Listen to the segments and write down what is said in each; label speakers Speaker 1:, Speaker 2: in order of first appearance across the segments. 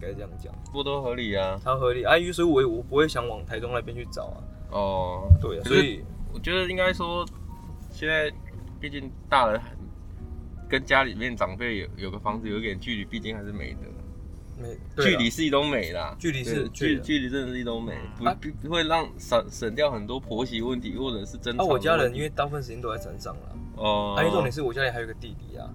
Speaker 1: 该这样讲，
Speaker 2: 不都合理啊？
Speaker 1: 它合理啊，因为所以我也我不会想往台中那边去找啊，
Speaker 2: 哦，
Speaker 1: 对啊，
Speaker 2: 可
Speaker 1: 所
Speaker 2: 是
Speaker 1: 以
Speaker 2: 我觉得应该说，现在毕竟大人还跟家里面长辈有有个房子有一点距离，毕竟还是美的。
Speaker 1: 没
Speaker 2: 距离是一种美啦，
Speaker 1: 啊距离是
Speaker 2: 对
Speaker 1: 距离
Speaker 2: 距距离真的是一种美，不
Speaker 1: 啊
Speaker 2: 不不会让省省掉很多婆媳问题或者是争
Speaker 1: 啊，
Speaker 2: 吵的问题。
Speaker 1: 我家人因为大部分时间都在山上啦，
Speaker 2: 哦，
Speaker 1: 啊，因为重点是我家里还有一个弟弟啊，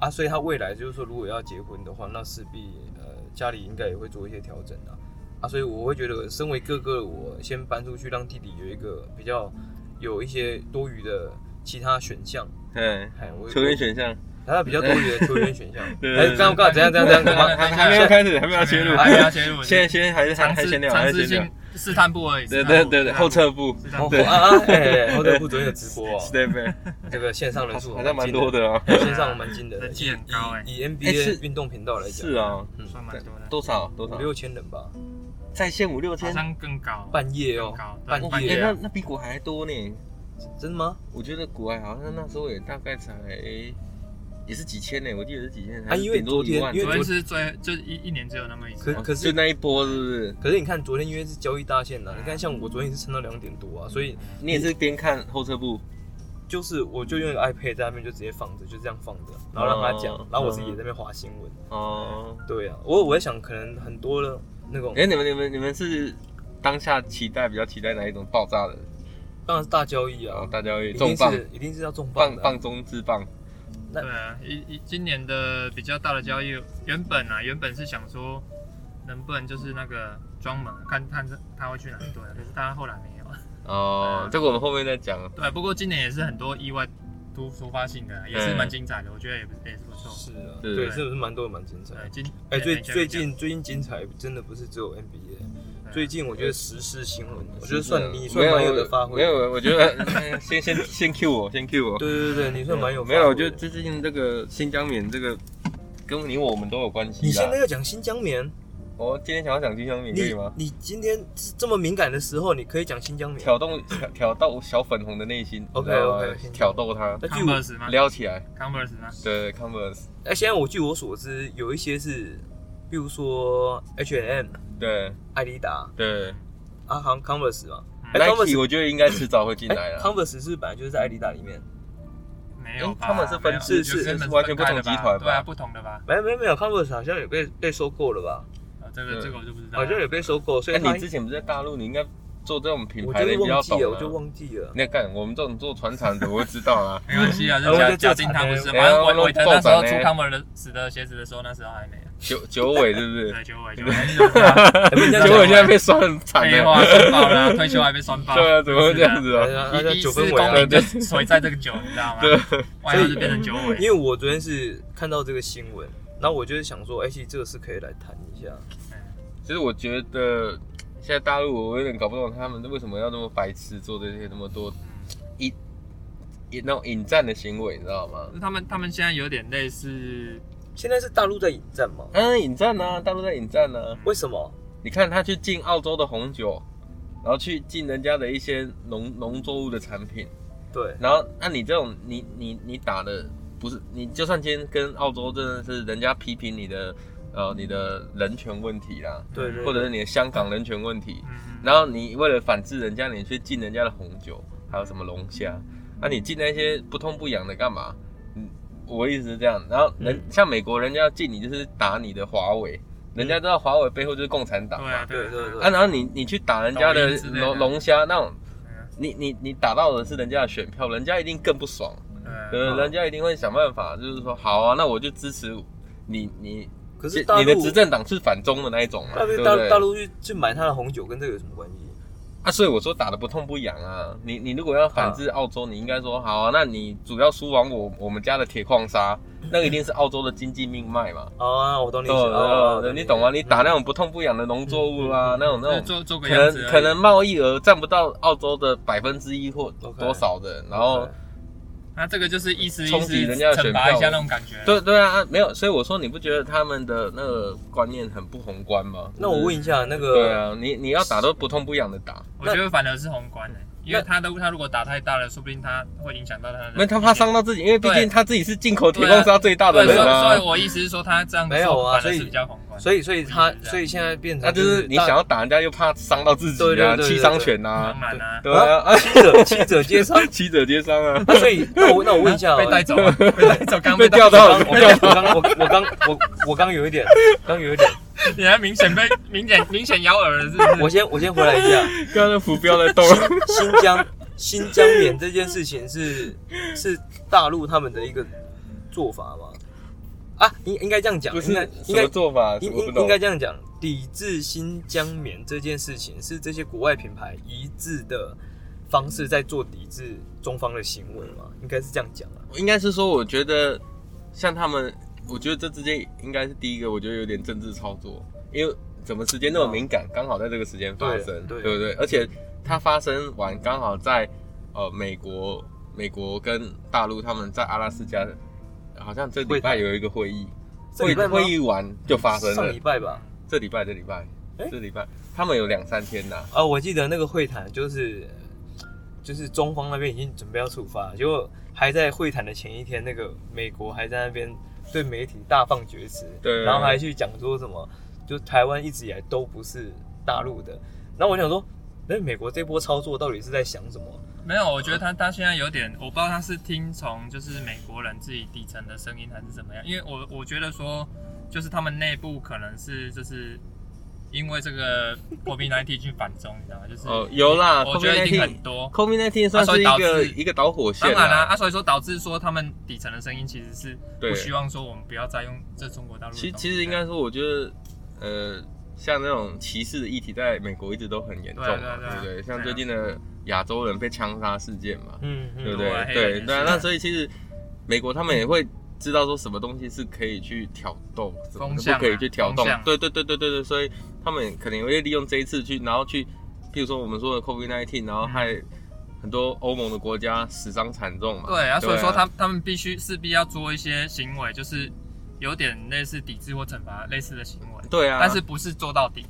Speaker 1: 啊，所以他未来就是说如果要结婚的话，那势必呃家里应该也会做一些调整啊，啊，所以我会觉得身为哥哥，我先搬出去，让弟弟有一个比较有一些多余的其他选项，
Speaker 2: 对
Speaker 1: 哎，我
Speaker 2: 球员选项，
Speaker 1: 他比较多余的球员选项，
Speaker 2: 对
Speaker 1: 哎，刚刚刚怎样怎样怎样，干嘛？
Speaker 2: 还还没有开始，还没有切入，
Speaker 3: 还没有哎切入
Speaker 2: 现在先还是还
Speaker 3: 尝
Speaker 2: 还
Speaker 3: 试
Speaker 2: 闲聊，还
Speaker 3: 尝
Speaker 2: 是
Speaker 3: 试
Speaker 2: 闲聊
Speaker 3: 性，试探步而已。
Speaker 2: 对
Speaker 3: 试探
Speaker 2: 对
Speaker 3: 步
Speaker 2: 对对，后，侧部
Speaker 3: 试探
Speaker 1: 哦
Speaker 3: 步
Speaker 2: 对
Speaker 1: 啊啊！哎，后头部昨天有直播 哦，
Speaker 2: step back，
Speaker 1: 这个线上人数
Speaker 2: 好像蛮
Speaker 1: 近
Speaker 2: 多，的啊，
Speaker 1: 线上蛮近的，
Speaker 3: 人气很高哎哎
Speaker 1: 以以
Speaker 2: 哎是
Speaker 1: NBA 运动频道来讲，
Speaker 2: 是啊，
Speaker 1: 嗯
Speaker 3: 算蛮多的，
Speaker 2: 多少多
Speaker 1: 五
Speaker 2: 少，
Speaker 1: 六千人吧，
Speaker 2: 在线五六
Speaker 3: 好
Speaker 2: 千，
Speaker 3: 像更高，
Speaker 1: 半夜哦
Speaker 3: 更高，对
Speaker 1: 半
Speaker 2: 哇
Speaker 1: 夜
Speaker 2: 哎
Speaker 1: 啊
Speaker 2: 那那比国还多呢。
Speaker 1: 真的吗？
Speaker 2: 我觉得国外好像那时候也大概才也是几千呢，我记得是几千，
Speaker 1: 啊因为
Speaker 2: 还是顶多
Speaker 1: 昨天
Speaker 2: 一万哦
Speaker 1: 因为
Speaker 3: 昨天是最就一一年只有那么一次
Speaker 1: 可。可嗯
Speaker 2: 就是那一波是不是？
Speaker 1: 可是你看昨天因为是交易大限
Speaker 2: 嗯
Speaker 1: 呐，你看像我昨天也是撑到两点多啊，所以
Speaker 2: 你也是边看后车部，
Speaker 1: 就是我就用一个 iPad 在那边就直接放着，就这样放着，然后让他讲
Speaker 2: 哦，
Speaker 1: 然后我自己也在那边划新闻。
Speaker 2: 哦，
Speaker 1: 对啊，我我在想可能很多的那种
Speaker 2: 哎、，你们你们你们是当下期待比较期待哪一种爆炸的？
Speaker 1: 当然是大交易
Speaker 2: 然后
Speaker 1: 啊，
Speaker 2: 哦大家会
Speaker 1: 一
Speaker 2: 重
Speaker 1: 定
Speaker 2: 磅
Speaker 1: 是一定是要重磅
Speaker 2: 棒
Speaker 1: 的啊，
Speaker 2: 棒中之棒，
Speaker 3: 对啊，一一今年的比较大的交易，原本啊原本是想说能不能就是那个装门，看看是他会去哪一队啊，可是他后来没有啊。
Speaker 2: 哦，
Speaker 3: 嗯
Speaker 2: 这个我们后面再讲。
Speaker 3: 对，啊不过今年也是很多意外突突发性的啊，也是蛮精彩的，我觉得也不也是不错。
Speaker 1: 是啊，
Speaker 2: 对
Speaker 1: 对，是不是蛮多的蛮精彩的
Speaker 3: 对，？今
Speaker 1: 哎、最
Speaker 3: 对
Speaker 1: 最近最近精彩真的不是只有 NBA，
Speaker 2: 啊
Speaker 3: 对
Speaker 1: 最近我觉得时事新闻，我觉
Speaker 2: 是
Speaker 1: 得
Speaker 2: 不是啊
Speaker 1: 算你
Speaker 2: 没
Speaker 1: 算蛮有
Speaker 2: 有
Speaker 1: 的发挥，
Speaker 2: 没有，我觉得 嗯先先先 Q 我，先 Q 我。
Speaker 1: 对对对，你算蛮有发
Speaker 2: 没
Speaker 1: 挥的
Speaker 2: 有，我觉得最近这个新疆棉这个跟你我们都有关系啦。
Speaker 1: 你现在要讲新疆棉，
Speaker 2: 我今天想要讲金香米，可以
Speaker 1: 你
Speaker 2: 吗？
Speaker 1: 你今天这么敏感的时候，你可以讲新疆棉。
Speaker 2: 挑动挑挑到我小粉红的内心
Speaker 1: OK，
Speaker 2: 你知道吗
Speaker 1: OK，
Speaker 2: 挑逗它，
Speaker 1: 那据我
Speaker 3: Converse 吗
Speaker 2: 撩起来。
Speaker 3: ？Converse 吗？
Speaker 2: 对，Converse，
Speaker 1: 哎、现在我据我所知，有一些是，比如说 H&M、
Speaker 2: 对
Speaker 1: 艾迪达、
Speaker 2: 对
Speaker 1: 啊，好像 Converse 嘛。哎、
Speaker 2: ，Nike
Speaker 1: Converse
Speaker 2: 我觉得应该迟早会进
Speaker 1: 哎、
Speaker 2: 来啊了。
Speaker 1: Converse 是不是本来就是在艾迪达里面，
Speaker 3: 没有吧？
Speaker 2: 他们是分
Speaker 3: 没有
Speaker 2: 是
Speaker 3: 就是根本
Speaker 2: 是完全
Speaker 3: 分开
Speaker 2: 不同
Speaker 3: 的
Speaker 2: 集团吧
Speaker 3: 对啊，不同的吧？
Speaker 1: 没有没有没有，Converse 好像有被被收购了吧？
Speaker 3: 啊，这
Speaker 2: 对
Speaker 3: 个这个我就不知道
Speaker 1: 好
Speaker 3: 了。
Speaker 1: 像有被收购，所
Speaker 2: 哎，
Speaker 1: 以它
Speaker 2: 你之前不是在大陆，你应该做这种品
Speaker 1: 我
Speaker 2: 牌的
Speaker 1: 就
Speaker 2: 比较
Speaker 1: 忘记
Speaker 2: 懂
Speaker 1: 了，
Speaker 2: 啊。
Speaker 1: 我就忘记了。
Speaker 2: 那干我们这种做船厂的，我会知道啊。
Speaker 3: 没关系啊，
Speaker 1: 哎
Speaker 3: 就
Speaker 1: 我觉
Speaker 3: 假
Speaker 1: 得
Speaker 3: 假
Speaker 1: 这
Speaker 3: 定
Speaker 1: 惨
Speaker 3: 他
Speaker 1: 欸
Speaker 3: 不是，
Speaker 2: 没有
Speaker 3: 反正
Speaker 2: 那
Speaker 3: 我我
Speaker 2: 哎爆
Speaker 3: 那时
Speaker 2: 展
Speaker 3: 候
Speaker 2: 欸
Speaker 3: 出 Converse 的死的鞋子的时候，那时候还没有。
Speaker 2: 九九尾是 不是？
Speaker 3: 对，九 尾九尾，你怎么知道
Speaker 1: 哎不是这样
Speaker 2: 结
Speaker 1: 讲
Speaker 2: 果现在被刷很惨
Speaker 3: 废
Speaker 2: 的。
Speaker 3: 话，啊酸爆了啊，退休还被酸爆。
Speaker 2: 对啊，怎么会这样 子
Speaker 1: 哎
Speaker 2: 啊？
Speaker 1: 呀
Speaker 3: 一
Speaker 1: 那叫
Speaker 3: 一
Speaker 1: 九
Speaker 3: 四
Speaker 1: 分尾
Speaker 3: 公
Speaker 1: 啊
Speaker 3: 里！就水在这个九，你知道吗？
Speaker 2: 对，
Speaker 3: 外号就变成九尾。
Speaker 1: 因为我昨天是看到这个新闻，然后我就是想说，哎、其实这个是可以来谈一下。
Speaker 2: 其实我觉得现在大陆我有点搞不懂他们为什么要那么白痴做这些那么多一一那种引战的行为，你知道吗？
Speaker 3: 他们他们现在有点类似，
Speaker 1: 现在是大陆在引战吗？
Speaker 2: 嗯，引战啊，大陆在引战啊。
Speaker 1: 为什么？
Speaker 2: 你看他去进澳洲的红酒，然后去进人家的一些农农作物的产品，
Speaker 1: 对，
Speaker 2: 然后啊那你这种你你你打的不是你，就算今天跟澳洲真的是人家批评你的呃你的人权问题啦，
Speaker 1: 对对
Speaker 2: 或者是你的香港人权问题，
Speaker 3: 嗯，
Speaker 2: 然后你为了反制人家，你去进人家的红酒，还有什么龙虾，那、你进那些不痛不痒的干嘛？嗯，我意思是这样。然后
Speaker 1: 嗯
Speaker 2: 人、像美国人家要进你，就是打你的华为，
Speaker 1: 嗯
Speaker 2: 人家知道华为背后就是共产党嘛。
Speaker 3: 对啊，
Speaker 1: 对
Speaker 3: 对
Speaker 1: 对对
Speaker 2: 啊，然后你你去打人家的
Speaker 3: 抖音之类的
Speaker 2: 龙龙虾那种，
Speaker 3: 嗯
Speaker 2: 你你你打到的是人家的选票，人家一定更不爽，
Speaker 3: 对啊
Speaker 2: 呃、
Speaker 1: 嗯
Speaker 2: 人家一定会想办法，就是说好啊，那我就支持你你
Speaker 1: 可是大
Speaker 2: 你
Speaker 1: 陆
Speaker 2: 的执政党是反中的那一种嘛，
Speaker 1: 大
Speaker 2: 对不
Speaker 1: 陆
Speaker 2: 对？
Speaker 1: 大大陆去去买他的红酒，跟这个有什么关系？
Speaker 2: 啊，所以我说打得不痛不痒啊。你你如果要反制澳洲，你应该说好啊，那你主要输往我我们家的铁矿砂，那个一定是澳洲的经济命脉嘛。
Speaker 1: 啊，我懂你意
Speaker 2: 对
Speaker 1: 思，哦
Speaker 2: 哦，对你懂吗？你打那
Speaker 1: 嗯
Speaker 2: 种不痛不痒的农作物
Speaker 1: 嗯
Speaker 2: 啊，
Speaker 1: 嗯嗯
Speaker 2: 那种那
Speaker 3: 就是
Speaker 2: 种。
Speaker 3: 做做个
Speaker 2: 可
Speaker 3: 样子而
Speaker 2: 能
Speaker 3: 已，
Speaker 2: 可能贸易额占不到澳洲的百分之一或
Speaker 1: OK
Speaker 2: 多少的，然后
Speaker 3: 那这个就是意思意
Speaker 2: 冲
Speaker 3: 思
Speaker 2: 击人家的选
Speaker 3: 惩罚一下
Speaker 2: 票
Speaker 3: 那种感觉。
Speaker 2: 对对啊，啊没有，所以我说你不觉得他们的那个观念很不宏观吗？
Speaker 1: 那我问一下，那
Speaker 2: 对
Speaker 1: 个
Speaker 2: 啊
Speaker 1: 嗯
Speaker 2: 啊，你你要打都不痛不痒的打，
Speaker 3: 我觉得反而是宏观的，因为他的他如果打太大了，说不定他会影响到他的。
Speaker 2: 那他怕伤到自己，因为毕
Speaker 3: 对
Speaker 2: 竟他自己是进口
Speaker 1: 啊
Speaker 2: 铁矿砂最大的
Speaker 3: 对，
Speaker 2: 人
Speaker 3: 所以所
Speaker 2: 啊
Speaker 3: 以。我意思是说，他这样
Speaker 1: 没有
Speaker 3: 做
Speaker 1: 啊
Speaker 3: 反而
Speaker 1: 所以
Speaker 3: 是比较宏观。
Speaker 1: 所以，所以他
Speaker 3: 不一定，是这样
Speaker 1: 所以现在变成
Speaker 2: 那啊就是你想要打人家，又怕伤到自己
Speaker 1: 对对
Speaker 2: 啊，
Speaker 1: 对对
Speaker 2: 七伤拳啊
Speaker 3: 当，然啦，
Speaker 2: 对啊，
Speaker 1: 记者记者接上，
Speaker 2: 七者皆伤啊，
Speaker 1: 所以那我那我问一下哦，
Speaker 3: 被 带走，了，被带走，刚
Speaker 2: 被
Speaker 3: 带
Speaker 2: 钓
Speaker 1: 我
Speaker 2: 到
Speaker 1: 刚，我刚我刚我刚我我刚有一点，刚有一点，
Speaker 3: 人家明显被明显明显咬耳了，是不是？
Speaker 1: 我先我先回来一下，
Speaker 2: 刚刚浮标在动，
Speaker 1: 新疆新疆棉这件事情是是大陆他们的一个做法吗？啊，应应该这样讲，
Speaker 2: 不
Speaker 1: 应该
Speaker 2: 是
Speaker 1: 应
Speaker 2: 什
Speaker 1: 该
Speaker 2: 么做法，
Speaker 1: 应
Speaker 2: 我不
Speaker 1: 应应
Speaker 2: 懂
Speaker 1: 该。这样讲，抵制新疆棉这件事情是这些国外品牌一致的方式在做抵制中方的行为嘛？应该是这样讲啊。
Speaker 2: 应该是说，我觉得像他们，我觉得这之间应该是第一个，我觉得有点政治操作，因为怎么时间那么敏感，刚好在这个时间发生，
Speaker 1: 对对
Speaker 2: 哦不对？而且它发生完刚好在呃美国，美国跟大陆他们在阿拉斯加，好像这礼
Speaker 1: 会
Speaker 2: 拜
Speaker 1: 谈
Speaker 2: 有一个会议，
Speaker 1: 这
Speaker 2: 会
Speaker 1: 礼拜吗
Speaker 2: 会议完就发生
Speaker 1: 上
Speaker 2: 了
Speaker 1: 礼，拜吧？
Speaker 2: 这礼拜这礼拜
Speaker 1: 诶
Speaker 2: 这礼拜，他们有两三天呐、
Speaker 1: 啊，我记得那个会谈就是就是中方那边已经准备要处罚，结果还在会谈的前一天，那个美国还在那边对媒体大放厥词，
Speaker 2: 对
Speaker 1: 然后还去讲说什么，就台湾一直以来都不是大陆的。然后我想说，那美国这波操作到底是在想什么？
Speaker 3: 没有，我觉得他他现在有点，我不知道他是听从就是美国人自己底层的声音还是怎么样，因为我我觉得说，就是他们内部可能是就是因为这个 COVID 1 9去反中，你知道吗？就是、
Speaker 2: 哦，有啦
Speaker 3: 我觉得一定
Speaker 2: ，COVID-19
Speaker 3: 很多。
Speaker 2: COVID-19 算是一
Speaker 3: 啊所以导
Speaker 2: 个
Speaker 3: 致
Speaker 2: 一个导火线
Speaker 3: 当然啦、啊，
Speaker 2: 啦。
Speaker 3: 所以说导致说他们底层的声音其实是
Speaker 2: 对
Speaker 3: 不希望说我们不要再用这中国大陆的
Speaker 2: 其
Speaker 3: 东西。
Speaker 2: 其实应该说，我觉得，呃，像那种歧视的议题，在美国一直都很严重
Speaker 3: 对啊
Speaker 2: 嘛，
Speaker 3: 对啊对啊
Speaker 2: 不对？像
Speaker 3: 对啊
Speaker 2: 最近的亚洲人被枪杀事件嘛，
Speaker 1: 嗯，嗯
Speaker 2: 对不对
Speaker 3: 对啊？黑
Speaker 2: 对
Speaker 3: 人
Speaker 2: 对啊，
Speaker 3: 也是
Speaker 2: 那所以其实美国他们也会知道说什么东西是可以去挑动，什么
Speaker 3: 风
Speaker 2: 是
Speaker 3: 向啊
Speaker 2: 不可以去挑动
Speaker 3: 风。向
Speaker 2: 对对对对对对，所以他们可能也会利用这一次去，然后去，譬如说我们说的 COVID 1 9然后害很多欧盟的国家死伤惨重嘛。
Speaker 3: 对啊，所以说他他们必须势必要做一些行为，就是有点类似抵制或惩罚类似的行为。
Speaker 2: 对啊，
Speaker 3: 但是不是做到底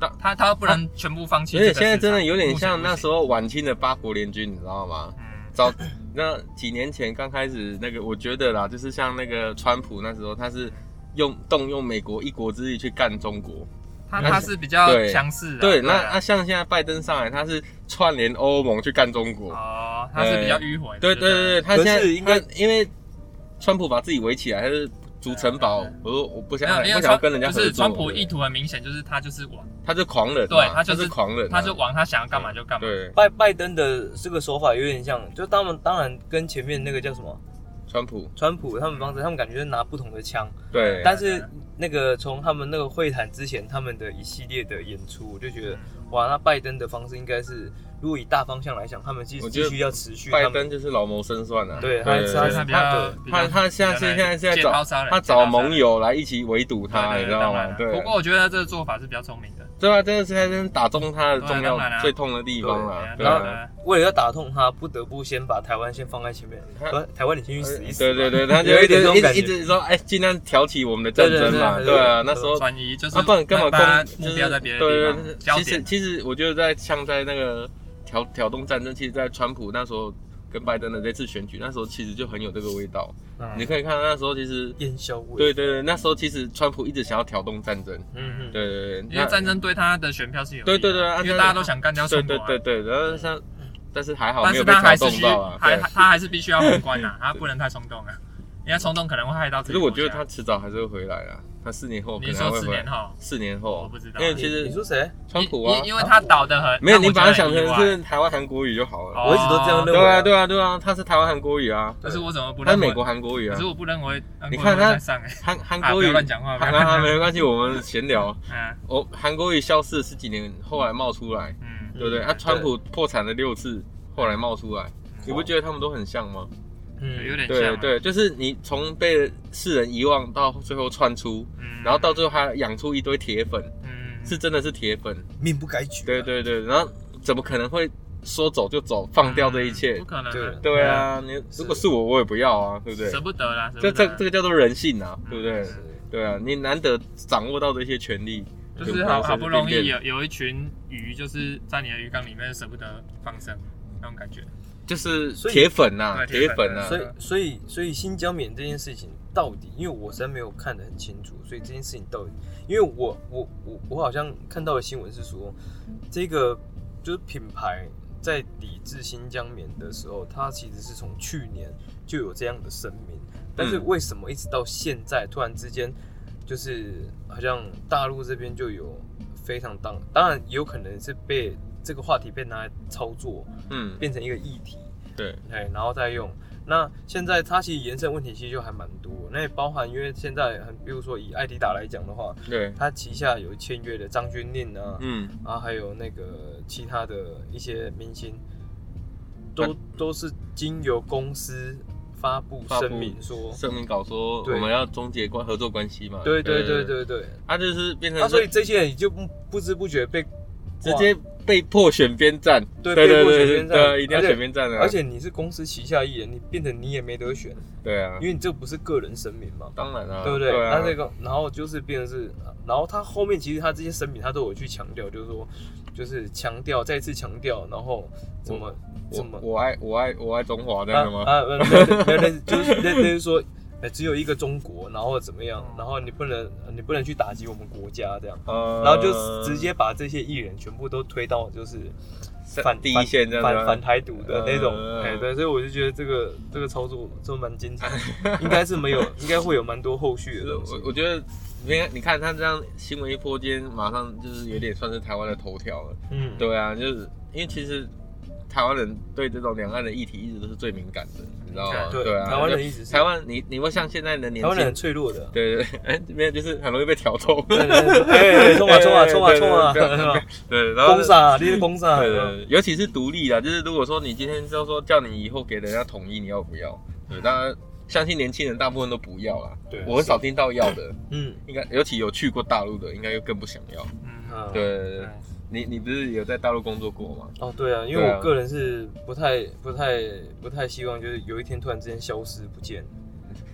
Speaker 2: 但。
Speaker 3: 他他不能全部放弃
Speaker 2: 而
Speaker 3: 这
Speaker 2: 且
Speaker 3: 个市
Speaker 2: 现
Speaker 3: 场。
Speaker 2: 在真的有点像那时
Speaker 3: 候，
Speaker 2: 候晚清的八国联军，你知道吗？
Speaker 3: 嗯，
Speaker 2: 早那几年前刚开始那个，我觉得啦，就是像那个川普那时候，他是用动用美国一国之力去干中国。
Speaker 3: 他
Speaker 2: 那
Speaker 3: 他
Speaker 2: 是
Speaker 3: 是比较
Speaker 2: 对
Speaker 3: 强势的，
Speaker 2: 对，那
Speaker 3: 啊
Speaker 2: 那像现在拜登上来，他是串联欧盟去干中国。
Speaker 3: 哦，他是比较迂
Speaker 2: 啊
Speaker 3: 回的，
Speaker 2: 对对对，对他现在
Speaker 1: 可是应该
Speaker 2: 他因为川普把自己围起来，他是筑城堡
Speaker 3: 嗯。
Speaker 2: 我说我不
Speaker 3: 没
Speaker 2: 想
Speaker 3: 有，
Speaker 2: 不
Speaker 3: 因为
Speaker 2: 想
Speaker 3: 川
Speaker 2: 要跟人家合
Speaker 3: 就
Speaker 2: 作。
Speaker 3: 是川普
Speaker 2: 对
Speaker 3: 意图很明显，就是他就是往，
Speaker 2: 他是狂人嘛，
Speaker 3: 对他
Speaker 2: 就
Speaker 3: 就是
Speaker 2: 狂人啊，
Speaker 3: 他就往他想要干嘛就干嘛。
Speaker 2: 对
Speaker 1: 拜拜登的这个手法有点像，就他们当然跟前面那个叫什么
Speaker 2: 川普
Speaker 1: 川普他们方式，他们感觉是拿不同的枪，
Speaker 2: 对。啊
Speaker 1: 但是那个从他们那个会谈之前，他们的一系列的演出，我就觉得
Speaker 2: 嗯
Speaker 1: 哇，那拜登的方式应该是，如果以大方向来讲，他们其实
Speaker 2: 我觉得
Speaker 1: 必须要持续他
Speaker 2: 拜
Speaker 1: 们。
Speaker 2: 登就是老谋深算啊，
Speaker 1: 对他
Speaker 2: 他
Speaker 1: 他
Speaker 3: 所以他比
Speaker 1: 他
Speaker 3: 较
Speaker 1: 的
Speaker 3: 比
Speaker 2: 他
Speaker 3: 较
Speaker 2: 他现在现在现在
Speaker 3: 借
Speaker 2: 找
Speaker 3: 刀杀人
Speaker 2: 他
Speaker 3: 借刀
Speaker 2: 找
Speaker 3: 杀
Speaker 2: 盟
Speaker 3: 人
Speaker 2: 友来一起围堵
Speaker 3: 对
Speaker 2: 他，
Speaker 3: 对
Speaker 2: 你知
Speaker 3: 对
Speaker 2: 道
Speaker 3: 当然啊
Speaker 2: 吗
Speaker 3: 了？
Speaker 2: 对啊
Speaker 3: 不，过我觉得这个做法是比较聪明的，
Speaker 2: 对啊，这个是在真打中他的重
Speaker 3: 对当然
Speaker 2: 要
Speaker 3: 啊
Speaker 2: 最痛的地方
Speaker 3: 对
Speaker 2: 啦
Speaker 3: 啊。
Speaker 2: 对
Speaker 1: 然后
Speaker 2: 啊
Speaker 1: 为了要打痛他，不得不先把台湾先放在前面，
Speaker 2: 他
Speaker 1: 呃台湾你先去死一死吧。
Speaker 2: 对对对，他就
Speaker 1: 有
Speaker 2: 一
Speaker 1: 一点
Speaker 2: 直
Speaker 1: 这种
Speaker 2: 一
Speaker 1: 感
Speaker 2: 直
Speaker 1: 觉
Speaker 2: 一直说，哎，尽量挑起我们的战争嘛。
Speaker 1: 对对对
Speaker 2: 对啊，
Speaker 1: 对
Speaker 2: 那时候
Speaker 3: 转移就是
Speaker 2: 啊，不然根本
Speaker 3: 把把
Speaker 2: 攻
Speaker 3: 目
Speaker 2: 就
Speaker 3: 标
Speaker 2: 是
Speaker 3: 在别的
Speaker 2: 对
Speaker 3: 地
Speaker 2: 对对
Speaker 3: 方，焦
Speaker 2: 其实
Speaker 3: 点。
Speaker 2: 其实我觉得在像在那个挑挑动战争，其实，在川普那时候跟拜登的这次选举，那时候其实就很有这个味道。
Speaker 3: 啊
Speaker 1: 嗯
Speaker 2: 你可以看到那时候其实。
Speaker 1: 烟消味。
Speaker 2: 对对对，那时候其实川普一直想要挑动战争，
Speaker 1: 嗯嗯，
Speaker 2: 对对对，
Speaker 3: 因为
Speaker 2: 那
Speaker 3: 战争对他的选票是有利
Speaker 2: 对
Speaker 3: 的
Speaker 2: 对对啊
Speaker 3: 因为大家都想干掉中
Speaker 2: 对
Speaker 3: 国
Speaker 2: 对
Speaker 3: 啊，
Speaker 2: 对对，然后像，但是还好
Speaker 3: 但
Speaker 2: 没
Speaker 3: 是
Speaker 2: 有被
Speaker 3: 他
Speaker 2: 挑
Speaker 3: 还是
Speaker 2: 动
Speaker 3: 需
Speaker 2: 到啊。
Speaker 3: 还
Speaker 2: 对
Speaker 3: 他还是必须要宏观呐，他不能太冲动啊，因为冲动可能会害到自
Speaker 2: 可
Speaker 3: 己。
Speaker 2: 是我觉得他迟早还是会回来啦，他四年后可
Speaker 3: 你
Speaker 2: 能还
Speaker 3: 说
Speaker 2: 会
Speaker 3: 四
Speaker 2: 回
Speaker 3: 年
Speaker 2: 来。
Speaker 3: 后，
Speaker 2: 四年后，
Speaker 3: 我不知道
Speaker 2: 因为
Speaker 1: 你
Speaker 2: 其
Speaker 1: 你
Speaker 2: 实
Speaker 1: 说谁？
Speaker 2: 川普啊
Speaker 3: 因，因为他倒的很，
Speaker 2: 没有
Speaker 3: 让我
Speaker 2: 你把它想
Speaker 3: 觉得
Speaker 2: 成
Speaker 3: 很意外
Speaker 2: 是台湾韩国语就好了。
Speaker 1: 我一直都这样认为
Speaker 2: 对啊对啊对啊，他是台湾韩国语啊，
Speaker 3: 可是我怎么不
Speaker 2: 他是
Speaker 3: 认为？
Speaker 2: 美国韩国语
Speaker 3: 可
Speaker 2: 啊
Speaker 3: 是，我不认为韩国
Speaker 2: 你看
Speaker 3: 人会
Speaker 2: 他
Speaker 3: 再上哎，
Speaker 2: 韩韩
Speaker 3: 啊，不
Speaker 2: 国
Speaker 3: 要
Speaker 2: 语。
Speaker 3: 乱讲话，不
Speaker 2: 韩
Speaker 3: 要
Speaker 2: 韩
Speaker 3: 乱
Speaker 2: 韩
Speaker 3: 讲
Speaker 2: 没关系，我们闲聊。
Speaker 3: 话。啊，
Speaker 2: 我韩国语消失了十几年，后来冒出来，
Speaker 3: 嗯，
Speaker 2: 对不对？啊，川普破产了六次，后来冒出来，你不觉得他们都很像吗？
Speaker 1: 嗯，
Speaker 3: 有点像
Speaker 2: 对
Speaker 3: 啊，
Speaker 2: 对，就是你从被世人遗忘到最后窜出，
Speaker 3: 嗯，
Speaker 2: 然后到最后还养出一堆铁粉，
Speaker 3: 嗯
Speaker 2: 是真的是铁粉。
Speaker 1: 命不该绝。啊
Speaker 2: 对，对对，然后怎么可能会说走就走，放掉这一切
Speaker 3: 不？可能
Speaker 1: 嗯对
Speaker 3: 啊，
Speaker 2: 对啊，你
Speaker 1: 是
Speaker 2: 如果是我，我也不要啊，对不对
Speaker 3: 舍？不得啦，
Speaker 2: 这
Speaker 3: 舍不
Speaker 2: 这
Speaker 3: 得啦
Speaker 2: 这个叫做人性啊，
Speaker 3: 嗯
Speaker 2: 对不对
Speaker 1: 是？
Speaker 2: 对啊，你难得掌握到这些权利，
Speaker 3: 就是
Speaker 2: 就
Speaker 3: 好
Speaker 2: 是
Speaker 1: 啊
Speaker 3: 好不容
Speaker 2: 变
Speaker 3: 易
Speaker 2: 变
Speaker 3: 有有一群鱼，就是在你的鱼缸里面舍不得放生，那种感觉。
Speaker 2: 就是
Speaker 1: 所以
Speaker 2: 铁粉呐，
Speaker 3: 对
Speaker 2: 铁
Speaker 3: 铁
Speaker 2: 粉啊
Speaker 3: 粉
Speaker 2: 呐
Speaker 1: 啊所，以所以所以新疆棉这件事情到底，因为我实在没有看得很清楚，所以这件事情到底，因为我我我我好像看到的新闻是说，这个就是品牌在抵制新疆棉的时候，它其实是从去年就有这样的声明，但是
Speaker 2: 嗯
Speaker 1: 为什么一直到现在突然之间，就是好像大陆这边就有非常当，当然也有可能是被这个话题被拿来操作，
Speaker 2: 嗯，
Speaker 1: 变成一个议题，
Speaker 2: 对，
Speaker 1: 哎，然后再用。那现在它其实延伸问题其实就还蛮多，那也包含因为现在很，比如说以艾迪达来讲的话，
Speaker 2: 对，
Speaker 1: 它旗下有签约的张钧甯啊，
Speaker 2: 嗯，
Speaker 1: 然后还有那个其他的一些明星，都、都是经由公司发布
Speaker 2: 发布
Speaker 1: 声明说，
Speaker 2: 声明稿说
Speaker 1: 对
Speaker 2: 我们要终结关合作关系嘛，
Speaker 1: 对对对，对对，
Speaker 2: 他就是变成
Speaker 1: 那、所以
Speaker 2: 是
Speaker 1: 这些人就不不知不觉被
Speaker 2: 直接被迫选边站，
Speaker 1: 对
Speaker 2: 对
Speaker 1: 被迫
Speaker 2: 对
Speaker 1: 选
Speaker 2: 对
Speaker 1: 边站
Speaker 2: 对，一定要
Speaker 1: 而且
Speaker 2: 选边站啊，
Speaker 1: 而且你是公司旗下艺人，你变成你也没得选，
Speaker 2: 对啊
Speaker 1: 因，为你这不是个人声明嘛。
Speaker 2: 当然啊，
Speaker 1: 对不对？
Speaker 2: 啊
Speaker 1: 那这个，然后就是变成是，然后他后面其实他这些声明他都有去强调，就是说，就是强调再次强调，然后怎么怎么
Speaker 2: 我我爱我爱我爱中华这
Speaker 1: 啊
Speaker 2: 样的吗？
Speaker 1: 啊，没有没有没有类似就是类类似说，呃，只有一个中国，然后怎么样，
Speaker 2: 嗯
Speaker 1: 然后你不能呃你不能去打击我们国家这样，
Speaker 2: 呃
Speaker 1: 然后就直接把这些艺人全部都推到就是反
Speaker 2: 第一线这样子
Speaker 1: 反
Speaker 2: 啊
Speaker 1: 反台独的那种
Speaker 2: 嗯，
Speaker 1: 哎、对，所以我就觉得这个这个操作都蛮精彩的， 应该是没有，应该会有蛮多后续的东西
Speaker 2: 呃我。我觉得，你看，你看他这样新闻一波，今天马上就是有点算是台湾的头条了。
Speaker 1: 嗯，
Speaker 2: 对啊，就是因为其实台湾人对这种两岸的议题一直都是最敏感的，你知道吗？
Speaker 1: 对
Speaker 2: 对啊，
Speaker 1: 台湾人
Speaker 2: 就
Speaker 1: 一直是
Speaker 2: 台湾，你你会像现在的年
Speaker 1: 台湾人很，
Speaker 2: 轻
Speaker 1: 脆弱的。
Speaker 2: 对对对， 哎，没有，就是很容易被挑动。
Speaker 1: 对对对哎，冲啊冲啊冲啊冲啊！
Speaker 2: 对对对
Speaker 1: 是吧
Speaker 2: 对， 然后
Speaker 1: 攻啥？你是啊攻啥？
Speaker 2: 对对，对，尤其是独立啊，就是如果说你今天就说叫你以后给人家统一，你要不要？对，当然相信年轻人大部分都不要啦。
Speaker 1: 对
Speaker 2: 我很少听到要的，
Speaker 1: 嗯，
Speaker 2: 应该尤其有去过大陆的，应该又更不想要。
Speaker 3: 嗯，
Speaker 1: 啊
Speaker 2: 对对，对
Speaker 3: 对，
Speaker 2: 你你不是有在大陆工作过吗？
Speaker 1: 哦，对啊，因为
Speaker 2: 对啊
Speaker 1: 我个人是不太、不太、不太希望，就是有一天突然之间消失不见，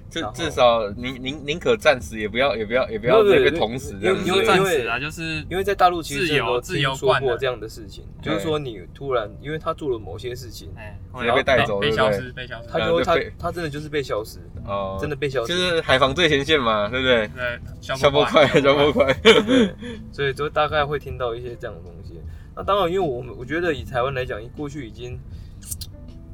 Speaker 2: 至
Speaker 1: 然后
Speaker 2: 至少宁宁宁可战死，也不要也不要也不
Speaker 1: 没
Speaker 2: 要
Speaker 1: 有没有
Speaker 2: 被被
Speaker 1: 因为
Speaker 2: 捅死
Speaker 1: 因
Speaker 2: 这样
Speaker 1: 为
Speaker 2: 子。
Speaker 3: 因为
Speaker 1: 因
Speaker 3: 战
Speaker 1: 为
Speaker 3: 死啊，就是
Speaker 1: 因为在大陆其实
Speaker 3: 自由
Speaker 1: 有
Speaker 3: 自
Speaker 1: 听
Speaker 3: 由
Speaker 1: 说
Speaker 3: 惯
Speaker 1: 过
Speaker 3: 了
Speaker 1: 这样的事情，
Speaker 2: 对
Speaker 1: 就是说你突然因为他做了某些事情，
Speaker 3: 哎，
Speaker 2: 直接被带走
Speaker 3: 被
Speaker 2: 对不
Speaker 3: 消
Speaker 2: 对
Speaker 3: 失，被消失，
Speaker 1: 他
Speaker 2: 呃
Speaker 1: 就会
Speaker 2: 就
Speaker 1: 他
Speaker 2: 被
Speaker 1: 他真的就是被消失，
Speaker 2: 哦
Speaker 1: 真的被消
Speaker 2: 就
Speaker 1: 失，
Speaker 2: 是海防最前线嘛，对不对？
Speaker 3: 对，
Speaker 2: 消
Speaker 3: 消
Speaker 2: 波
Speaker 3: 波
Speaker 2: 块，消波
Speaker 3: 波
Speaker 2: 块，
Speaker 1: 对所以就大概会听到一些这样的东西。那当然，因为我们我觉得以台湾来讲，过去已经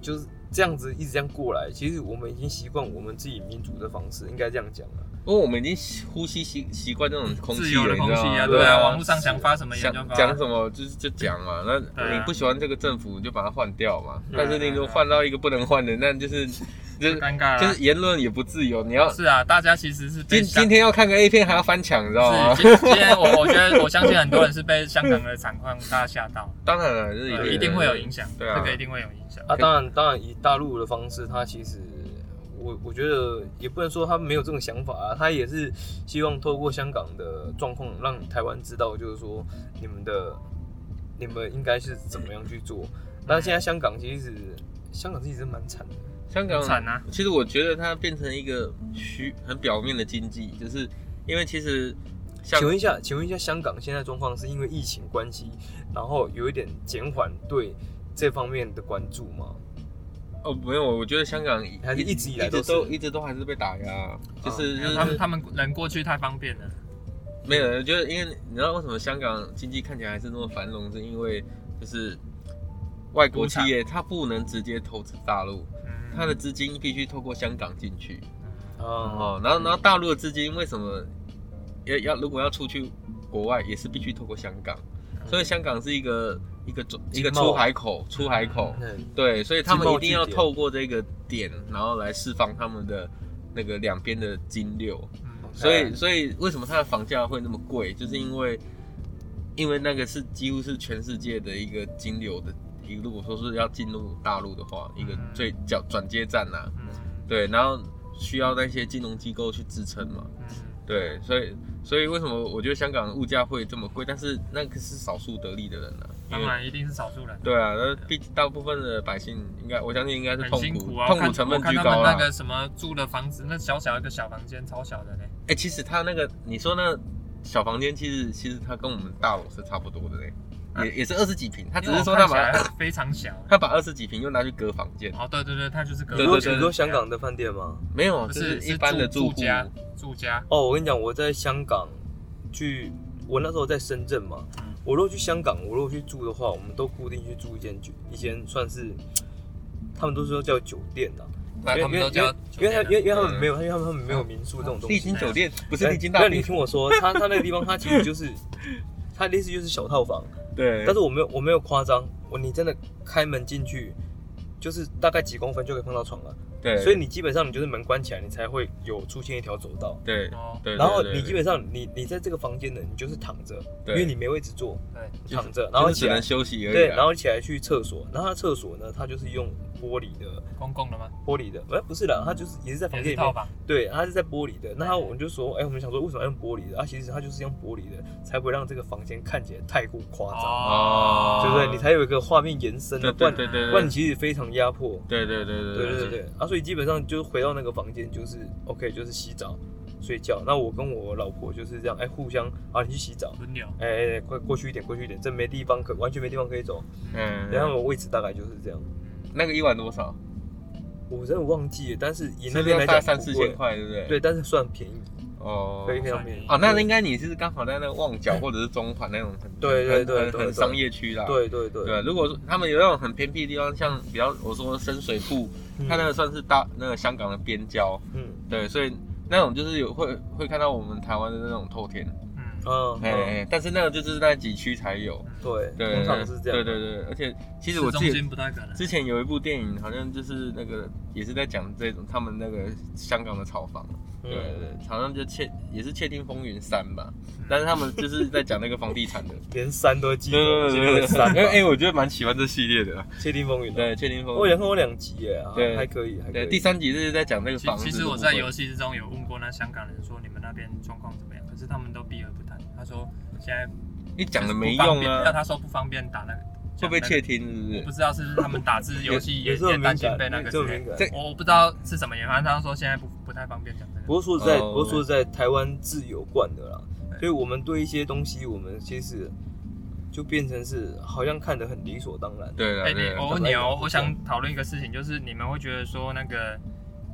Speaker 1: 就是这样子一直这样过来，其实我们已经习惯我们自己民族的方式，应该这样讲啊了。
Speaker 2: 因为我们已经呼吸习习惯这种空
Speaker 3: 自
Speaker 2: 气
Speaker 3: 由
Speaker 2: 了，
Speaker 3: 的
Speaker 2: 你
Speaker 3: 空
Speaker 2: 知道
Speaker 3: 气
Speaker 2: 吗？
Speaker 3: 啊，
Speaker 1: 对
Speaker 3: 对
Speaker 1: 啊
Speaker 3: 啊，网络上
Speaker 1: 是
Speaker 3: 想发什么言
Speaker 2: 想
Speaker 3: 就发，
Speaker 2: 讲什么就是就讲嘛，那
Speaker 3: 对啊啊
Speaker 2: 你不喜欢这个政府你就把它换掉嘛。
Speaker 1: 嗯
Speaker 2: 但是你如果换到一个不能换的，那 就是就是
Speaker 3: 尴尬
Speaker 2: 就
Speaker 3: 了
Speaker 2: 是。言论也不自由。你要
Speaker 3: 是啊，大家其实是被
Speaker 2: 今
Speaker 3: 香
Speaker 2: 今天哦要看个 A 片还要翻墙，你知道吗
Speaker 3: 是？今今天我我觉得我相信很多人是被香港的惨况大家吓到，
Speaker 2: 当然了，就是
Speaker 3: 对
Speaker 2: 的
Speaker 3: 呃一定会有影响，
Speaker 2: 对啊
Speaker 3: 这个一定会有影响。
Speaker 1: 啊，当然，当然，以大陆的方式，他其实我我觉得也不能说他没有这种想法啊，他也是希望透过香港的状况，让台湾知道，就是说你们的你们应该是怎么样去做。但现在香港其实香港自己是蛮惨的，
Speaker 2: 香港
Speaker 3: 惨啊！
Speaker 2: 其实我觉得它变成一个虚很表面的经济，就是因为其实像
Speaker 1: 请问一下，请问一下，香港现在状况是因为疫情关系，然后有一点减缓对这方面的关注吗？
Speaker 2: 哦没有，我觉得香港
Speaker 1: 还是一直以来
Speaker 2: 一直
Speaker 1: 都
Speaker 2: 都
Speaker 1: 是
Speaker 2: 一直都还是被打压，就是
Speaker 3: 没
Speaker 2: 就
Speaker 3: 有哦他们
Speaker 2: 是
Speaker 3: 他们人过去太方便了，
Speaker 2: 没有，我觉得因为你知道为什么香港经济看起来还是那么繁荣，是因为就是外国企业它不能直接投资大陆，
Speaker 3: 嗯，
Speaker 2: 它的资金必须透过香港进去。
Speaker 1: 啊
Speaker 2: 哦，然后然后
Speaker 1: 嗯
Speaker 2: 大陆的资金为什么要要如果要出去国外，也是必须透过香港，所以香港是一个一个中一个
Speaker 1: 嗯经贸
Speaker 2: 出海口，出海口，
Speaker 1: 嗯
Speaker 2: 对，所以他们
Speaker 1: 经
Speaker 2: 一
Speaker 1: 贸
Speaker 2: 定要
Speaker 1: 据点
Speaker 2: 透过这个点，然后来释放他们的那个两边的金流，
Speaker 3: 嗯
Speaker 2: 所
Speaker 1: 哎
Speaker 2: 以所以为什么它的房价会那么贵，就是因为因为那个是几乎是全世界的一个金流的。一个如果说是要进入大陆的话，一个
Speaker 3: 嗯
Speaker 2: 最叫转接站啊呐、
Speaker 3: 嗯
Speaker 2: 对，然后需要那些金融机构去支撑嘛，
Speaker 3: 嗯
Speaker 2: 对，所以所以为什么我觉得香港物价会这么贵？但是那个是少数得利的人啊，因
Speaker 3: 当
Speaker 2: 为
Speaker 3: 然一定是少数人，
Speaker 2: 对啊，那毕竟大部分的百姓应该，我相信应该是
Speaker 3: 很
Speaker 2: 痛
Speaker 3: 辛
Speaker 2: 苦，
Speaker 3: 苦啊。我
Speaker 2: 痛
Speaker 3: 看
Speaker 2: 苦成本
Speaker 3: 我看
Speaker 2: 居
Speaker 3: 他
Speaker 2: 高
Speaker 3: 们
Speaker 2: 啦
Speaker 3: 那。个什么住的房子，那小小一个小房间，超小的嘞。
Speaker 2: 哎、其实他那个你说那小房间，其实其实他跟我们大楼是差不多的嘞，
Speaker 3: 啊
Speaker 2: 也也是二十几平，他
Speaker 3: 他
Speaker 2: 只是说他把
Speaker 3: 非 常小。
Speaker 2: 他把二十几平又拿去隔房间，
Speaker 3: 哦，对对对，它就是隔
Speaker 2: 对
Speaker 1: 你
Speaker 2: 对
Speaker 1: 说
Speaker 2: 对
Speaker 1: 你说香港的饭店吗？
Speaker 2: 没有，
Speaker 3: 不
Speaker 2: 就是一般的
Speaker 3: 住
Speaker 2: 户。
Speaker 3: 家住家，
Speaker 1: 哦，我跟你讲，我在香港去，我那时候在深圳嘛，
Speaker 3: 嗯
Speaker 1: 我如果去香港，我如果去住的话，我们都固定去住一间酒，一间算是，他们都说叫酒店的、
Speaker 3: 那他
Speaker 1: 因
Speaker 3: 们
Speaker 1: 为
Speaker 3: 都
Speaker 1: 因为
Speaker 3: 叫
Speaker 1: 因为他
Speaker 3: 酒
Speaker 1: 因为
Speaker 3: 店
Speaker 1: 因为
Speaker 3: 啊
Speaker 1: 他们没有，因为他们没有民宿这种东
Speaker 2: 丽
Speaker 1: 西。
Speaker 2: 晶酒店不是
Speaker 1: 哎
Speaker 2: 丽晶
Speaker 1: 那
Speaker 2: 大
Speaker 1: 你
Speaker 2: 厅，
Speaker 1: 听我 说，他他那个地方，他其实就是，他类似就是小套房，
Speaker 2: 对，
Speaker 1: 但是我没有我没有夸张，我你真的开门进去，就是大概几公分就可以碰到床了，
Speaker 2: 对，
Speaker 1: 所以你基本上你就是门关起来，你才会有出现一条走道。
Speaker 2: 对
Speaker 3: 哦
Speaker 2: 对，
Speaker 1: 然后
Speaker 2: 对
Speaker 1: 你
Speaker 2: 对
Speaker 1: 基本上你你在这个房间呢，你就是躺着，因
Speaker 2: 对
Speaker 1: 为你没位置坐，
Speaker 3: 对，
Speaker 2: 就是
Speaker 1: 躺着，然后
Speaker 2: 就是
Speaker 1: 起
Speaker 2: 只
Speaker 1: 来
Speaker 2: 能，休息而已啊。
Speaker 1: 对，然后起来去厕所，然后它厕所呢，它就是用玻璃的
Speaker 3: 公共的吗？
Speaker 1: 玻璃的，哎不是啦，它就是也是在房
Speaker 3: 也
Speaker 1: 间
Speaker 3: 是
Speaker 1: 里
Speaker 3: 套
Speaker 1: 面，
Speaker 3: 房，
Speaker 1: 对，它是在玻璃的。那它我们就说，哎，我们想说为什么要用玻璃的？啊，其实它就是用玻璃的，才不会让这个房间看起来太过夸张，
Speaker 2: 哦
Speaker 1: 对不对？你才有一个画面延伸
Speaker 2: 对
Speaker 1: 啊，不
Speaker 2: 对
Speaker 1: 然
Speaker 2: 对对，
Speaker 1: 不然你其实非常压迫。
Speaker 2: 对对对
Speaker 1: 对
Speaker 2: 对
Speaker 1: 对对对，啊，所以基本上就是回到那个房间就是 OK，就是洗澡、睡觉。那我跟我老婆就是这样，哎，互相啊，你去洗澡，
Speaker 3: 轮流，
Speaker 1: 哎哎，哎快过去一点，过去一点，这没地方可，完全没地方可以走。
Speaker 2: 嗯，
Speaker 1: 然后我位置大概就是这样，
Speaker 2: 那个一晚多少？
Speaker 1: 我真的忘记了，但是以
Speaker 2: 是
Speaker 1: 那
Speaker 2: 不
Speaker 1: 边来
Speaker 2: 是大概
Speaker 1: 讲
Speaker 2: 三
Speaker 1: 不
Speaker 2: 四
Speaker 1: 贵
Speaker 2: 千，块，对不对？
Speaker 1: 对，但是算便宜，
Speaker 2: 哦
Speaker 1: 可以非常
Speaker 3: 算
Speaker 1: 便宜。
Speaker 2: 哦，那
Speaker 1: 对
Speaker 2: 应该你是刚好在那个旺角或者是中环那种很
Speaker 1: 对对对
Speaker 2: 很
Speaker 1: 对
Speaker 2: 很很
Speaker 1: 对
Speaker 2: 商业区啦。
Speaker 1: 对对对，
Speaker 2: 对，啊如果说他们有那种很偏僻的地方，像比较我说深水埗，
Speaker 1: 嗯
Speaker 2: 它那个算是大那个香港的边郊，
Speaker 1: 嗯
Speaker 2: 对，所以那种就是有会会看到我们台湾的那种透天，
Speaker 3: 嗯，
Speaker 1: 嗯
Speaker 2: 哎、
Speaker 1: 嗯，
Speaker 2: 但是那个就是那几区才有，
Speaker 1: 对，
Speaker 2: 对，
Speaker 1: 通常是这
Speaker 2: 对
Speaker 1: 样。
Speaker 2: 对对，而且其
Speaker 3: 其
Speaker 2: 实我自
Speaker 3: 中
Speaker 2: 己
Speaker 3: 心不太可能，
Speaker 2: 之前有一部电影，好像就是那个也是在讲这种他们那个香港的炒房，对
Speaker 1: 嗯
Speaker 2: 对对，好像就窃也是窃听风云三吧，
Speaker 3: 嗯
Speaker 2: 但是他们就是在讲那个房地 产的，
Speaker 1: 连山都记得，记得
Speaker 2: 因为哎、
Speaker 1: 山吧，
Speaker 2: 我觉得蛮喜欢这系列的，
Speaker 1: 谢霆锋云，啊
Speaker 2: 对，窃听风
Speaker 1: 我
Speaker 2: 云，
Speaker 1: 也看过两集耶，啊
Speaker 2: 对
Speaker 1: 还可以，还可
Speaker 2: 对，
Speaker 1: 以。
Speaker 2: 第三集就是在讲那个
Speaker 3: 其
Speaker 2: 房子
Speaker 3: 其
Speaker 2: 的
Speaker 3: 实
Speaker 2: 部
Speaker 3: 我在
Speaker 2: 分
Speaker 3: 游戏之中有问过那香港人说你们那边状况怎么样，可是他们都避而不谈。他说现在
Speaker 2: 你讲了
Speaker 3: 就是
Speaker 2: 没
Speaker 3: 不方
Speaker 2: 用
Speaker 3: 便
Speaker 2: 啊
Speaker 3: 那，他说不方便打那
Speaker 2: 会
Speaker 3: 个，
Speaker 2: 被窃听
Speaker 3: 讲
Speaker 2: 是
Speaker 3: 那个？我
Speaker 2: 不
Speaker 3: 不
Speaker 2: 是？
Speaker 3: 知道是不是他们打字游戏也
Speaker 1: 有时候
Speaker 3: 也
Speaker 1: 敏
Speaker 3: 担心
Speaker 1: 感，
Speaker 3: 被那个
Speaker 1: 有时
Speaker 3: 之
Speaker 1: 候
Speaker 3: 类
Speaker 1: 敏
Speaker 3: 的。
Speaker 1: 感。
Speaker 2: 这
Speaker 3: 我我不知道是什么原因，反正他说现在不不太方便讲这个。
Speaker 1: 不是说实在，
Speaker 2: 哦
Speaker 1: 不是说实在，台湾自由惯的啦，
Speaker 3: 对
Speaker 1: 所以我们对一些东西，我们其实就变成是好像看得很理所当然。
Speaker 2: 对了啊
Speaker 3: 哎，
Speaker 2: 对
Speaker 3: 你
Speaker 2: 啦
Speaker 3: 我问你
Speaker 1: 本来
Speaker 3: 哦
Speaker 1: 就，是
Speaker 3: 我想讨论一个事情，就是你们会觉得说那个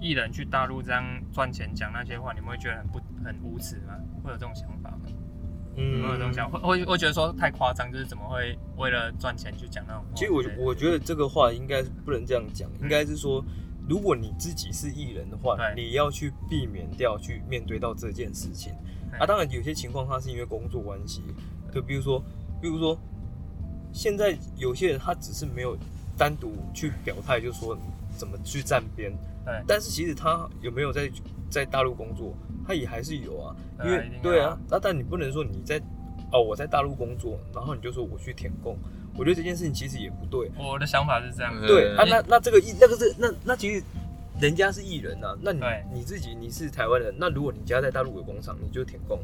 Speaker 3: 艺人去大陆这样赚钱讲那些话，你们会觉得很不很无耻吗？会有这种想法吗？
Speaker 1: 嗯
Speaker 3: 会有这种想法，会会会觉得说太夸张，就是怎么会为了赚钱去讲那种话
Speaker 1: 其
Speaker 3: 之
Speaker 1: 实
Speaker 3: 类的？
Speaker 1: 我我觉得这个话应该是不能这样讲，
Speaker 3: 嗯
Speaker 1: 应该是说，如果你自己是艺人的话，
Speaker 3: 对
Speaker 1: 你要去避免掉去面对到这件事情。
Speaker 3: 对
Speaker 1: 啊，当然有些情况他是因为工作关系，就比如说，比如说，现在有些人他只是没有单独去表态，就说怎么去站边。
Speaker 3: 对
Speaker 1: 但是其实他有没有在在大陆工作，他也还是有啊，因
Speaker 3: 对啊
Speaker 1: 为
Speaker 3: 一定要
Speaker 1: 对啊，那但你不能说你在哦我在大陆工作，然后你就说我去舔供，我觉得这件事情其实也不对。
Speaker 3: 我的想法是这样，
Speaker 1: 对啊，
Speaker 3: 因
Speaker 1: 那那这个艺那个是那那其实人家是艺人啊，那你
Speaker 3: 对
Speaker 1: 你自己你是台湾人，那如果你家在大陆有工厂，你就舔供，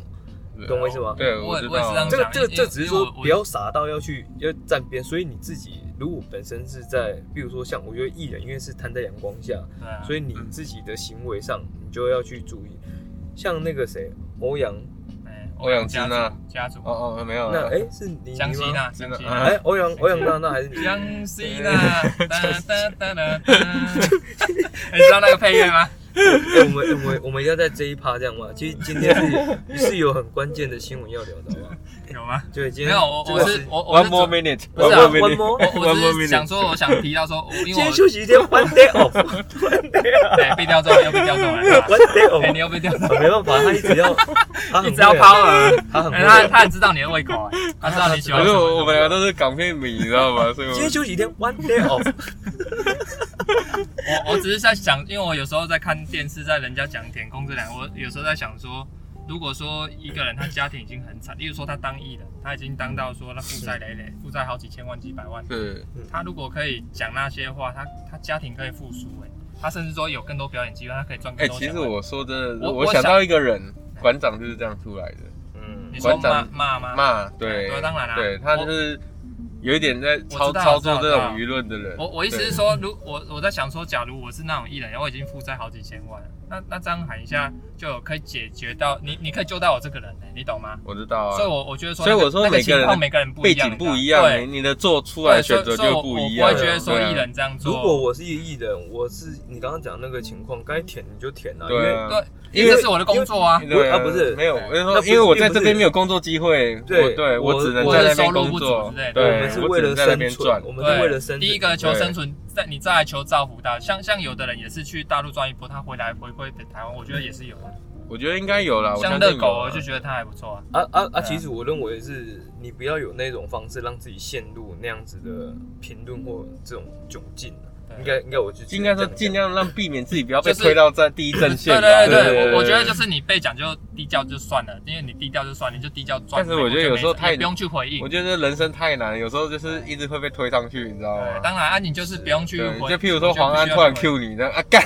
Speaker 2: 对啊
Speaker 1: 懂我意思吗？
Speaker 2: 对，
Speaker 3: 我
Speaker 2: 我知
Speaker 3: 我也是
Speaker 2: 道
Speaker 3: 这样
Speaker 1: 这个
Speaker 2: 啊。
Speaker 1: 这个
Speaker 3: 因为
Speaker 1: 这只是
Speaker 3: 因为
Speaker 1: 说
Speaker 3: 我我
Speaker 1: 不要傻到要去要站边，所以你自己如果本身是在，比如说像我觉得艺人，因为是摊在阳光下，
Speaker 3: 对啊，
Speaker 1: 所以你自己的行为上你就要去注意。像那个谁，欧阳，
Speaker 3: 哎
Speaker 2: 欧阳之
Speaker 1: 啊
Speaker 2: 娜
Speaker 3: 家族，
Speaker 2: 哦哦，没有啊，
Speaker 1: 那哎、是你你
Speaker 3: 江西
Speaker 1: 吗？
Speaker 3: 娜，江西
Speaker 2: 嗯
Speaker 3: 娜，
Speaker 1: 哎，欧阳欧阳娜娜还是你？
Speaker 3: 江西娜， 哒哒哒哒哒， 哎你知道那个配乐吗？
Speaker 1: 哎我们我们我们要在这一趴这样吗？其实今天是 是有很关键的新闻要聊的吗？
Speaker 3: 有吗？
Speaker 1: 对，今
Speaker 3: 没
Speaker 1: 天
Speaker 3: 有，我
Speaker 1: 这
Speaker 3: 我
Speaker 1: 个
Speaker 3: 是我我
Speaker 2: One
Speaker 3: 是
Speaker 2: more
Speaker 3: 我
Speaker 2: minute，
Speaker 1: 不是啊
Speaker 2: one
Speaker 1: one more，
Speaker 2: more minute，
Speaker 3: 我
Speaker 2: one
Speaker 3: 只
Speaker 2: more
Speaker 3: 是想说，我想提到说，我
Speaker 1: 今
Speaker 3: 因为
Speaker 1: 天
Speaker 3: 我
Speaker 1: 休息一天，one day off，one
Speaker 3: 哎被调走了，又被调走了，是 吧
Speaker 1: day
Speaker 3: 哎
Speaker 1: off，
Speaker 3: 你又被调走 了。
Speaker 1: 没办法，他一直 要，他
Speaker 3: 一
Speaker 1: 很
Speaker 3: 直要
Speaker 1: 会啊
Speaker 3: 抛饵，
Speaker 1: 他很会
Speaker 3: 哎
Speaker 1: 啊
Speaker 3: 他他很知道你的 胃口，哎他知道你喜欢
Speaker 2: 可
Speaker 3: 什
Speaker 2: 是
Speaker 3: 么。
Speaker 2: 我我们俩都是港片迷，你知道 吗？所以我
Speaker 1: 今天休息一天，one day off。
Speaker 3: 我我只是在想，因为我有时候在看电视，在人家讲填空这两个，我有时候在想说，如果说一个人他家庭已经很惨，例如说他当艺人，他已经当到说那负债累累，负债好几千万、几百万，
Speaker 2: 是
Speaker 3: 他如果可以讲那些话，他他家庭可以复苏，哎，他甚至说有更多表演机会，他可以赚
Speaker 2: 哎，
Speaker 3: 更多
Speaker 2: 其
Speaker 3: 钱。欸
Speaker 2: 实我说真的，
Speaker 3: 我
Speaker 2: 我
Speaker 3: 我
Speaker 2: 想
Speaker 3: 想
Speaker 2: 到一个人，馆长就是这样出来的，
Speaker 1: 嗯
Speaker 3: 你说
Speaker 2: 馆
Speaker 3: 骂
Speaker 2: 长
Speaker 3: 骂吗？
Speaker 2: 骂对
Speaker 3: 啊对，当然啦
Speaker 2: 对他就是有一点在操
Speaker 3: 我知道
Speaker 2: 操作
Speaker 3: 我知
Speaker 2: 这
Speaker 3: 道
Speaker 2: 种舆论的人。
Speaker 3: 我我意思是说，如我我在想说，假如我是那种艺人，然后我已经负债好几千万了，那那这样喊一下就有可以解决到你，你可以救到我这个人呢、欸你懂吗？
Speaker 2: 我知道啊。
Speaker 3: 所以我，我觉得说
Speaker 2: 所
Speaker 3: 那
Speaker 2: 以
Speaker 3: 个，
Speaker 2: 我说
Speaker 3: 那个
Speaker 2: 每个
Speaker 3: 情
Speaker 2: 人
Speaker 3: 况
Speaker 2: 的
Speaker 3: 每个人不
Speaker 2: 背
Speaker 3: 一样的
Speaker 2: 景
Speaker 3: 啊，
Speaker 2: 不一样，
Speaker 3: 对
Speaker 2: 你你的做出来
Speaker 3: 对，
Speaker 2: 的选择
Speaker 3: 所以所以
Speaker 2: 就
Speaker 3: 我
Speaker 2: 不
Speaker 3: 我
Speaker 2: 一
Speaker 3: 不
Speaker 2: 样。
Speaker 3: 会觉得说
Speaker 2: 对啊
Speaker 3: 艺人这样做，
Speaker 1: 如果我是一个艺人，我是你刚刚讲那个情况，该舔你就舔啊，因
Speaker 2: 对
Speaker 1: 为
Speaker 2: 啊
Speaker 3: 对，
Speaker 1: 因
Speaker 3: 因
Speaker 1: 为
Speaker 3: 为这是我的工作啊，
Speaker 2: 对
Speaker 1: 啊不是
Speaker 2: 没有，
Speaker 3: 对
Speaker 2: 我就
Speaker 1: 那
Speaker 2: 说
Speaker 1: 不是
Speaker 2: 因为我在
Speaker 1: 并不
Speaker 2: 这
Speaker 1: 是
Speaker 2: 边没有工作机会，
Speaker 1: 对
Speaker 2: 我对
Speaker 1: 我
Speaker 2: 我只能
Speaker 1: 我
Speaker 2: 在那
Speaker 3: 的收
Speaker 2: 边
Speaker 3: 入
Speaker 2: 工
Speaker 3: 不足
Speaker 2: 作
Speaker 3: 之类的，
Speaker 1: 我
Speaker 2: 对，
Speaker 1: 们是
Speaker 2: 只
Speaker 1: 为了
Speaker 2: 能在那
Speaker 1: 生
Speaker 2: 边
Speaker 1: 存
Speaker 2: 赚，，
Speaker 1: 我们是
Speaker 3: 对，
Speaker 1: 为了生存。
Speaker 3: 第一个求
Speaker 2: 对
Speaker 3: 生存，在你再来求造福到，像像有的人也是去大陆赚一波，他回来回归给台湾，我觉得也是有啊。
Speaker 2: 我觉得应该有啦，我
Speaker 3: 像
Speaker 2: 相
Speaker 3: 热
Speaker 2: 信有
Speaker 3: 狗，
Speaker 2: 啊
Speaker 3: 我就觉得他还不错啊。
Speaker 1: 啊啊
Speaker 3: 对
Speaker 1: 啊！
Speaker 3: 啊
Speaker 1: 其实我认为是你不要有那种方式让自己陷入那样子的评论或这种窘境啊、
Speaker 3: 对
Speaker 1: 应该应该我就
Speaker 2: 尽量说尽量让避免自己不要被
Speaker 3: 就是
Speaker 2: 推到在第一阵线
Speaker 3: 对
Speaker 2: 吧。，
Speaker 3: 对
Speaker 1: 对
Speaker 3: 对，我我觉得就是是你被讲就低调就算了，因为你低调就算，你就低调赚。
Speaker 2: 但是我觉得
Speaker 3: 就
Speaker 2: 有
Speaker 3: 没
Speaker 2: 时候
Speaker 3: 什
Speaker 2: 太
Speaker 3: 也不用去回应
Speaker 2: 我。觉得人生太难，有时候就是一直会被推上去，你知道
Speaker 3: 对，
Speaker 2: 吗？
Speaker 3: 当然啊，你就是不用去
Speaker 2: 对，
Speaker 3: 回。
Speaker 2: 就譬如说黄安突然 Q 你，那啊干，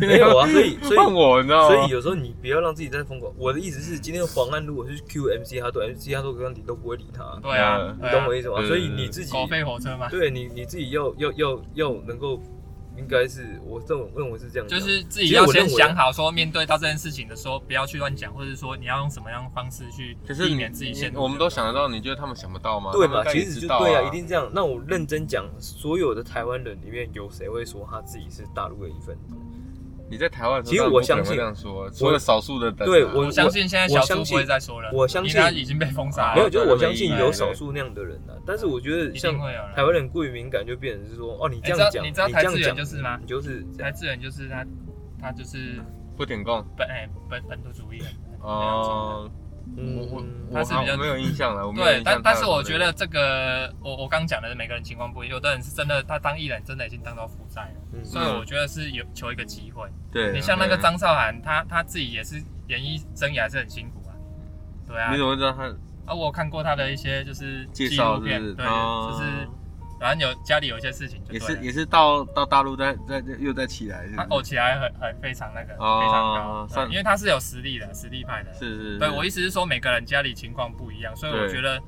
Speaker 1: 没有啊，所 以所以
Speaker 2: 换我，你知道吗？
Speaker 1: 所以有时候你不要让自己在疯狂。我的意思是，今天黄安如果是 Q MC 哈对 MC 哈都跟你都不会理他，
Speaker 3: 对啊
Speaker 2: 嗯，
Speaker 1: 你
Speaker 3: 对啊
Speaker 1: 懂我意思吗？
Speaker 2: 对
Speaker 1: 所以你自己
Speaker 3: 狗吠火车嘛，
Speaker 1: 对你你自己要要要要能够，应该是我这种认为是这样讲，
Speaker 3: 就是自
Speaker 1: 其
Speaker 3: 己
Speaker 1: 实
Speaker 3: 要
Speaker 1: 我认
Speaker 3: 先
Speaker 1: 为
Speaker 3: 想好，说面对到这件事情的时候，不要去乱讲，或者说你要用什么样的方式去
Speaker 2: 可是
Speaker 3: 避
Speaker 2: 你
Speaker 3: 免自己陷入。
Speaker 2: 我们都想得到，你觉得他们想不到吗？
Speaker 1: 对
Speaker 2: 他们
Speaker 1: 嘛？
Speaker 2: 该
Speaker 1: 其实
Speaker 2: 知
Speaker 1: 就
Speaker 2: 道
Speaker 1: 对啊，一定这样。那我认真讲，所有的台湾人里面有谁会说他自己是大陆的一份子？
Speaker 2: 你在台湾的时候，
Speaker 1: 其实
Speaker 2: 当然
Speaker 1: 我
Speaker 2: 不可
Speaker 1: 相
Speaker 2: 能
Speaker 1: 信
Speaker 2: 会这样说，除了少数的人啊，
Speaker 1: 对我
Speaker 3: 我相信现在小猪不会再说了，
Speaker 1: 我相信
Speaker 3: 因为他已经被封杀
Speaker 1: 没有，
Speaker 3: 了，
Speaker 1: 就是我相信有
Speaker 2: 对
Speaker 1: 少数那样的人啊。但是我觉得
Speaker 3: 一
Speaker 1: 像
Speaker 3: 定会有人。
Speaker 1: 台湾人过于敏感，就变成是说，哦，你这
Speaker 3: 你
Speaker 1: 样
Speaker 3: 知道
Speaker 1: 讲，
Speaker 3: 你知道
Speaker 1: 这
Speaker 3: 台
Speaker 1: 样
Speaker 3: 资
Speaker 1: 讲
Speaker 3: 源就是吗
Speaker 1: 你？就是这
Speaker 3: 台
Speaker 1: 样。
Speaker 3: 资人就是他，他就是
Speaker 2: 不点供
Speaker 3: 本哎本本土主义人。
Speaker 2: 哦。我我我
Speaker 3: 他是
Speaker 2: 好
Speaker 3: 比较
Speaker 2: 像没有印象了，我没有印象
Speaker 3: 对，但但是
Speaker 2: 他有
Speaker 3: 我
Speaker 2: 这
Speaker 3: 觉
Speaker 2: 个
Speaker 3: 得这个，我我刚讲的每个人情况不一样，有的人是真的，他当艺人真的已经当到负债了，
Speaker 1: 嗯
Speaker 3: 所以我觉得是有求一个机会。
Speaker 2: 对啊，
Speaker 3: 你像那个
Speaker 2: 对啊
Speaker 3: 张韶涵，她她自己也是演艺生涯是很辛苦啊，对啊
Speaker 2: 你，怎么知道他
Speaker 3: 啊，我有看过她的一些就是
Speaker 2: 介
Speaker 3: 纪
Speaker 2: 绍
Speaker 3: 录
Speaker 2: 是不
Speaker 3: 片，
Speaker 2: 是？
Speaker 3: 对，
Speaker 2: 哦
Speaker 3: 就是反正有家里有一些事情就
Speaker 2: 也
Speaker 3: 对啊哦
Speaker 2: 是
Speaker 3: 了。
Speaker 2: 也是到到大陆再再再又再起来，是
Speaker 3: 他
Speaker 2: 不
Speaker 3: 呕
Speaker 2: 是
Speaker 3: 起来很很非常那个，
Speaker 2: 嗯哦
Speaker 3: 非常高，
Speaker 2: 算
Speaker 3: 对因为他是有实力的，实力派的。
Speaker 2: 是是，
Speaker 3: 对
Speaker 2: 是
Speaker 3: 我意思是说，每个人家里情况不一样，所以
Speaker 2: 对
Speaker 3: 我觉得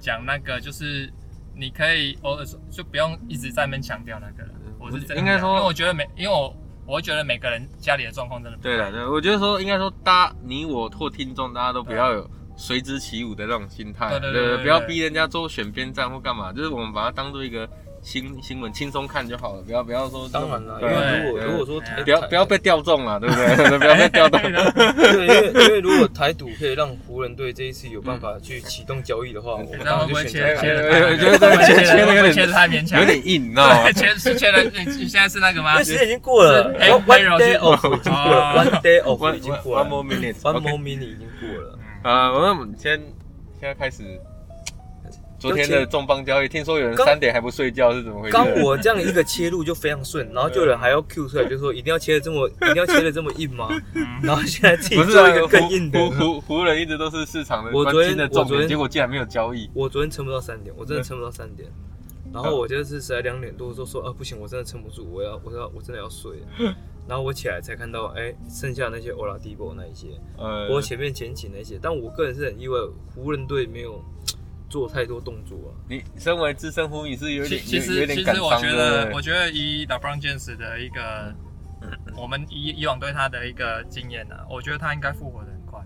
Speaker 3: 讲那个就是你可以偶尔说，就不用一直在那边强调那个了
Speaker 2: 嗯。
Speaker 3: 我是这样
Speaker 2: 应该
Speaker 3: 讲
Speaker 2: 说
Speaker 3: 因为我觉得每，因为我我会觉得每个人家里的状况真的不一
Speaker 2: 对
Speaker 3: 样
Speaker 2: 了，对，我觉得说应该说大家你我或听众，大家都不要有随之起舞的那种心态，
Speaker 3: 对啊对对对对
Speaker 2: 不要逼人家做选边站或干嘛，就是我们把它当做一个新新闻轻松看就好了，不要不要说
Speaker 1: 当然了，因
Speaker 2: 对
Speaker 1: 为如果
Speaker 2: 对
Speaker 1: 如果说
Speaker 3: 对
Speaker 1: 台
Speaker 2: 不要不要被调中了，对不对？ 不要被调到。
Speaker 1: 对，因为因为如果台赌可以让湖人队这一次有办法去启动交易的话，我
Speaker 3: 你
Speaker 1: 们
Speaker 3: 知
Speaker 1: 当
Speaker 3: 道
Speaker 1: 然
Speaker 3: 会不
Speaker 1: 就
Speaker 3: 会
Speaker 1: 选择台
Speaker 3: 切
Speaker 1: 湾
Speaker 3: 切
Speaker 2: 了
Speaker 3: 的
Speaker 2: 对我觉得切得有点
Speaker 3: 切的太勉强，
Speaker 2: 有点硬，你知道吗
Speaker 3: 对，？切是切的，你你现在是那个吗
Speaker 1: 因为？时间已经过了
Speaker 3: 是
Speaker 1: ，one one day
Speaker 3: 是
Speaker 1: off 已经过了
Speaker 3: 哦
Speaker 1: ，one day off
Speaker 2: One-
Speaker 1: 已经
Speaker 2: one-
Speaker 1: 过了
Speaker 2: one more minute，
Speaker 1: ，one more minute 已经过了。
Speaker 3: 嗯
Speaker 2: 啊，那我们先现在开始。昨天的重磅交易，听说有人
Speaker 1: 刚
Speaker 2: 三点还不睡觉，是怎么回 事？
Speaker 1: 刚我这样一个切入就非常顺，然后就有人还要 Q 出来，就说一定要切的这么，一定要切的这么硬吗？
Speaker 3: 嗯
Speaker 1: 然后现在自己
Speaker 2: 不是
Speaker 1: 做
Speaker 2: 啊
Speaker 1: 一个更硬的
Speaker 2: 湖。湖湖湖人一直都是市场的
Speaker 1: 我
Speaker 2: 关
Speaker 1: 昨天
Speaker 2: 心的
Speaker 1: 我
Speaker 2: 重
Speaker 1: 昨
Speaker 2: 点，
Speaker 1: 天
Speaker 2: 结果竟然没有交易。
Speaker 1: 我昨天撑不到三点，我真的撑不到三点。然后我就是实在两点多说说啊不行，我真的撑不住，我要我要我真的要睡了。然后我起来才看到，哎，剩下那些欧拉迪波那一些，
Speaker 2: 呃，
Speaker 1: 我前面前几那些，但我个人是很意外，湖人队没有做太多动作啊。
Speaker 2: 你身为资深呼，你是有
Speaker 3: 其
Speaker 2: 点有
Speaker 3: 其
Speaker 2: 有
Speaker 3: 实
Speaker 2: 点
Speaker 3: 其
Speaker 2: 感
Speaker 3: 实我
Speaker 2: 伤
Speaker 3: 觉
Speaker 2: 的
Speaker 3: 得，。我觉得以 LeBron James 的一个，
Speaker 2: 嗯
Speaker 3: 我们以以往对他的一个经验呢、啊，我觉得他应该复活的很快，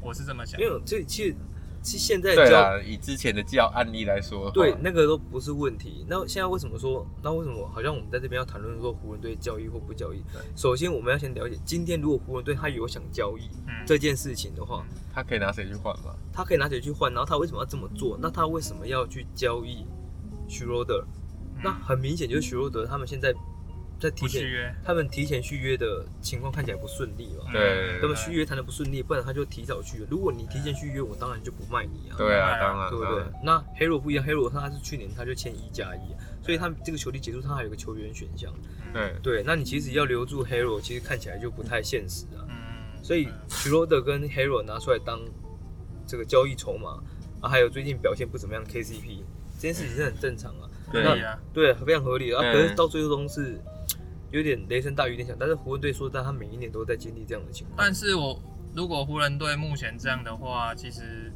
Speaker 3: 我是这么想
Speaker 1: 没。有，这其实其实现在
Speaker 2: 对
Speaker 1: 教
Speaker 2: 啊，以之前的教案例来说的话，
Speaker 1: 对，那个都不是问题。那现在为什么说？那为什么好像我们在这边要谈论说湖人队交易或不交易？首先我们要先了解，今天如果湖人队他有想交易
Speaker 3: 嗯，
Speaker 1: 这件事情的话，
Speaker 2: 他可以拿谁去换嘛？
Speaker 1: 他可以拿谁去换？然后他为什么要这么做？那他为什么要去交易许罗德？
Speaker 3: 嗯
Speaker 1: 那很明显就是许罗德他们现在在提
Speaker 3: 不续
Speaker 1: 前，
Speaker 3: 约，
Speaker 1: 他们提前续约的情况看起来不顺利嘛
Speaker 3: 嗯。
Speaker 2: 对
Speaker 1: 那么续约谈的不顺利，不然他就提早续约。如果你提前续约，我当然就不卖你啊。
Speaker 2: 对啊，
Speaker 3: 对啊
Speaker 2: 当然，
Speaker 1: 对不
Speaker 2: 当
Speaker 1: 对
Speaker 2: 然？
Speaker 1: 那 Hero 不一样，Hero 他是去年他就签一加一，所以他们这个球季结束，他还有个球员选项。
Speaker 3: 嗯
Speaker 2: 对，
Speaker 1: 对，那你其实要留住 Hero，其实看起来就不太现实啊。
Speaker 3: 嗯，
Speaker 1: 所以 s c h r o d e r 跟 Hero 拿出来当这个交易筹码啊，还有最近表现不怎么样 KCP，这件事情是很正常啊，
Speaker 3: 可
Speaker 2: 对哎
Speaker 3: 以啊，
Speaker 1: 对，非常合理啊。
Speaker 2: 嗯
Speaker 1: 可是到最终是有点雷声大雨点小，但是湖人队说，但他每一年都在经历这样的情况
Speaker 3: 但。是我如果湖人队目前这样的话，其实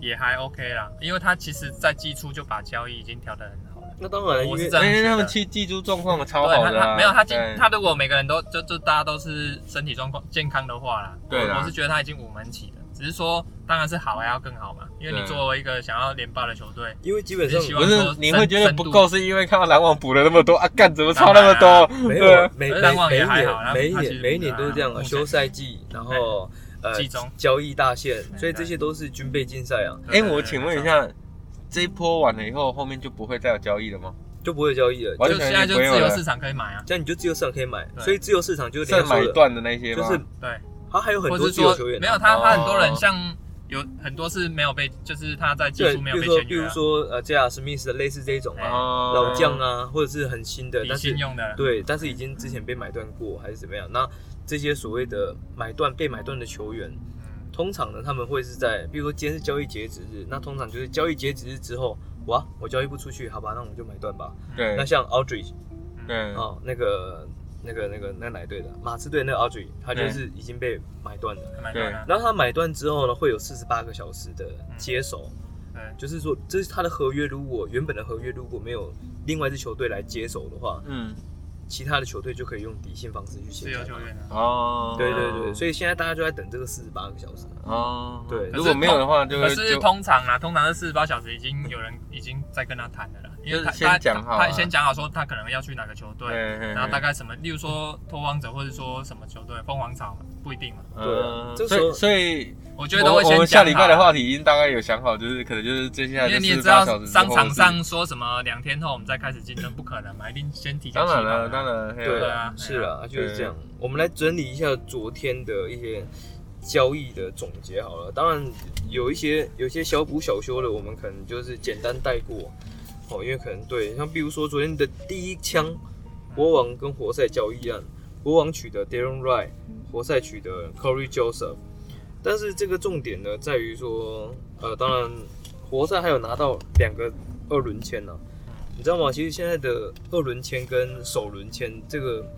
Speaker 3: 也还 OK 啦，因为他其实在季初就把交易已经调得很好了。
Speaker 1: 那当然，因
Speaker 3: 我
Speaker 1: 为
Speaker 3: 是这样
Speaker 2: 因为
Speaker 3: 觉得
Speaker 2: 他们记记住状况超
Speaker 3: 对
Speaker 2: 好
Speaker 3: 他
Speaker 2: 的啊，
Speaker 3: 他没有他今
Speaker 2: 对
Speaker 3: 他如果每个人都就就大家都是身体状况健康的话啦，
Speaker 2: 对啦
Speaker 3: 我我是觉得他已经五门起的，只是说当然是好还要更好嘛，因为你
Speaker 2: 对
Speaker 3: 作为一个想要连霸的球队，
Speaker 1: 因为基本上
Speaker 3: 也希望
Speaker 2: 不是
Speaker 3: 说
Speaker 2: 你
Speaker 3: 深
Speaker 2: 会觉得
Speaker 3: 深
Speaker 2: 不
Speaker 3: 度
Speaker 2: 够，是因为看到篮网补了那么多啊，干怎么超那么多？
Speaker 1: 没
Speaker 2: 对
Speaker 1: 有
Speaker 2: 啊
Speaker 1: 每
Speaker 3: 可
Speaker 1: 每
Speaker 3: 是呃篮网
Speaker 1: 每
Speaker 3: 也
Speaker 1: 一
Speaker 3: 还
Speaker 1: 年
Speaker 3: 好啦
Speaker 1: 每一
Speaker 3: 他其
Speaker 1: 年
Speaker 3: 实
Speaker 1: 每一年都是这样
Speaker 3: 目
Speaker 1: 啊，
Speaker 3: 前哎
Speaker 1: 休赛季，然后呃
Speaker 3: 季中哎
Speaker 1: 交易大限，所以
Speaker 3: 对
Speaker 1: 这些都是军备竞赛啊，
Speaker 2: 哎，
Speaker 3: 对
Speaker 2: 我请问一，下，这一波完了以后，后面就不会再有交易了吗？
Speaker 1: 就不会有交易了。
Speaker 2: 完
Speaker 3: 对对对就
Speaker 2: 全
Speaker 3: 现在
Speaker 2: 就
Speaker 3: 就
Speaker 2: 不
Speaker 3: 自
Speaker 2: 用
Speaker 3: 由
Speaker 2: 了
Speaker 3: 市场可以买啊，
Speaker 1: 这样你就自由市场可以买，
Speaker 3: 对
Speaker 1: 所以自由市场就是
Speaker 2: 剩
Speaker 1: 连
Speaker 2: 买
Speaker 1: 说的，
Speaker 2: 断的那些吗？
Speaker 1: 就是
Speaker 3: 对，
Speaker 1: 他还有很
Speaker 3: 或
Speaker 1: 多
Speaker 3: 是
Speaker 1: 自由
Speaker 3: 说
Speaker 1: 球员啊，
Speaker 3: 没有他，他很多人
Speaker 2: 哦
Speaker 3: 像有很多是没有被，就是他在技
Speaker 1: 对，
Speaker 3: 术没
Speaker 1: 比如
Speaker 3: 有被
Speaker 1: 说
Speaker 3: 签
Speaker 1: 比
Speaker 3: 约
Speaker 1: 如
Speaker 3: 啊，哎嗯
Speaker 1: 说呃 J.R. 史密斯、类似这种啊，
Speaker 2: 哦
Speaker 1: 老将，啊，或者是很新的，
Speaker 3: 底
Speaker 1: 但是
Speaker 3: 薪用的，
Speaker 1: 对，但是已经之前被买断过还是怎么样？那这些所谓的买断被买断的球员，
Speaker 3: 嗯
Speaker 1: 通常呢他们会是在，比如说今天是交易截止日，那通常就是交易截止日之后，哇，我交易不出去，好吧，那我们就买断吧。
Speaker 2: 对
Speaker 1: 那像 Audrey
Speaker 3: 嗯
Speaker 2: 对，
Speaker 1: 哦，那个那个那个那个哪一队的马刺队那个 Audrey，他就是
Speaker 3: 嗯
Speaker 1: 已经被买断了。
Speaker 3: 还蛮多的啊，
Speaker 1: 然后他买断之后呢，会有四十八个小时的接手，
Speaker 3: 嗯对，
Speaker 1: 就是说，这是他的合约，如果原本的合约如果没有另外一支球队来接手的话，
Speaker 2: 嗯，
Speaker 1: 其他的球队就可以用底薪方式去
Speaker 3: 自
Speaker 1: 签
Speaker 3: 由
Speaker 1: 下
Speaker 3: 球
Speaker 1: 他。
Speaker 3: 员啊，
Speaker 2: 哦，
Speaker 1: 对对对，所
Speaker 2: 以
Speaker 1: 以现在大家就在等这个四十八个小时。
Speaker 2: 哦，
Speaker 1: 对
Speaker 2: 如果没有的话，就
Speaker 3: 可
Speaker 2: 会
Speaker 3: 是
Speaker 2: 就
Speaker 3: 通常啊，通常是四十八小时已经有人已经在跟他谈了啦，因为他
Speaker 2: 就是先
Speaker 3: 他
Speaker 2: 讲好啊
Speaker 3: 他先讲好说他可能要去哪个球队，
Speaker 2: 对，
Speaker 3: 然后大
Speaker 2: 概
Speaker 3: 概什么，例如说拓荒者或者说什么球队，凤凰草嘛不一定嘛，
Speaker 1: 对啊这
Speaker 2: 嗯所
Speaker 1: 时候
Speaker 2: 以所以
Speaker 3: 我觉得都
Speaker 2: 我
Speaker 3: 会
Speaker 2: 我
Speaker 3: 先
Speaker 2: 们下
Speaker 3: 讲
Speaker 2: 礼拜的
Speaker 3: 好啊
Speaker 2: 话题已经大概有想好，就是可能就是接下来
Speaker 3: 因为
Speaker 2: 就
Speaker 3: 你也
Speaker 2: 四
Speaker 3: 知
Speaker 2: 十八
Speaker 3: 道
Speaker 2: 小时，之后
Speaker 3: 商
Speaker 2: 的事
Speaker 3: 场上说什么两天后我们再开始竞争，不可能嘛，一定先提前
Speaker 2: 当
Speaker 3: 计划
Speaker 2: 然
Speaker 3: 嘛
Speaker 2: 了，当然嘿
Speaker 3: 对
Speaker 2: 啊
Speaker 3: 啊
Speaker 1: 是啊，就是这样。我们来整理一下昨天的一些交易的总结好了。当然有一些有些小补小修的，我们可能就是简单带过哦，因为可能对，像比如说昨天的第一枪，国王跟活塞交易案，国王取得 Darren Wright，活塞取得 Corey Joseph。但是这个重点呢，在于说，呃，当然，活塞还有拿到两个二轮签呢、你知道吗？其实现在的二轮签跟首轮签这个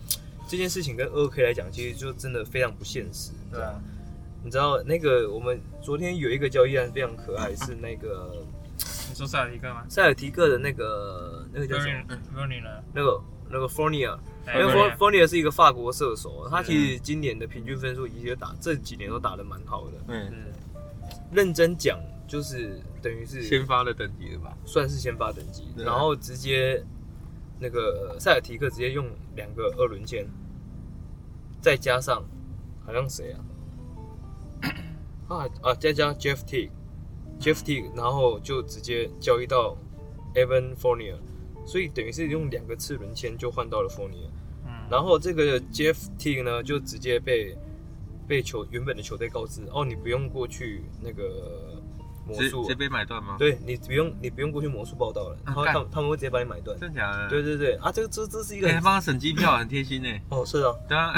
Speaker 1: 这件事情跟二 K 来讲，其实就真的非常不现实。
Speaker 3: 对啊，
Speaker 1: 你知道那个我们昨天有一个交易案非常可爱，是那个
Speaker 3: 你说塞尔提克吗？
Speaker 1: 塞尔提克的那个那个叫什么？
Speaker 3: 有你了，
Speaker 1: 那个那个 Fornia，
Speaker 3: 哎
Speaker 1: 因为
Speaker 3: 不
Speaker 1: For
Speaker 3: 然
Speaker 1: Fornia 是一个法国射手，啊他其实今年的平均分数一直打这几年都打得蛮好的。
Speaker 2: 嗯，
Speaker 1: 认真讲，就是等于是
Speaker 2: 先发的等级了吧？
Speaker 1: 算是先发等级，
Speaker 2: 对
Speaker 1: 然后直接那个塞尔提克直接用两个二轮签，再加上好像谁 啊啊啊，再加上 Jeff T，Jeff T，然后就直接交易到 Evan Fournier，所以等于是用两个次轮签就换到了 Fournier，
Speaker 3: 嗯
Speaker 1: 然后这个 Jeff T 呢就直接被被球原本的球队告知，哦，你不用过去那个魔
Speaker 2: 直
Speaker 1: 术啊
Speaker 2: 直。接被买断吗？
Speaker 1: 对你不用你不用过去魔术报道了，他
Speaker 2: 啊
Speaker 1: 们
Speaker 2: 干
Speaker 1: 他们他们会直接把你买断。
Speaker 2: 真假的？
Speaker 1: 对对对，啊，这个这这是一个
Speaker 2: 哎，还
Speaker 1: 很
Speaker 2: 帮他省机票，很贴心呢。
Speaker 1: 哦，是啊，
Speaker 2: 对啊，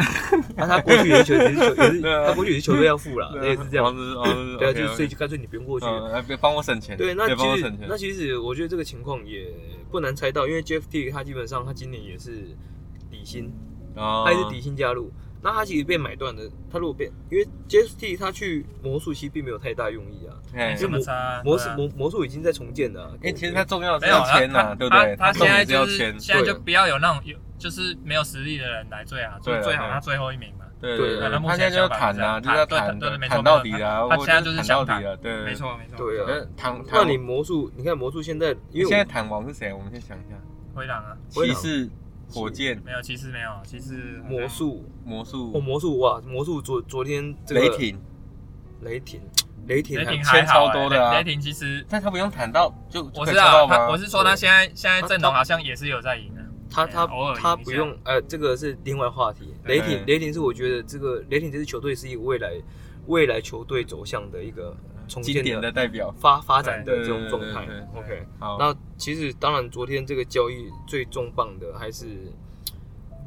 Speaker 1: 啊，他过去也是球也是球也是
Speaker 2: 对啊
Speaker 1: 他过去也是球队要付啦，啊类似这样，
Speaker 2: 子，
Speaker 1: 对啊，就是所以
Speaker 2: OK，OK
Speaker 1: 就干脆你不用过去。
Speaker 2: 嗯，哎别帮我省钱，
Speaker 1: 对，那
Speaker 2: 别帮我
Speaker 1: 其实
Speaker 2: 省钱
Speaker 1: 那，其实我觉得这个情况也不难猜到，因为 Jeff T 他基本上他今年也是底薪，
Speaker 2: 他
Speaker 1: 他也是底薪加入。那他其实被买断的，他如果被因为 Jeff T 他去魔术其实并没有太大用意啊，
Speaker 3: 没
Speaker 2: 哎
Speaker 3: 什么差啊，
Speaker 1: 魔
Speaker 3: 对
Speaker 1: 术
Speaker 3: 啊
Speaker 1: 魔魔术已经在重建了啊。
Speaker 2: 哎，其实他重要的
Speaker 3: 没
Speaker 2: 是
Speaker 3: 有
Speaker 2: 要
Speaker 3: 啊
Speaker 2: 钱呐，
Speaker 3: 他
Speaker 2: 对不对？
Speaker 3: 他他
Speaker 2: 重
Speaker 3: 现在
Speaker 2: 点是要
Speaker 3: 就
Speaker 2: 钱
Speaker 3: 是，现在
Speaker 1: 对
Speaker 3: 就不要有那种有就是没有实力的人来最好，就
Speaker 2: 对啊
Speaker 3: 是最
Speaker 2: 对
Speaker 3: 好
Speaker 2: 啊
Speaker 3: 他最后一名嘛。
Speaker 2: 对
Speaker 1: 对
Speaker 2: 对，
Speaker 1: 那
Speaker 2: 他
Speaker 3: 目
Speaker 2: 现在
Speaker 3: 前
Speaker 2: 就要
Speaker 3: 想法
Speaker 2: 谈
Speaker 3: 是
Speaker 2: 啊，
Speaker 3: 这
Speaker 2: 就
Speaker 3: 样
Speaker 2: 是要
Speaker 3: 对
Speaker 2: 谈
Speaker 3: 对对没错
Speaker 2: 谈到底的啊，
Speaker 3: 他他
Speaker 2: 我
Speaker 3: 现在就是
Speaker 2: 谈到
Speaker 3: 想谈
Speaker 2: 底了，啊对，
Speaker 3: 没。错没错，
Speaker 1: 对啊，
Speaker 2: 呃，谈
Speaker 1: 那
Speaker 2: 谈，
Speaker 1: 你魔术，你看魔术现在，因为
Speaker 2: 现
Speaker 1: 我
Speaker 2: 在谈王是谁？我们先想一下，
Speaker 3: 灰狼啊，
Speaker 1: 我也
Speaker 2: 骑
Speaker 1: 想
Speaker 2: 士、火箭、
Speaker 3: 没有，其实没有，其实好像
Speaker 1: 魔术，
Speaker 2: 魔
Speaker 1: 哦，
Speaker 2: 术、
Speaker 1: 魔术哇，魔术昨昨天这个
Speaker 2: 雷霆，
Speaker 1: 雷霆，雷霆
Speaker 3: 雷
Speaker 1: 还
Speaker 3: 霆
Speaker 2: 还签
Speaker 3: 还好
Speaker 2: 超
Speaker 3: 欸
Speaker 2: 多的啊
Speaker 3: 雷雷霆其实
Speaker 2: 但他不用谈到就就
Speaker 3: 我
Speaker 2: 可以
Speaker 3: 知
Speaker 2: 抽到
Speaker 3: 道
Speaker 2: 吗？
Speaker 3: 他，我是说他
Speaker 1: 对
Speaker 3: 现在现在
Speaker 1: 他
Speaker 3: 阵
Speaker 1: 他
Speaker 3: 容好像也是有在赢的，啊
Speaker 1: 他他
Speaker 3: 偶尔赢一下
Speaker 1: 他不用，呃，这个是另外话题。
Speaker 3: 对
Speaker 1: 雷霆雷霆是我觉得这个雷霆这支球队是一个未来未来球队走向的一个重
Speaker 2: 经典
Speaker 1: 建
Speaker 2: 的代表。
Speaker 1: 发发展的
Speaker 2: 对
Speaker 1: 这种状态
Speaker 2: 对对对。
Speaker 3: 对
Speaker 1: OK，
Speaker 2: 好，
Speaker 1: 那其实当然昨天这个交易最重磅的还是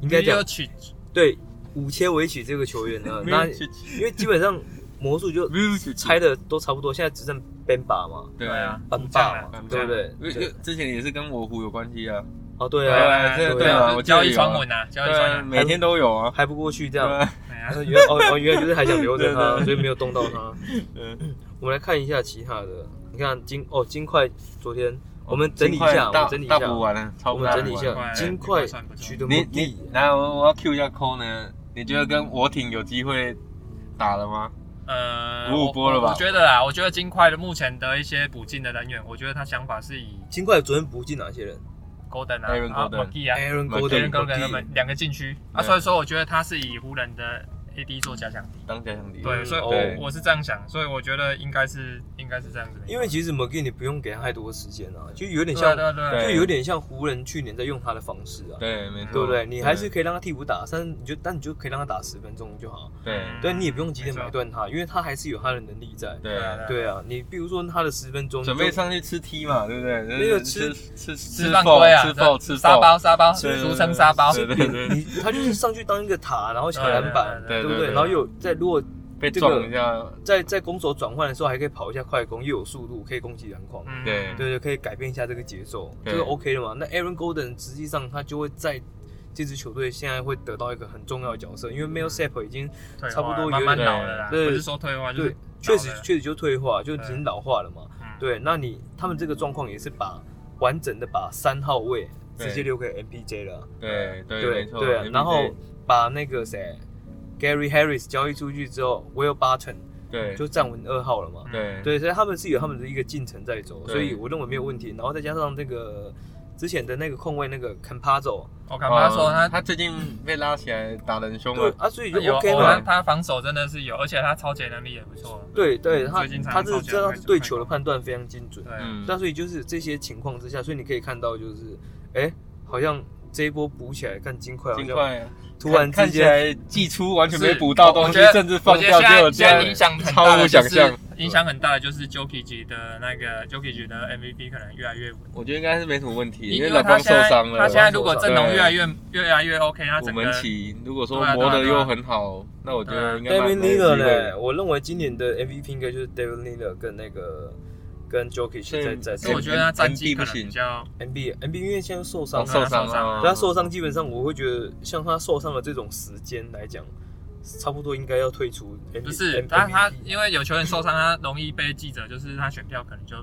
Speaker 1: 应该
Speaker 3: 没
Speaker 1: 讲
Speaker 3: 有取
Speaker 1: 对五切维奇这个球员 呢，那因为基本上魔术就拆的都差不多，现在只剩 Ben 巴嘛。
Speaker 2: 对啊，
Speaker 1: 很
Speaker 3: 主将
Speaker 1: 棒
Speaker 3: 啊
Speaker 1: 嘛，
Speaker 3: 主
Speaker 1: 对
Speaker 3: 将
Speaker 1: 不对？
Speaker 2: 因为因为之前也是跟我湖有关系啊，
Speaker 1: 哦，对
Speaker 2: 对
Speaker 1: 啊，
Speaker 2: 啊这
Speaker 1: 对啊
Speaker 3: 啊，
Speaker 2: 我
Speaker 3: 就
Speaker 2: 记得
Speaker 3: 交易
Speaker 2: 有
Speaker 3: 传
Speaker 2: 啊
Speaker 3: 闻啊，交易传
Speaker 2: 对，
Speaker 3: 闻啊，
Speaker 2: 每天都有啊，
Speaker 1: 还不过去这
Speaker 2: 对
Speaker 1: 样。
Speaker 2: 啊，
Speaker 3: 哎
Speaker 1: 然
Speaker 3: 呀
Speaker 1: 后原哦哦，原来就是还想留着
Speaker 2: 对对
Speaker 1: 他，
Speaker 2: 对
Speaker 1: 所以没有动到他。
Speaker 2: 嗯，
Speaker 1: 我们来看一下其他的，你看金哦金块昨天我们整理一
Speaker 2: 哦金块
Speaker 1: 下，我
Speaker 2: 大
Speaker 1: 们整理一
Speaker 2: 大
Speaker 1: 下，
Speaker 2: 补完了，超
Speaker 1: 我
Speaker 2: 补
Speaker 1: 们
Speaker 2: 完
Speaker 1: 整理一
Speaker 3: 大补完
Speaker 1: 下
Speaker 3: 了
Speaker 1: 金
Speaker 3: 金
Speaker 1: 块
Speaker 3: 块算不错
Speaker 1: 取得呃
Speaker 2: 你
Speaker 1: 目
Speaker 2: 你
Speaker 1: 的，，
Speaker 2: 然后我要 Q 一下 Cole 呢，你觉得跟我挺有机会打了吗？
Speaker 3: 呃，
Speaker 2: 五五
Speaker 3: 我
Speaker 2: 波了吧
Speaker 3: 我我觉得啊，我觉得金块的目前的一些补进的人员，我觉得他想法是以
Speaker 1: 金块昨天补进哪些人
Speaker 3: Golden 啊、
Speaker 2: Aaron
Speaker 3: 啊
Speaker 2: Gordon
Speaker 3: McGee 啊、
Speaker 1: ？Aaron
Speaker 2: McGee
Speaker 1: Gordon
Speaker 3: Aaron Gordon 他们两个禁区啊，
Speaker 2: Yeah
Speaker 3: 所以说我觉得他是以湖人的 AD 做假想敌。
Speaker 2: 当假想敌。
Speaker 3: 对，
Speaker 1: 嗯
Speaker 3: 所以
Speaker 2: 对
Speaker 3: 我我是这样想，所以我觉得应该是应该是这样子的。
Speaker 1: 因为其实 McGee 你不用给他太多时间啊，就有点
Speaker 3: 对
Speaker 1: 像
Speaker 3: 啊对啊对啊
Speaker 2: 对
Speaker 1: 就有点像湖人去年在用他的方式啊，
Speaker 2: 嗯对，没错，
Speaker 1: 对不对？你还是可以让他替补打，但你就但你就可以让他打十分钟就好，
Speaker 2: 对
Speaker 1: 对，你也不用急着
Speaker 3: 没错
Speaker 1: 买断他，因为他还是有他的能力在。
Speaker 2: 对
Speaker 3: 啊
Speaker 1: 对啊，你比如说他的十分钟，
Speaker 2: 准备上去吃 T 嘛，对不对？那
Speaker 1: 有吃
Speaker 2: 吃吃
Speaker 3: 吃
Speaker 2: 吃
Speaker 3: 饭
Speaker 2: 爆
Speaker 3: 龟啊，
Speaker 2: 吃
Speaker 3: 这
Speaker 2: 爆吃
Speaker 3: 沙
Speaker 2: 爆，
Speaker 3: 包沙包，
Speaker 2: 对对对
Speaker 3: 俗称沙包，
Speaker 2: 对 对对，
Speaker 1: 你他就是上去当一个塔，然后抢篮板，
Speaker 3: 对
Speaker 1: 对不对？
Speaker 2: 对对对
Speaker 1: 然后又有在如果
Speaker 2: 被
Speaker 1: 这个
Speaker 2: 撞一下，
Speaker 1: 在在攻守转换的时候，还可以跑一下快攻，又有速度，可以攻击篮筐。
Speaker 3: 嗯
Speaker 2: 对
Speaker 1: 对对，可以改变一下这个节奏，
Speaker 2: 对
Speaker 1: 这个 OK 的嘛？那 Aaron Golden 实际上他就会在这支球队现在会得到一个很重要的角色，因为 Mel Sap 已经
Speaker 3: 退化
Speaker 1: 差不多有
Speaker 3: 慢慢
Speaker 2: 点
Speaker 3: 老了啦，不
Speaker 1: 对
Speaker 3: 是说退化，就是
Speaker 1: 对确实
Speaker 3: 老了
Speaker 1: 确实就退化，就已经老化了嘛。
Speaker 3: 嗯
Speaker 1: 对，那你他们这个状况也是把完整的把三号位直接
Speaker 2: 对
Speaker 1: 留给 MPJ 了，
Speaker 2: 对对，
Speaker 1: 对
Speaker 2: 没错。
Speaker 1: 对啊
Speaker 2: MVP，
Speaker 1: 然后把那个谁 Gary Harris 交易出去之后，Will Barton
Speaker 2: 对
Speaker 1: 就站稳二号了嘛。
Speaker 2: 对
Speaker 1: 对，所以他们是有他们的一个进程在走，
Speaker 2: 对
Speaker 1: 所以我认为没有问题。然后再加上那个之前的那个控卫那个 Campazzo，
Speaker 3: 我干妈说
Speaker 2: 哦他
Speaker 3: 他
Speaker 2: 他最近被拉起来打得很凶
Speaker 1: 对
Speaker 2: 啊，
Speaker 1: 啊，所以就
Speaker 3: 有哦
Speaker 1: OK
Speaker 3: 偶
Speaker 1: 嘛
Speaker 3: 然。他防守真的是有，而且他超前能力也不错。
Speaker 1: 对对，他
Speaker 3: 最近才
Speaker 1: 他这
Speaker 3: 超级
Speaker 1: 这
Speaker 3: 有
Speaker 1: 他
Speaker 3: 开
Speaker 1: 是
Speaker 3: 始
Speaker 1: 对
Speaker 3: 快
Speaker 1: 球的
Speaker 3: 攻
Speaker 1: 判断非常精准。
Speaker 3: 对，啊
Speaker 2: 嗯，
Speaker 1: 那所以就是这些情况之下，所以你可以看到就是，哎，好像这一波补起来，看金块好
Speaker 2: 尽
Speaker 1: 像
Speaker 2: 快
Speaker 1: 突然
Speaker 2: 看
Speaker 1: 之
Speaker 2: 看起
Speaker 1: 间，
Speaker 2: 来寄出完全没补到东西
Speaker 3: 是我觉，得
Speaker 2: 甚至放掉，
Speaker 3: 我觉
Speaker 2: 结果
Speaker 3: 得现在
Speaker 2: 这
Speaker 3: 现在影
Speaker 2: 样
Speaker 3: 响很大
Speaker 2: 超
Speaker 3: 的就是
Speaker 2: 乎想象
Speaker 3: 影响很大的就是 Jokic 的那个 Jokic 的 MVP 可能越来越稳，
Speaker 2: 我觉得应该是没什么问题，因
Speaker 3: 因
Speaker 2: 为
Speaker 3: 为
Speaker 2: 老
Speaker 3: 他
Speaker 2: 方受
Speaker 3: 现在
Speaker 2: 伤了。
Speaker 3: 他现在如果阵容
Speaker 2: 对
Speaker 3: 越来越越来越 OK，他
Speaker 2: 我
Speaker 3: 整
Speaker 2: 们
Speaker 3: 个
Speaker 2: 起，如果说
Speaker 3: 对啊
Speaker 2: 磨
Speaker 3: 对
Speaker 2: 得
Speaker 3: 啊
Speaker 2: 又很好，那我觉得应该
Speaker 1: David
Speaker 2: 蛮
Speaker 1: n
Speaker 2: 没
Speaker 1: e
Speaker 2: 有
Speaker 1: l
Speaker 2: 机会
Speaker 1: 呢，
Speaker 2: 啊的。
Speaker 1: 我认为今年的 MVP 应该就是 David n e l 跟那个跟 Jokic 在
Speaker 2: 是
Speaker 1: 在
Speaker 3: 所以我觉得他战绩可能比较
Speaker 1: NBA NBA 因为现在受伤
Speaker 2: 哦
Speaker 1: 了，
Speaker 2: 受伤
Speaker 3: 受伤
Speaker 2: 了，
Speaker 1: 他受伤基本上我会觉得像他受伤的这种时间来讲，差不多应该要退出 NBA。
Speaker 3: 不是，
Speaker 1: MVP
Speaker 3: 但他因为有球员受伤，他容易被记者就是他选票可能就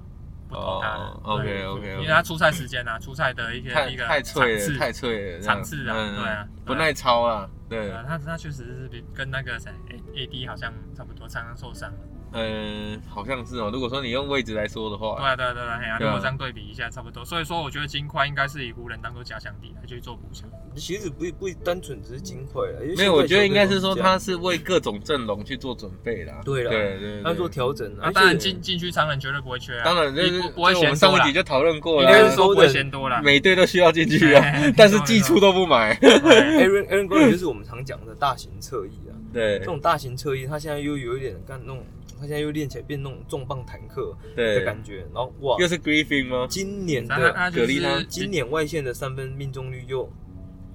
Speaker 3: 不投他了
Speaker 2: 哦。，OK
Speaker 3: 对
Speaker 2: OK，
Speaker 3: 因为他出赛时间啊，出赛的一些
Speaker 2: 太
Speaker 3: 一个
Speaker 2: 太脆
Speaker 3: 场
Speaker 2: 了，
Speaker 3: 次
Speaker 2: 太脆了，这样
Speaker 3: 场次啊
Speaker 2: 嗯
Speaker 3: 对啊
Speaker 2: 不耐操啊，对
Speaker 3: 对，啊他他确实是比跟那个谁 A D 好像差不多，常常受伤了。
Speaker 2: 嗯，好像是哦。如果说你用位置来说的
Speaker 3: 对
Speaker 2: 话，
Speaker 3: 啊，对啊，对啊，哎呀，
Speaker 2: 对
Speaker 3: 如
Speaker 2: 啊
Speaker 3: 果这样对比一下，差不多。所以说，我觉得金块应该是以湖人当做假想敌来去做补强。啊
Speaker 1: 其实不不单纯只是金块啊了，因为
Speaker 2: 没有，我觉得应该是说
Speaker 1: 现在
Speaker 2: 他是为各种阵容去做准备啦。
Speaker 1: 对啦
Speaker 2: 对
Speaker 1: 球队都是这样
Speaker 2: 对，
Speaker 1: 他做
Speaker 2: 对
Speaker 1: 调整
Speaker 3: 啊，
Speaker 1: 而且
Speaker 3: 当然禁禁区常人绝对不会缺 啊，
Speaker 2: 当然就是
Speaker 3: 你不不会
Speaker 2: 就我
Speaker 3: 嫌
Speaker 2: 们
Speaker 3: 多
Speaker 2: 上一
Speaker 3: 啦
Speaker 2: 集，就讨论过
Speaker 1: 应
Speaker 2: 了
Speaker 3: 应
Speaker 1: 该
Speaker 3: 该是
Speaker 2: 啊，
Speaker 3: 说不哎会嫌多啦。
Speaker 2: 每队都需要进去啊， 但是寄出都 不买。
Speaker 3: 对
Speaker 1: Aaron Aaron Gordon 就是我们常讲的大型侧翼啊，
Speaker 2: 对
Speaker 1: 这种大型侧翼，他现在又有一点干那种，他现在又练起来变那种重磅坦克的
Speaker 2: 对，
Speaker 1: 感觉，然后哇，
Speaker 2: 又是 Griffin 吗？
Speaker 1: 今年
Speaker 3: 然后
Speaker 1: 的
Speaker 3: 他就
Speaker 2: 蛤蜊汤
Speaker 3: 是
Speaker 1: 今年外线的三分命中率又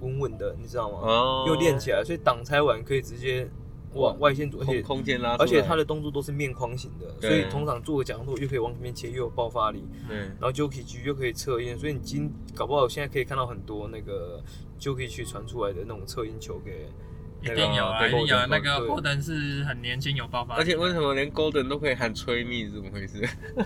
Speaker 1: 稳稳的，你知道吗？
Speaker 2: 哦，
Speaker 1: 又练起来，所以挡拆完可以直接往外线走，而
Speaker 2: 空
Speaker 1: 且
Speaker 2: 空间拉出来，
Speaker 1: 而且他的动作都是面框型的，
Speaker 2: 对
Speaker 1: 所以通常做个假动作又可以往里面切，又有爆发力，
Speaker 2: 对
Speaker 1: 然后 Jokic 又可以侧应，所以你今搞不好现在可以看到很多那个 Jokic 传出来的那种侧应球给
Speaker 3: 一定有啊，
Speaker 2: 对
Speaker 3: 一定有啊
Speaker 2: 对
Speaker 3: 那个
Speaker 1: 对
Speaker 3: Gordon 是很年轻有爆发力，
Speaker 2: 而且为什么连 Golden 都可以喊吹蜜，是怎么回事？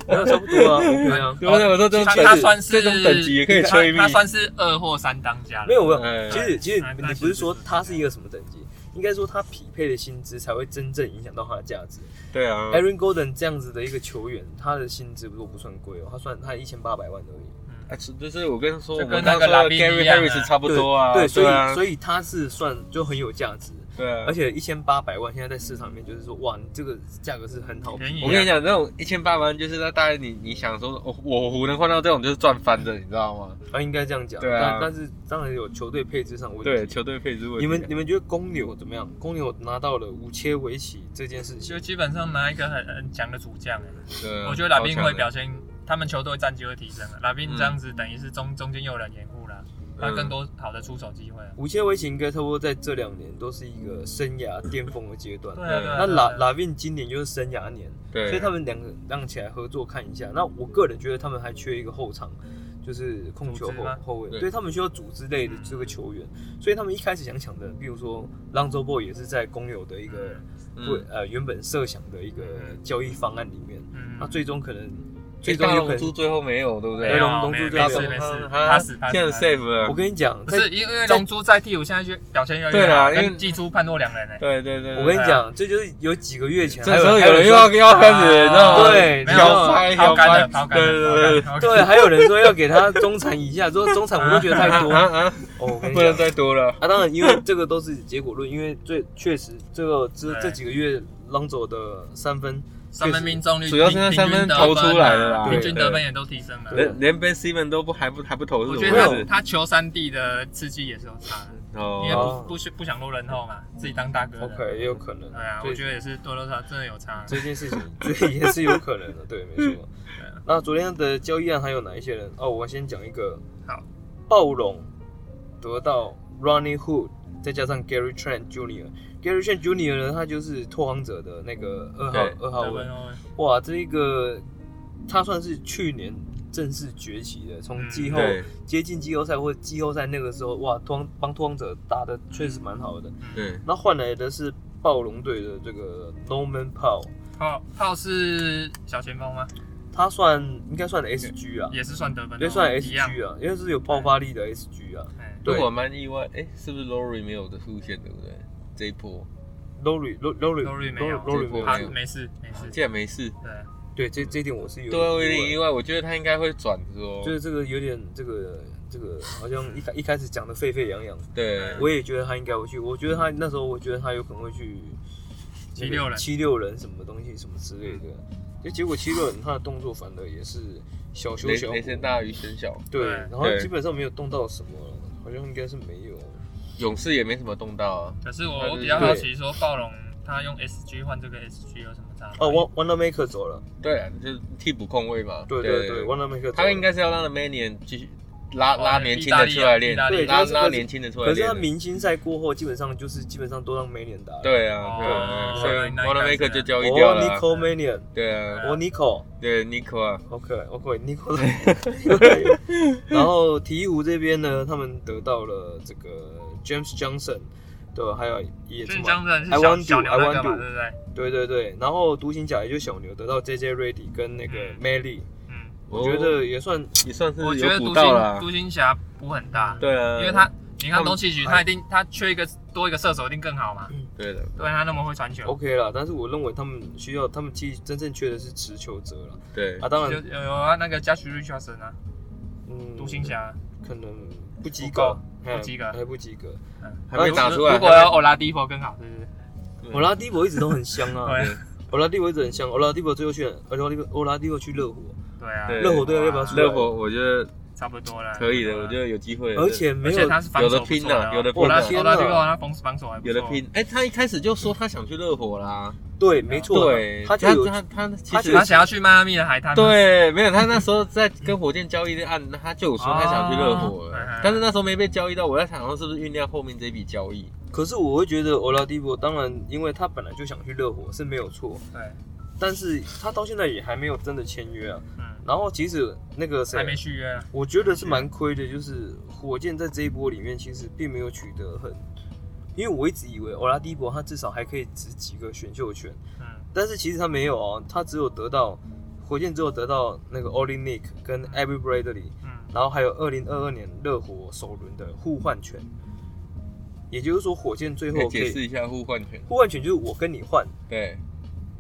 Speaker 1: 没有差不 多啊，OK 啊。
Speaker 2: 对不对？我说这种
Speaker 3: 他
Speaker 2: 等
Speaker 3: 哦他算是
Speaker 2: 这种等级也可以吹蜜
Speaker 3: 他，他算是二或三当家了，
Speaker 1: 没有没有，
Speaker 2: 哎
Speaker 1: 其实其实
Speaker 3: 哎
Speaker 1: 你
Speaker 3: 那
Speaker 1: 不是
Speaker 3: 是
Speaker 1: 说
Speaker 3: 是
Speaker 1: 他是一个什么等级，应该说他匹配的薪资才会真正影响到他的价值。
Speaker 2: 对啊，
Speaker 1: Aaron Golden 这样子的一个球员，他的薪资都不算贵哦，他算他一千八百万而已。
Speaker 3: 嗯
Speaker 2: 啊就是我跟说
Speaker 3: 就
Speaker 2: 我们
Speaker 3: 跟
Speaker 2: 刚
Speaker 3: 那
Speaker 2: 刚说
Speaker 3: 个
Speaker 2: 的
Speaker 3: Lavin
Speaker 2: Gary
Speaker 3: 一样啊
Speaker 2: Harris 差不多啊，
Speaker 1: 对，所以、
Speaker 2: 啊，
Speaker 1: 所以他是算就很有价值，
Speaker 2: 对啊
Speaker 1: 而。且一千八百万现在在市场里面就是说，哇，你这个价格是很好
Speaker 3: 便宜啊
Speaker 2: 我跟你讲，那种一千八万，就是那大概你你想说，我我我能换到这种就是赚翻的，你知道吗？
Speaker 1: 啊，应该这样讲。
Speaker 2: 对啊
Speaker 1: 但但是当然有球队配置上的问
Speaker 2: 对，
Speaker 1: 题。
Speaker 2: 球队配置问题。啊
Speaker 1: 你们你们觉得公牛怎么样？公牛拿到了五切维奇这件事情
Speaker 3: 就，基本上拿一个很很强的主将，欸
Speaker 2: 对啊
Speaker 3: 我觉得拉宾会，
Speaker 2: 超强
Speaker 3: 表现，他们球队战绩会提升了。啊拉宾这样子等于是中中间又有人掩护了，他
Speaker 2: 嗯
Speaker 3: 更多好的出手机会啊。
Speaker 1: 五切维奇应该差不多在这两年都是一个生涯巅峰的阶
Speaker 2: 嗯
Speaker 1: 段。
Speaker 3: 对啊对啊，
Speaker 1: 那
Speaker 3: 对啊
Speaker 1: 拉
Speaker 3: 对啊
Speaker 1: 拉宾今年就是生涯年，
Speaker 2: 的对，
Speaker 1: 所以他们两个让起来合作看一下。那我个人觉得他们还缺一个后场，就是控球
Speaker 3: 组织
Speaker 1: 后
Speaker 3: 吗
Speaker 1: 后卫，
Speaker 2: 对嗯
Speaker 1: 对他们需要组织类的这个球员。所以他们一开始想抢的，比如说 l o n z o Ball 也是在公有的一个
Speaker 2: 嗯
Speaker 1: 不、呃原本设想的一个交易方案里面，
Speaker 3: 嗯
Speaker 1: 那最终可能最终
Speaker 2: 哎大
Speaker 1: 有可
Speaker 2: 龙珠
Speaker 1: 能。
Speaker 2: 最后没有，对不
Speaker 3: 没
Speaker 2: 对？
Speaker 1: 有
Speaker 3: 有，没有
Speaker 1: 龙珠
Speaker 3: 没
Speaker 1: 最
Speaker 3: 事
Speaker 1: 后
Speaker 3: 没事，
Speaker 2: 他
Speaker 3: 他死他
Speaker 2: 啊现在
Speaker 3: 死。他死
Speaker 2: safe 啊了
Speaker 1: 我。跟你讲，
Speaker 3: 不
Speaker 1: 在
Speaker 3: 是因为龙珠在替补，现在就表现越来越
Speaker 2: 对啦
Speaker 3: 好，
Speaker 2: 因为
Speaker 3: 跟寄出判若两人呢。
Speaker 2: 对对对，
Speaker 1: 我跟你
Speaker 2: 对
Speaker 1: 讲，这就是有几个月前，
Speaker 2: 这时候
Speaker 1: 还有
Speaker 2: 有人又要
Speaker 1: 说
Speaker 2: 又要开始，你知道吗？
Speaker 1: 对
Speaker 2: 挑
Speaker 3: 啊没
Speaker 2: 拍
Speaker 3: 有抛
Speaker 2: 挑
Speaker 3: 杆
Speaker 2: 拍
Speaker 3: 的，抛，杆
Speaker 2: 对
Speaker 3: 的，
Speaker 2: 对对啊
Speaker 3: 抛杆的
Speaker 1: 对，还有人说要给他中产以下，说中产我都觉得太多
Speaker 2: 对，
Speaker 1: 了。
Speaker 2: 啊啊，
Speaker 1: 哦，我跟你
Speaker 2: 不能
Speaker 1: 讲，
Speaker 2: 再多了。
Speaker 1: 啊，当然，因为这个都是结果论，因为最确实这个这
Speaker 3: 对
Speaker 1: 这几个月朗佐的三分，
Speaker 3: 三分命中率
Speaker 2: 主要是那
Speaker 3: 平均
Speaker 2: 三分
Speaker 3: 得分
Speaker 2: 投出来了啦
Speaker 3: 啊
Speaker 1: 对
Speaker 3: 平均得分也都提升了。
Speaker 1: 对
Speaker 2: 连连 Ben Steven 都不还不还不投
Speaker 3: 我
Speaker 2: 是
Speaker 3: 觉
Speaker 2: 什
Speaker 1: 没
Speaker 2: 么意
Speaker 1: 有
Speaker 3: 得
Speaker 2: 思？
Speaker 3: 他他球三 D 的刺激也是有差的，因为
Speaker 2: 哦，
Speaker 3: 不不是不想落人后嘛，自己当大哥的。
Speaker 1: OK 也有可能。
Speaker 3: 对啊，
Speaker 1: 所以
Speaker 3: 我觉得也是多多少少真的有差。
Speaker 1: 这件事情 这也是有可能的，对，没错
Speaker 3: 对啊。
Speaker 1: 那昨天的交易案还有哪一些人？哦，我先讲一个，
Speaker 3: 好，
Speaker 1: 暴龙得到 Ronnie Hood，再加上 Gary Trent Jr. Gary Trent Jr. 呢，他就是拓荒者的那个二号
Speaker 2: 对
Speaker 1: 二号
Speaker 3: 得
Speaker 1: 位
Speaker 3: 分。哦，
Speaker 1: 哇，这一个他算是去年正式崛起的，从
Speaker 3: 嗯
Speaker 1: 季后、
Speaker 2: 对
Speaker 1: 接近季后赛或者季后赛那个时候，哇，拓荒帮拓荒者打的确实蛮好的。
Speaker 2: 对，
Speaker 1: 那换来的是暴龙队的这个 Norman Powell，
Speaker 3: 炮炮是小前锋吗？
Speaker 1: 他算应该算 SG 啊，
Speaker 3: 也是算得分哦，
Speaker 1: 对，算
Speaker 3: 一样。
Speaker 1: SG 啊，因为是有爆发力的 SG 啊。
Speaker 3: 哎
Speaker 2: 对
Speaker 1: 对
Speaker 2: 我蛮意外，哎，是不是 Lori 没有的出现，对不对？这一波
Speaker 1: Lowry Lowry
Speaker 3: Lowry 没有
Speaker 1: Lowry 没有
Speaker 3: 他
Speaker 2: 没有
Speaker 3: 没事没事，
Speaker 2: 竟然没事，
Speaker 3: 对，
Speaker 1: 对，这这一点我是有
Speaker 2: 对啊，我有
Speaker 1: 点
Speaker 2: 点
Speaker 1: 意
Speaker 2: 意
Speaker 1: 外
Speaker 2: 外，我觉得他应该会转说，
Speaker 1: 就是这个有点这个这个好像一开一开始讲的沸沸扬扬，
Speaker 2: 对，
Speaker 1: 我也觉得他应该会去，我觉得他那时候我觉得他有可能会去
Speaker 3: 七六人
Speaker 1: 七六人什么东西什么之类的，就结果七六人他的动作反而也是小修
Speaker 2: 雷
Speaker 1: 小补
Speaker 2: 雷，声大雨声小，
Speaker 1: 对，
Speaker 3: 对
Speaker 1: 然后
Speaker 2: 对
Speaker 1: 基本上没有动到什么，好像应该是没有。
Speaker 2: 勇士也没什么动到啊，
Speaker 3: 可是
Speaker 2: 他
Speaker 3: 我
Speaker 2: 就是
Speaker 3: 我比较好奇说暴龙他用 SG 换这个 SG 有什么差？
Speaker 1: 哦，One One Maker 走了，
Speaker 2: 对啊，就是替补控卫嘛，
Speaker 1: 对
Speaker 2: 对
Speaker 1: 对对，One Maker 走了
Speaker 2: 他应该是要让 Manion 继续拉拉
Speaker 3: 哦
Speaker 2: 年轻的出来
Speaker 3: 意
Speaker 2: 练，
Speaker 3: 大利
Speaker 1: 对
Speaker 2: 拉
Speaker 1: 但是
Speaker 2: 拉年轻的出来
Speaker 1: 可是
Speaker 2: 练
Speaker 1: 他
Speaker 2: 的。
Speaker 1: 明星赛过后，基本上就是基本上都让 Manion 打了。
Speaker 2: 对啊，
Speaker 3: 哦
Speaker 2: 对啊，所以
Speaker 3: 那
Speaker 2: w
Speaker 3: 应
Speaker 2: a
Speaker 3: 该
Speaker 2: n a m a k e r
Speaker 3: 是
Speaker 2: 就交易
Speaker 1: 我
Speaker 2: 掉了啊。
Speaker 1: 哦 Nico Manion，
Speaker 2: 对啊，
Speaker 1: 我哦 Nico。
Speaker 2: 对 Nico 啊，
Speaker 1: OK OK Nico，然 后鹈鹕这边呢，他们得到了这个 James Johnson，对吧，还有也
Speaker 3: 就是是江人是
Speaker 1: I
Speaker 3: 小
Speaker 1: want to,
Speaker 3: 小牛
Speaker 1: I
Speaker 3: 那
Speaker 1: want
Speaker 3: 个
Speaker 1: to
Speaker 3: 嘛，对不对？
Speaker 1: 对对对，然后独行侠也就小牛得到 JJ Ready 跟那个
Speaker 3: 嗯
Speaker 1: Melly，、
Speaker 3: 嗯，
Speaker 1: 我觉得也算
Speaker 2: 也算是
Speaker 3: 我觉
Speaker 2: 有
Speaker 3: 得
Speaker 2: 补
Speaker 3: 独
Speaker 2: 到了
Speaker 3: 行
Speaker 2: 啊。
Speaker 3: 独行侠补很大，
Speaker 2: 对嗯啊，
Speaker 3: 因为他你
Speaker 1: 他
Speaker 3: 看
Speaker 1: 们
Speaker 3: 东契奇，他一定他缺一个多一个射手一定更好嘛，
Speaker 2: 对的，
Speaker 3: 对他那么会传球，
Speaker 1: OK 啦。但是我认为他们需要，他们其实真正缺的是持球者了
Speaker 2: 对
Speaker 1: 啊。当
Speaker 3: 有
Speaker 1: 然，
Speaker 3: 有有啊那个加许 Richardson 啊，
Speaker 1: 嗯，
Speaker 3: 独行侠啊
Speaker 1: 可能不及
Speaker 3: 不
Speaker 1: 格
Speaker 3: 够，
Speaker 1: 嘿
Speaker 3: 不及格
Speaker 1: 还不及格。
Speaker 2: 还没打出来。
Speaker 3: 如果有欧拉迪佛更好，对不对？
Speaker 1: 欧拉迪博一直都很香
Speaker 2: 嗯
Speaker 1: 啊，
Speaker 3: 对
Speaker 1: 欧拉迪博一直很香。欧拉迪博最后去，而且欧拉迪博欧拉迪博去热火，
Speaker 3: 对啊，
Speaker 2: 对
Speaker 1: 热火队要不要出来
Speaker 2: 热火，我觉得
Speaker 3: 差不多了，
Speaker 2: 可以的，
Speaker 3: 差不
Speaker 2: 我
Speaker 3: 多了
Speaker 2: 觉得有机会。
Speaker 1: 而且没
Speaker 3: 而且
Speaker 1: 有
Speaker 3: 他是防守
Speaker 2: 有的
Speaker 3: 不
Speaker 2: 拼
Speaker 3: 错
Speaker 2: 啊有的拼
Speaker 3: 欧拉
Speaker 1: 啊
Speaker 3: 欧拉迪佛他防防守还不
Speaker 2: 有
Speaker 3: 错，
Speaker 2: 的拼，哎，他一开始就说他想去热火啦。
Speaker 1: 对，没错，啊
Speaker 2: 对，
Speaker 1: 他就有
Speaker 2: 他他其
Speaker 1: 他
Speaker 2: 实
Speaker 1: 就
Speaker 3: 他想要去迈阿密的海滩嘛，
Speaker 2: 对，没有他那时候在跟火箭交易的案，他就有说他想去热火了
Speaker 3: 哦嗯嗯
Speaker 2: 但是那时候没被交易到，我在想说是不是酝酿后面这笔交易？
Speaker 1: 可是我会觉得欧拉迪波，当然，因为他本来就想去热火是没有错，
Speaker 3: 对，
Speaker 1: 但是他到现在也还没有真的签约啊。
Speaker 3: 嗯，
Speaker 1: 然后其实那个谁
Speaker 3: 还，没续约啊，
Speaker 1: 我觉得是蛮亏的，就是火箭在这一波里面其实并没有取得很，因为我一直以为欧拉迪波他至少还可以值几个选秀权，
Speaker 3: 嗯，
Speaker 1: 但是其实他没有哦，他只有得到火箭只有得到那个 o l i n i c 跟 Avery Bradley，
Speaker 3: 嗯，
Speaker 1: 然后还有二零二二年热火首轮的互换权，也就是说火箭最
Speaker 2: 可以
Speaker 1: 后可
Speaker 2: 解
Speaker 1: 以
Speaker 2: 释一下互换权？
Speaker 1: 互换权就是我跟你换，
Speaker 2: 对，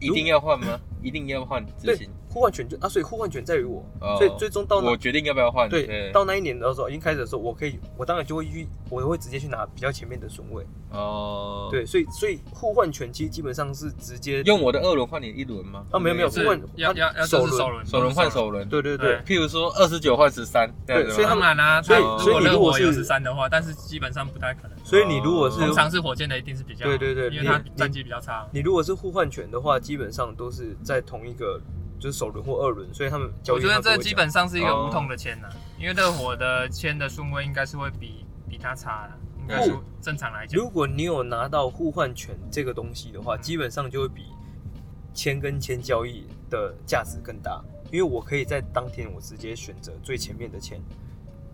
Speaker 2: 一
Speaker 1: 如
Speaker 2: 定要换吗？一定要换执
Speaker 1: 对
Speaker 2: 行？，
Speaker 1: 互换权就啊，所以互换权在于我，
Speaker 2: 哦
Speaker 1: 所以最终到
Speaker 2: 我
Speaker 1: 那
Speaker 2: 决定要不要换？
Speaker 1: 对到那一年的时候，已经开始的时候，我可以，我当然就会去，我会直接去拿比较前面的顺位，
Speaker 2: 哦，，
Speaker 1: 对，所以所以互换权其实基本上是直接
Speaker 2: 用我的二轮换你一轮吗？
Speaker 1: 啊没有没有
Speaker 2: 是
Speaker 1: 互换
Speaker 3: 要要要就是首轮
Speaker 2: 首轮换。首轮，
Speaker 1: 对对对
Speaker 2: 譬如说二十九换十三，这样
Speaker 1: 对
Speaker 2: 子
Speaker 1: 所以他
Speaker 2: 吗
Speaker 3: 当
Speaker 1: 们
Speaker 3: 然啦、
Speaker 1: 所以
Speaker 3: 他
Speaker 1: 所以你
Speaker 3: 如
Speaker 1: 如果
Speaker 3: 果热火
Speaker 1: 是
Speaker 3: 有十三的话，但是基本上不太可能。
Speaker 1: 所以你如果是
Speaker 2: 哦
Speaker 3: 通常是火箭的一定是比较好，
Speaker 1: 对对对
Speaker 3: 因为他
Speaker 1: 你
Speaker 3: 战绩比较差。
Speaker 1: 你如果是互换权的话，基本上都是在同一个就是首轮或二轮，所以他们交
Speaker 3: 我
Speaker 1: 易
Speaker 3: 觉得
Speaker 1: 他不会
Speaker 3: 这
Speaker 1: 讲
Speaker 3: 基本上是一个
Speaker 2: 哦
Speaker 3: 无痛的签呐、因为热火的签的顺位应该是会比比他差啦，应该是正常来讲。
Speaker 1: 哦如果你有拿到互换权这个东西的
Speaker 3: 嗯
Speaker 1: 话，基本上就会比签跟签交易的价值更大，因为我可以在当天我直接选择最前面的签。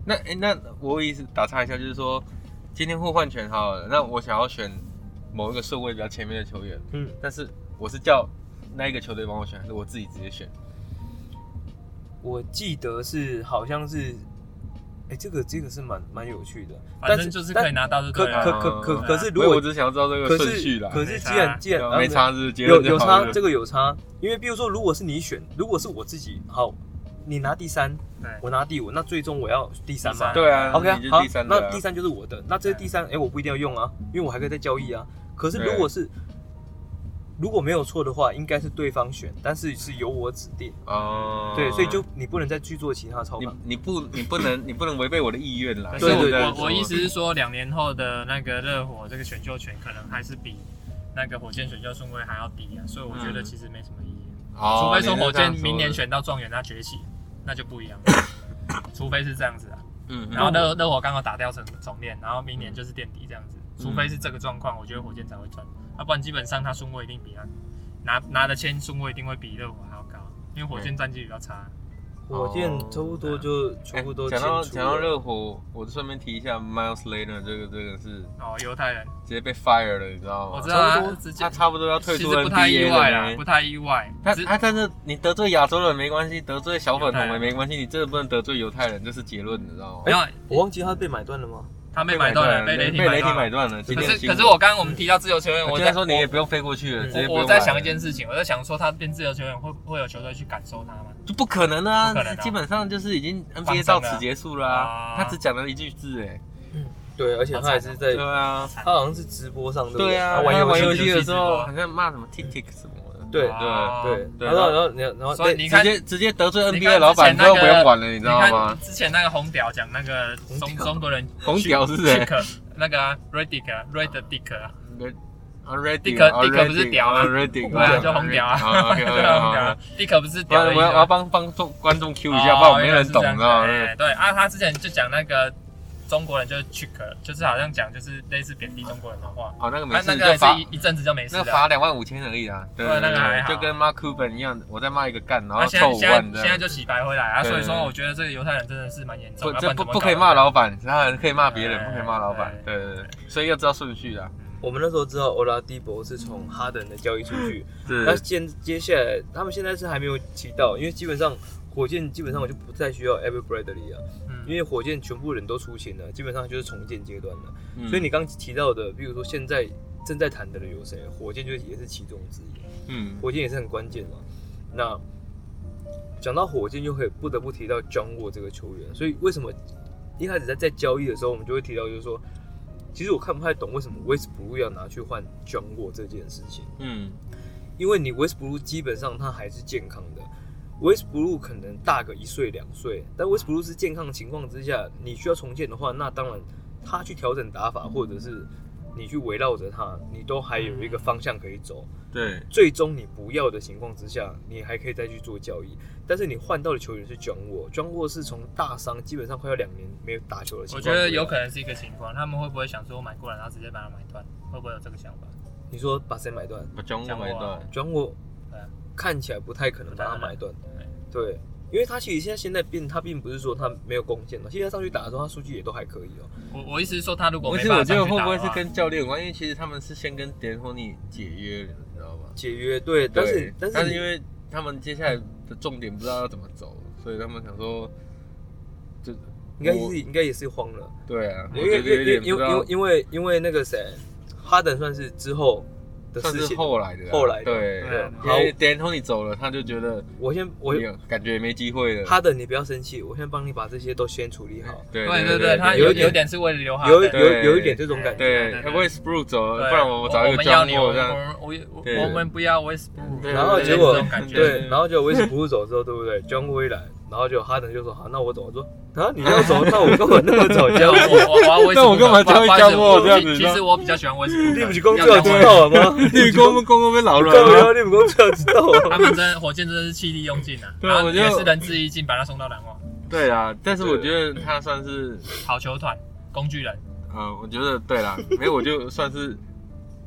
Speaker 2: 那诶那我有意思打岔一下，就是说今天互换权好了，那我想要选某一个顺位比较前面的球员，
Speaker 1: 嗯，
Speaker 2: 但是我是叫那一个球队帮我选，还是我自己直接选？
Speaker 1: 我记得是好像是，哎、这个这个是蛮蛮有趣的，
Speaker 3: 反
Speaker 1: 但
Speaker 3: 正就是
Speaker 1: 但
Speaker 3: 可以拿到就
Speaker 1: 可
Speaker 3: 对了。
Speaker 1: 可可可可是如
Speaker 2: 没有我
Speaker 1: 果
Speaker 2: 只是想要知道这
Speaker 1: 可
Speaker 2: 个顺序
Speaker 1: 是
Speaker 2: 啦，
Speaker 1: 可
Speaker 3: 没
Speaker 1: 是
Speaker 3: 差
Speaker 1: 既然既然
Speaker 2: 对啊没
Speaker 1: 啊
Speaker 2: 差是结
Speaker 1: 有
Speaker 2: 论
Speaker 1: 有
Speaker 2: 就好
Speaker 1: 差
Speaker 2: 了，
Speaker 1: 这个有差，因为比如说如果是你选，如果是我自己，好，你拿第三，
Speaker 3: 对，
Speaker 1: 我拿第五，那最终我要第三嘛
Speaker 3: 第三
Speaker 2: 对啊
Speaker 1: OK 啊
Speaker 2: 你，就
Speaker 1: 好
Speaker 2: 第，三的
Speaker 1: 那
Speaker 2: 啊
Speaker 1: 第三就是我的，那这个第三，哎、我不一定要用啊，因为我还可以再交易啊。可是
Speaker 2: 对
Speaker 1: 如果是如果没有错的话，应该是对方选，但是是由我指定，
Speaker 2: 哦，
Speaker 1: 对，所以就你不能再去做其他操
Speaker 2: 你
Speaker 1: 盘。
Speaker 2: 你不你不能你不能违背我的意愿啦，
Speaker 3: 但是
Speaker 1: 对
Speaker 2: 所以
Speaker 1: 对
Speaker 2: 在
Speaker 3: 我我我
Speaker 2: 说
Speaker 3: 意思是说，两年后的那个热火这个选秀权可能还是比那个火箭选秀顺位还要低啊，所以我觉得
Speaker 2: 嗯
Speaker 3: 其实没什么意义。
Speaker 2: 哦
Speaker 3: 除非说
Speaker 2: 你是
Speaker 3: 火
Speaker 2: 这样
Speaker 3: 箭明年
Speaker 2: 说的，
Speaker 3: 选到状元他崛起，那就不一样 了。除非是这样子啊，
Speaker 2: 嗯，
Speaker 3: 然后
Speaker 2: 呢？
Speaker 3: 热热火刚好打掉重重练，然后明年就是垫底这样子。
Speaker 2: 嗯
Speaker 3: 除非是这个状况，我觉得火箭才会赚，要不然基本上他顺位一定比他啊拿拿的签顺位一定会比热火还要高，因为火箭战绩比较差。
Speaker 1: 火箭差不多就全部都
Speaker 2: 哦哎讲到
Speaker 1: 清除
Speaker 2: 讲到
Speaker 1: 了
Speaker 2: 热火，我就顺便提一下 Miles Later 这个这个是
Speaker 3: 哦，犹太人，
Speaker 2: 直接被 fire 了，你知道吗？
Speaker 3: 我知
Speaker 1: 差
Speaker 3: 道
Speaker 1: 不多
Speaker 3: 他之
Speaker 2: 他
Speaker 3: 前
Speaker 2: 嗯差不多要退
Speaker 3: 其实
Speaker 2: 出
Speaker 3: 不太意
Speaker 2: NBA
Speaker 3: 外
Speaker 2: 了
Speaker 3: 啦，
Speaker 2: 呢
Speaker 3: 不。太意外。
Speaker 2: 他
Speaker 3: 只
Speaker 2: 他但是你得罪亚洲人没关系，得罪小粉红
Speaker 3: 犹太
Speaker 2: 也
Speaker 3: 人
Speaker 2: 没关系，你真的不能得罪犹太人，这是结论，你知道吗
Speaker 3: 没？有
Speaker 1: 我忘记他被买断了吗？
Speaker 3: 他被买断了，被雷
Speaker 2: 被
Speaker 3: 霆买
Speaker 2: 雷霆
Speaker 3: 断了
Speaker 2: 买。断了。今
Speaker 3: 可
Speaker 2: 天的
Speaker 3: 是
Speaker 2: 新
Speaker 3: 可
Speaker 2: 闻
Speaker 3: 是我刚刚我们提到自由球员，
Speaker 2: 我
Speaker 3: 我
Speaker 2: 今
Speaker 3: 在
Speaker 2: 天说你也不用飞过去了，直接不
Speaker 3: 我
Speaker 2: 用
Speaker 3: 我在
Speaker 2: 来
Speaker 3: 想一
Speaker 2: 了
Speaker 3: 件事情，我在想说他变自由球员会会有球队去感受他吗？
Speaker 2: 就不可能啊
Speaker 3: 不可能啊！
Speaker 2: 基本上就是已经
Speaker 3: 放
Speaker 2: NBA
Speaker 3: 生
Speaker 2: 到
Speaker 3: 了
Speaker 2: 此结束了啊
Speaker 3: 啊。
Speaker 2: 他只讲了一句字，哎，
Speaker 1: 对，而且他还是在，
Speaker 2: 对啊，
Speaker 1: 他好像是直播上对不
Speaker 2: 对啊，
Speaker 1: 他
Speaker 2: 他
Speaker 1: 玩
Speaker 2: 玩
Speaker 1: 游
Speaker 2: 游
Speaker 1: 戏，
Speaker 2: 戏的时
Speaker 3: 直
Speaker 2: 候
Speaker 3: 播
Speaker 2: 好像骂什么 TikTok 什么的，
Speaker 1: 对
Speaker 3: 啊
Speaker 1: 对，
Speaker 2: 对
Speaker 1: 然后然后然后然后
Speaker 3: 所以
Speaker 1: 对
Speaker 3: 你
Speaker 2: 直
Speaker 3: 看
Speaker 2: 接直接得罪
Speaker 3: 你
Speaker 2: NBA
Speaker 3: 看
Speaker 2: 老板
Speaker 3: 之前
Speaker 2: 之
Speaker 3: 那
Speaker 2: 后
Speaker 3: 个
Speaker 2: 不用管了，你
Speaker 3: 你
Speaker 2: 知道吗
Speaker 3: 看？之前那个红屌讲那个中中国人
Speaker 2: 红屌是谁
Speaker 3: Chick，那个啊 Redick 啊 Redick 啊，
Speaker 2: 啊 r e d d i
Speaker 3: Dick- Dick 不是屌啊
Speaker 2: r e d d i
Speaker 3: 对啊就红屌啊，
Speaker 2: OK
Speaker 3: 对啊红屌
Speaker 2: 哦 OK
Speaker 3: 啊。，Dick 不是
Speaker 2: 不
Speaker 3: 屌的
Speaker 2: 然
Speaker 3: 意
Speaker 2: 我
Speaker 3: 思
Speaker 2: 要
Speaker 3: 吗
Speaker 2: 我要帮帮众观众 Q 一
Speaker 3: 哦
Speaker 2: 下，不然我没人懂，嗯
Speaker 3: 原来
Speaker 2: 你知
Speaker 3: 是这样
Speaker 2: 道
Speaker 3: 子
Speaker 2: 吗
Speaker 3: 哎？对啊，他之前就讲那个中国人就是 Chick，就是好像讲就是类似贬低中国人的话，
Speaker 2: 哦，那个没
Speaker 3: 那
Speaker 2: 事，
Speaker 3: 那
Speaker 2: 就
Speaker 3: 个
Speaker 2: 罚
Speaker 3: 是一一阵子就没事
Speaker 2: 那
Speaker 3: 了
Speaker 2: 个。罚两万五千而已啊，对
Speaker 3: 对那个还好
Speaker 2: 就跟 Mark Cuban 一样，我再骂一个干，然
Speaker 3: 他
Speaker 2: 后
Speaker 3: 现
Speaker 2: 凑
Speaker 3: 在
Speaker 2: 五
Speaker 3: 现在
Speaker 2: 万这
Speaker 3: 现在
Speaker 2: 样。
Speaker 3: 就啊洗白回来啊，
Speaker 2: 对
Speaker 3: 所以说我觉得这个犹太人真的是蛮严重
Speaker 2: 不，
Speaker 3: 的，
Speaker 2: 这
Speaker 3: 要然
Speaker 2: 不
Speaker 3: 怎么
Speaker 2: 不可以
Speaker 3: 搞哎
Speaker 2: 骂
Speaker 3: 的
Speaker 2: 老板， 其他人可以骂别人，
Speaker 3: 对
Speaker 2: 不可以骂老板。对对
Speaker 3: 哎
Speaker 2: 对，所以要知道顺序啊。
Speaker 1: 我们那时候知道 Ola d i b o 是从哈登的交易出去，
Speaker 2: 是
Speaker 1: 那接接下来他们现在是还没有提到，因为基本上火箭基本上我就不再需要 e v e r Bradley 啊，
Speaker 3: 嗯
Speaker 1: 因为火箭全部人都出勤了，基本上就是重建阶段了。
Speaker 2: 嗯
Speaker 1: 所以你刚提到的，比如说现在正在谈的人有谁，火箭就也是其中之一，
Speaker 2: 嗯，
Speaker 1: 火箭也是很关键嘛。那讲到火箭，就可以不得不提到 John Wall 这个球员，所以为什么一开始在在交易的时候，我们就会提到，就是说，其实我看不太懂为什么 Westbrook 要拿去换 John Wall 这件事情。
Speaker 2: 嗯
Speaker 1: 因为你 Westbrook 基本上他还是健康的，Westbrook 可能大个一岁两岁，但 Westbrook 是健康的情况之下，你需要重建的话，那当然他去调整打法，或者是你去围绕着他，你都还有一个方向可以走。
Speaker 2: 对，
Speaker 1: 最终你不要的情况之下，你还可以再去做交易。但是你换到的球员是 John Wall，John Wall 是从大伤，基本上快要两年没有打球的情
Speaker 3: 我
Speaker 1: 况。
Speaker 3: 觉得有可。能是一个情况，他们会不会想说我买过来，然后直接把它买断，会不会有这个想法？
Speaker 1: 你说把谁买断？
Speaker 2: 把中国买
Speaker 3: 啊
Speaker 2: 断。
Speaker 1: John Wall
Speaker 2: 嗯
Speaker 3: 对啊
Speaker 1: 看起来不太可能把他买断
Speaker 3: 太可能。
Speaker 1: 对，因为他其实现在现在并他并不是说他没有贡献了，其实他上去打的时候，他数据也都还可以哦、
Speaker 3: 我我意思是说，他如果
Speaker 2: 而
Speaker 3: 没
Speaker 2: 且
Speaker 3: 办
Speaker 2: 我
Speaker 3: 法
Speaker 2: 觉
Speaker 3: 上
Speaker 2: 得
Speaker 3: 去
Speaker 2: 会
Speaker 3: 打啊
Speaker 2: 不
Speaker 3: 的
Speaker 2: 会是
Speaker 3: 话，
Speaker 2: 跟教练有关？因为其实他们是先跟 d a n t o n y 解约的，你知道吧？
Speaker 1: 解约对，但是
Speaker 2: 对
Speaker 1: 但
Speaker 2: 但
Speaker 1: 是
Speaker 2: 是因
Speaker 1: 为
Speaker 2: 为他们接下来的重点不知道要怎么走，所以他们想说，就
Speaker 1: 应该
Speaker 2: 我
Speaker 1: 是应该也是慌了，
Speaker 2: 对啊，
Speaker 1: 因
Speaker 2: 我
Speaker 1: 为
Speaker 2: 觉
Speaker 1: 因
Speaker 2: 得有
Speaker 1: 为
Speaker 2: 点
Speaker 1: 因
Speaker 2: 不
Speaker 1: 为
Speaker 2: 知
Speaker 1: 因
Speaker 2: 道
Speaker 1: 为，因为因为那个谁，哈登算是之后的
Speaker 2: 算
Speaker 1: 事
Speaker 2: 是
Speaker 1: 情。
Speaker 2: 后来的啊，
Speaker 1: 后来的
Speaker 2: 对
Speaker 3: 对啊，
Speaker 2: 因为 d a n t o n y 走了，他就觉得
Speaker 1: 我先我
Speaker 2: 没有感觉没机会了。
Speaker 1: 哈登，你不要生气，我先帮你把这些都先处理好。
Speaker 2: 对
Speaker 3: 对
Speaker 2: 对
Speaker 3: 对对，他
Speaker 1: 有
Speaker 3: 有
Speaker 1: 一点
Speaker 3: 有点是为了留哈
Speaker 1: 有
Speaker 3: 登
Speaker 1: 有
Speaker 2: 对
Speaker 1: 有一点这种感觉，
Speaker 2: 对
Speaker 3: 对对对
Speaker 2: w e s t b r o o 走了，
Speaker 3: 对
Speaker 2: 不然我找一
Speaker 3: 我
Speaker 2: 个
Speaker 3: 们要
Speaker 2: 装
Speaker 3: 你，我
Speaker 2: 货
Speaker 3: 们
Speaker 2: 这样。
Speaker 3: 我我
Speaker 2: 对
Speaker 3: 我们不要 Westbrook，
Speaker 2: 对
Speaker 1: 然后
Speaker 3: 对
Speaker 1: 结
Speaker 3: 这
Speaker 1: 果
Speaker 3: 种感觉，
Speaker 1: 对，然后就威斯布鲁克走之后，对不对？John Wall 一来，然后就哈登就说：“好，那我走。”我说：“啊，你要走，那 我干嘛那么早
Speaker 3: 我
Speaker 1: 交易？
Speaker 3: 我我要 Westbrook，
Speaker 2: 那我干嘛
Speaker 3: 不好意
Speaker 2: 交
Speaker 3: 思
Speaker 2: 易江波
Speaker 3: 我
Speaker 2: 这样子
Speaker 3: 其其实我比较喜欢 Westbrook，
Speaker 1: 你不是工
Speaker 3: 要
Speaker 1: 作
Speaker 3: 讲
Speaker 1: 知道了吗？
Speaker 2: 立功功功被老
Speaker 1: 干嘛
Speaker 2: 了
Speaker 1: 要，你们工作知道 了
Speaker 3: 他
Speaker 1: 吗？
Speaker 3: 们真的火箭真的是气力用尽啊，
Speaker 2: 对啊
Speaker 3: 然后
Speaker 2: 我觉得
Speaker 3: 也是仁至义尽，把他送到篮网，
Speaker 2: 对啊，但是我觉得他算是，
Speaker 3: 好球团工具人，
Speaker 2: 呃，我觉得对啦，没有我就算是，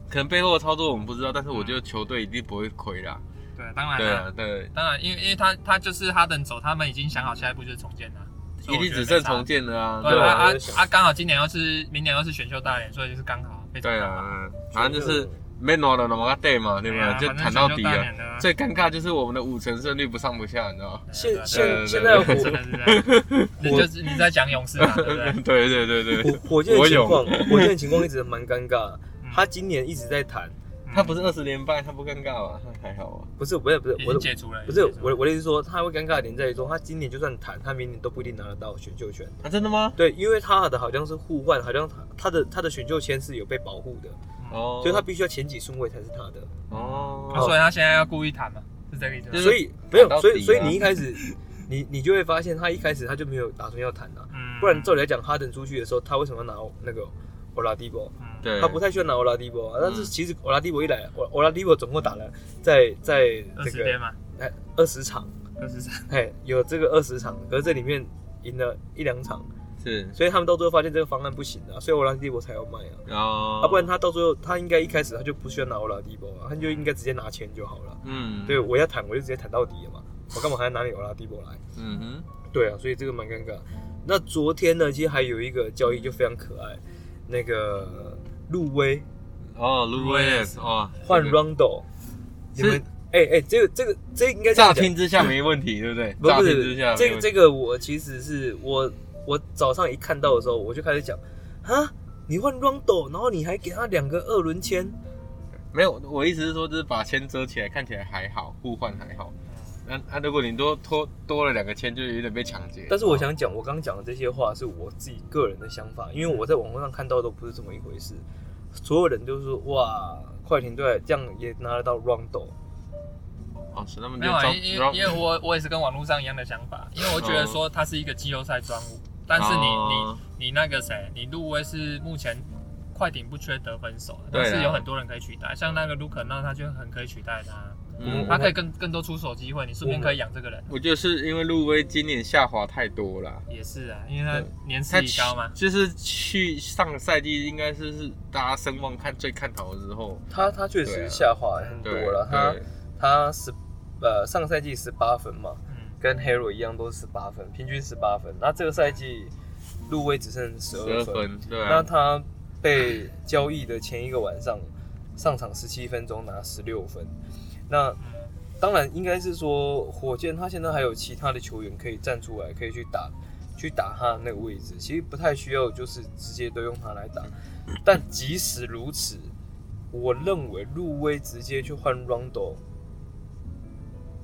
Speaker 2: 可能背后的操作我们不知道，但是我觉得球队一定不会亏啦。
Speaker 3: 对，当
Speaker 1: 嗯
Speaker 3: 然
Speaker 2: 对
Speaker 3: 了，
Speaker 2: 啊，对，
Speaker 3: 当然，因为因为他他就是哈登走，他们已经想好下一步就是重建了，所
Speaker 2: 一
Speaker 3: 以我
Speaker 2: 定
Speaker 3: 觉得
Speaker 2: 只
Speaker 3: 没
Speaker 2: 剩
Speaker 3: 差
Speaker 2: 重建了啊，
Speaker 3: 对
Speaker 2: 啊，
Speaker 3: 啊
Speaker 1: 我
Speaker 3: 啊
Speaker 1: 也想
Speaker 3: 啊！刚好今年又是明年又是选秀大联，所以就是刚好非常
Speaker 2: 对
Speaker 3: 刚好。
Speaker 2: 啊，反正就是没拿了，那么个 day 嘛，对不
Speaker 3: 哎
Speaker 2: 对？
Speaker 3: 呀
Speaker 2: 就
Speaker 3: 反正
Speaker 2: 谈到
Speaker 3: 选
Speaker 2: 底
Speaker 3: 秀大
Speaker 2: 了。
Speaker 3: 年的啊
Speaker 2: 最尴尬就是我们的五成胜率不上不下，你知道吗？
Speaker 1: 现
Speaker 3: 对
Speaker 1: 现
Speaker 3: 对对
Speaker 1: 现
Speaker 3: 对
Speaker 1: 在
Speaker 3: 真的是这样，你就是你在讲勇士嘛，对不对？
Speaker 2: 对对对对，
Speaker 1: 火火箭的
Speaker 2: 我
Speaker 1: 情
Speaker 2: 有
Speaker 1: 况，火箭的情况一直蛮尴尬的。
Speaker 3: 嗯
Speaker 1: 他今年一直在谈，
Speaker 3: 嗯
Speaker 2: 他不是二十连败，他不尴尬吗？那还好啊吧。
Speaker 1: 不是，不是，不是
Speaker 3: 已，
Speaker 1: 我
Speaker 3: 经
Speaker 1: 的
Speaker 3: 解除了，
Speaker 1: 不是
Speaker 3: 已经解除
Speaker 1: 我的
Speaker 3: 了
Speaker 1: 我的意思是说，他会尴尬的点在于说，他今年就算谈，他明年都不一定拿得到选秀权。
Speaker 2: 啊，真的吗？
Speaker 1: 对，因为他的好像是互换，好像他他的他的选秀签是有被保护的，
Speaker 3: 嗯
Speaker 2: 哦，
Speaker 1: 所以他必须要前几顺位才是他的。
Speaker 3: 啊
Speaker 2: 哦，
Speaker 3: 所以他现在要故意谈嘛，是这个意思吗
Speaker 2: 就？是
Speaker 1: 所以没有
Speaker 2: 打，到
Speaker 1: 所以
Speaker 2: 底啊
Speaker 1: 所以你一开始，你你就会发现他一开始他就没有打算要谈啊，
Speaker 3: 嗯
Speaker 1: 不然照理来讲，哈登出去的时候，他为什么要拿那个欧拉迪波？
Speaker 3: 嗯
Speaker 2: 对，
Speaker 1: 他不太需要拿欧拉迪波啊，但是
Speaker 2: 嗯
Speaker 1: 其实欧拉迪波一来，欧欧拉迪波总共打了在在
Speaker 3: 二
Speaker 1: 这
Speaker 3: 十天
Speaker 1: 个
Speaker 3: 嘛，
Speaker 1: 哎二十场，
Speaker 3: 二十三，
Speaker 1: 哎有这个二十场，可是这里面赢了一两场，
Speaker 2: 是，
Speaker 1: 所以他们到最后发现这个方案不行啊，所以欧拉迪波才要卖啊。
Speaker 2: 然后
Speaker 1: 要、不然他到最后，他应该一开始他就不需要拿欧拉迪波啊，他就应该直接拿钱就好了。
Speaker 2: 嗯，
Speaker 1: 对，，我要谈我就直接谈到底了嘛，我干嘛还要拿你欧拉迪波来？
Speaker 2: 嗯哼，
Speaker 1: 对啊，所以这个蛮尴尬。那昨天呢，其实还有一个交易就非常可爱，那个路威
Speaker 2: 哦 l u w i s 哦，
Speaker 1: 换
Speaker 2: 这个
Speaker 1: Rondo，你们哎哎、这个这个这个应该这
Speaker 2: 乍
Speaker 1: 样讲
Speaker 2: 听之下没问题，对不对？
Speaker 1: 不
Speaker 2: 乍
Speaker 1: 不
Speaker 2: 听
Speaker 1: 是
Speaker 2: 之下没问题，
Speaker 1: 这个这个我其实是我我早上一看到的时候，我就开始讲啊，你换 Rondo，然后你还给他两个二轮签，
Speaker 2: 没有，我意思是说，就是把签遮起来，看起来还好，互换还好。那、那、如果你多多多了两个签，就有点被抢劫。
Speaker 1: 但是我想讲，我刚讲的这些话是我自己个人的想法，因为我在网络上看到都不是这么一回事。所有人就是说，哇，快艇队这样也拿得到 Rondo，
Speaker 2: 哦，是他们
Speaker 3: 没
Speaker 2: 就
Speaker 3: 有啊，因因因为
Speaker 2: 为
Speaker 3: 我我也是跟网络上一样的想法，因为我觉得说
Speaker 2: 嗯
Speaker 3: 他是一个季后赛专武，但是你
Speaker 2: 哦
Speaker 3: 你你那个谁，你路威是目前快艇不缺得分手的，
Speaker 2: 对
Speaker 3: 但
Speaker 2: 啊
Speaker 3: 是有很多人可以取代，像那个卢肯，那他就很可以取代他，
Speaker 1: 嗯
Speaker 3: 他可以更更多出手机会，你顺
Speaker 1: 我
Speaker 3: 便
Speaker 1: 们
Speaker 3: 可以养这个人，
Speaker 2: 我就是因为路威今年下滑太多了，
Speaker 3: 也是啊，因为
Speaker 2: 对
Speaker 3: 他年事
Speaker 2: 他
Speaker 3: 已高嘛，
Speaker 2: 就是去上个赛季应该是是大家声望看最看好的时候，
Speaker 1: 他他确实下滑很多
Speaker 2: 对
Speaker 1: 了，他
Speaker 2: 对
Speaker 1: 他十呃上赛季十八分嘛，
Speaker 3: 嗯，
Speaker 1: 跟 Hero 一样都是十八分，平均十八分。那这个赛季入围只剩十
Speaker 2: 十
Speaker 1: 二
Speaker 2: 二
Speaker 1: 分，
Speaker 2: 分，对
Speaker 1: 那
Speaker 2: 啊，
Speaker 1: 他被交易的前一个晚上上场十七分钟拿十六分，那当然应该是说火箭他现在还有其他的球员可以站出来，可以去打去打他那个位置，其实不太需要就是直接都用他来打。但即使如此，我认为路威直接去换 Rondo，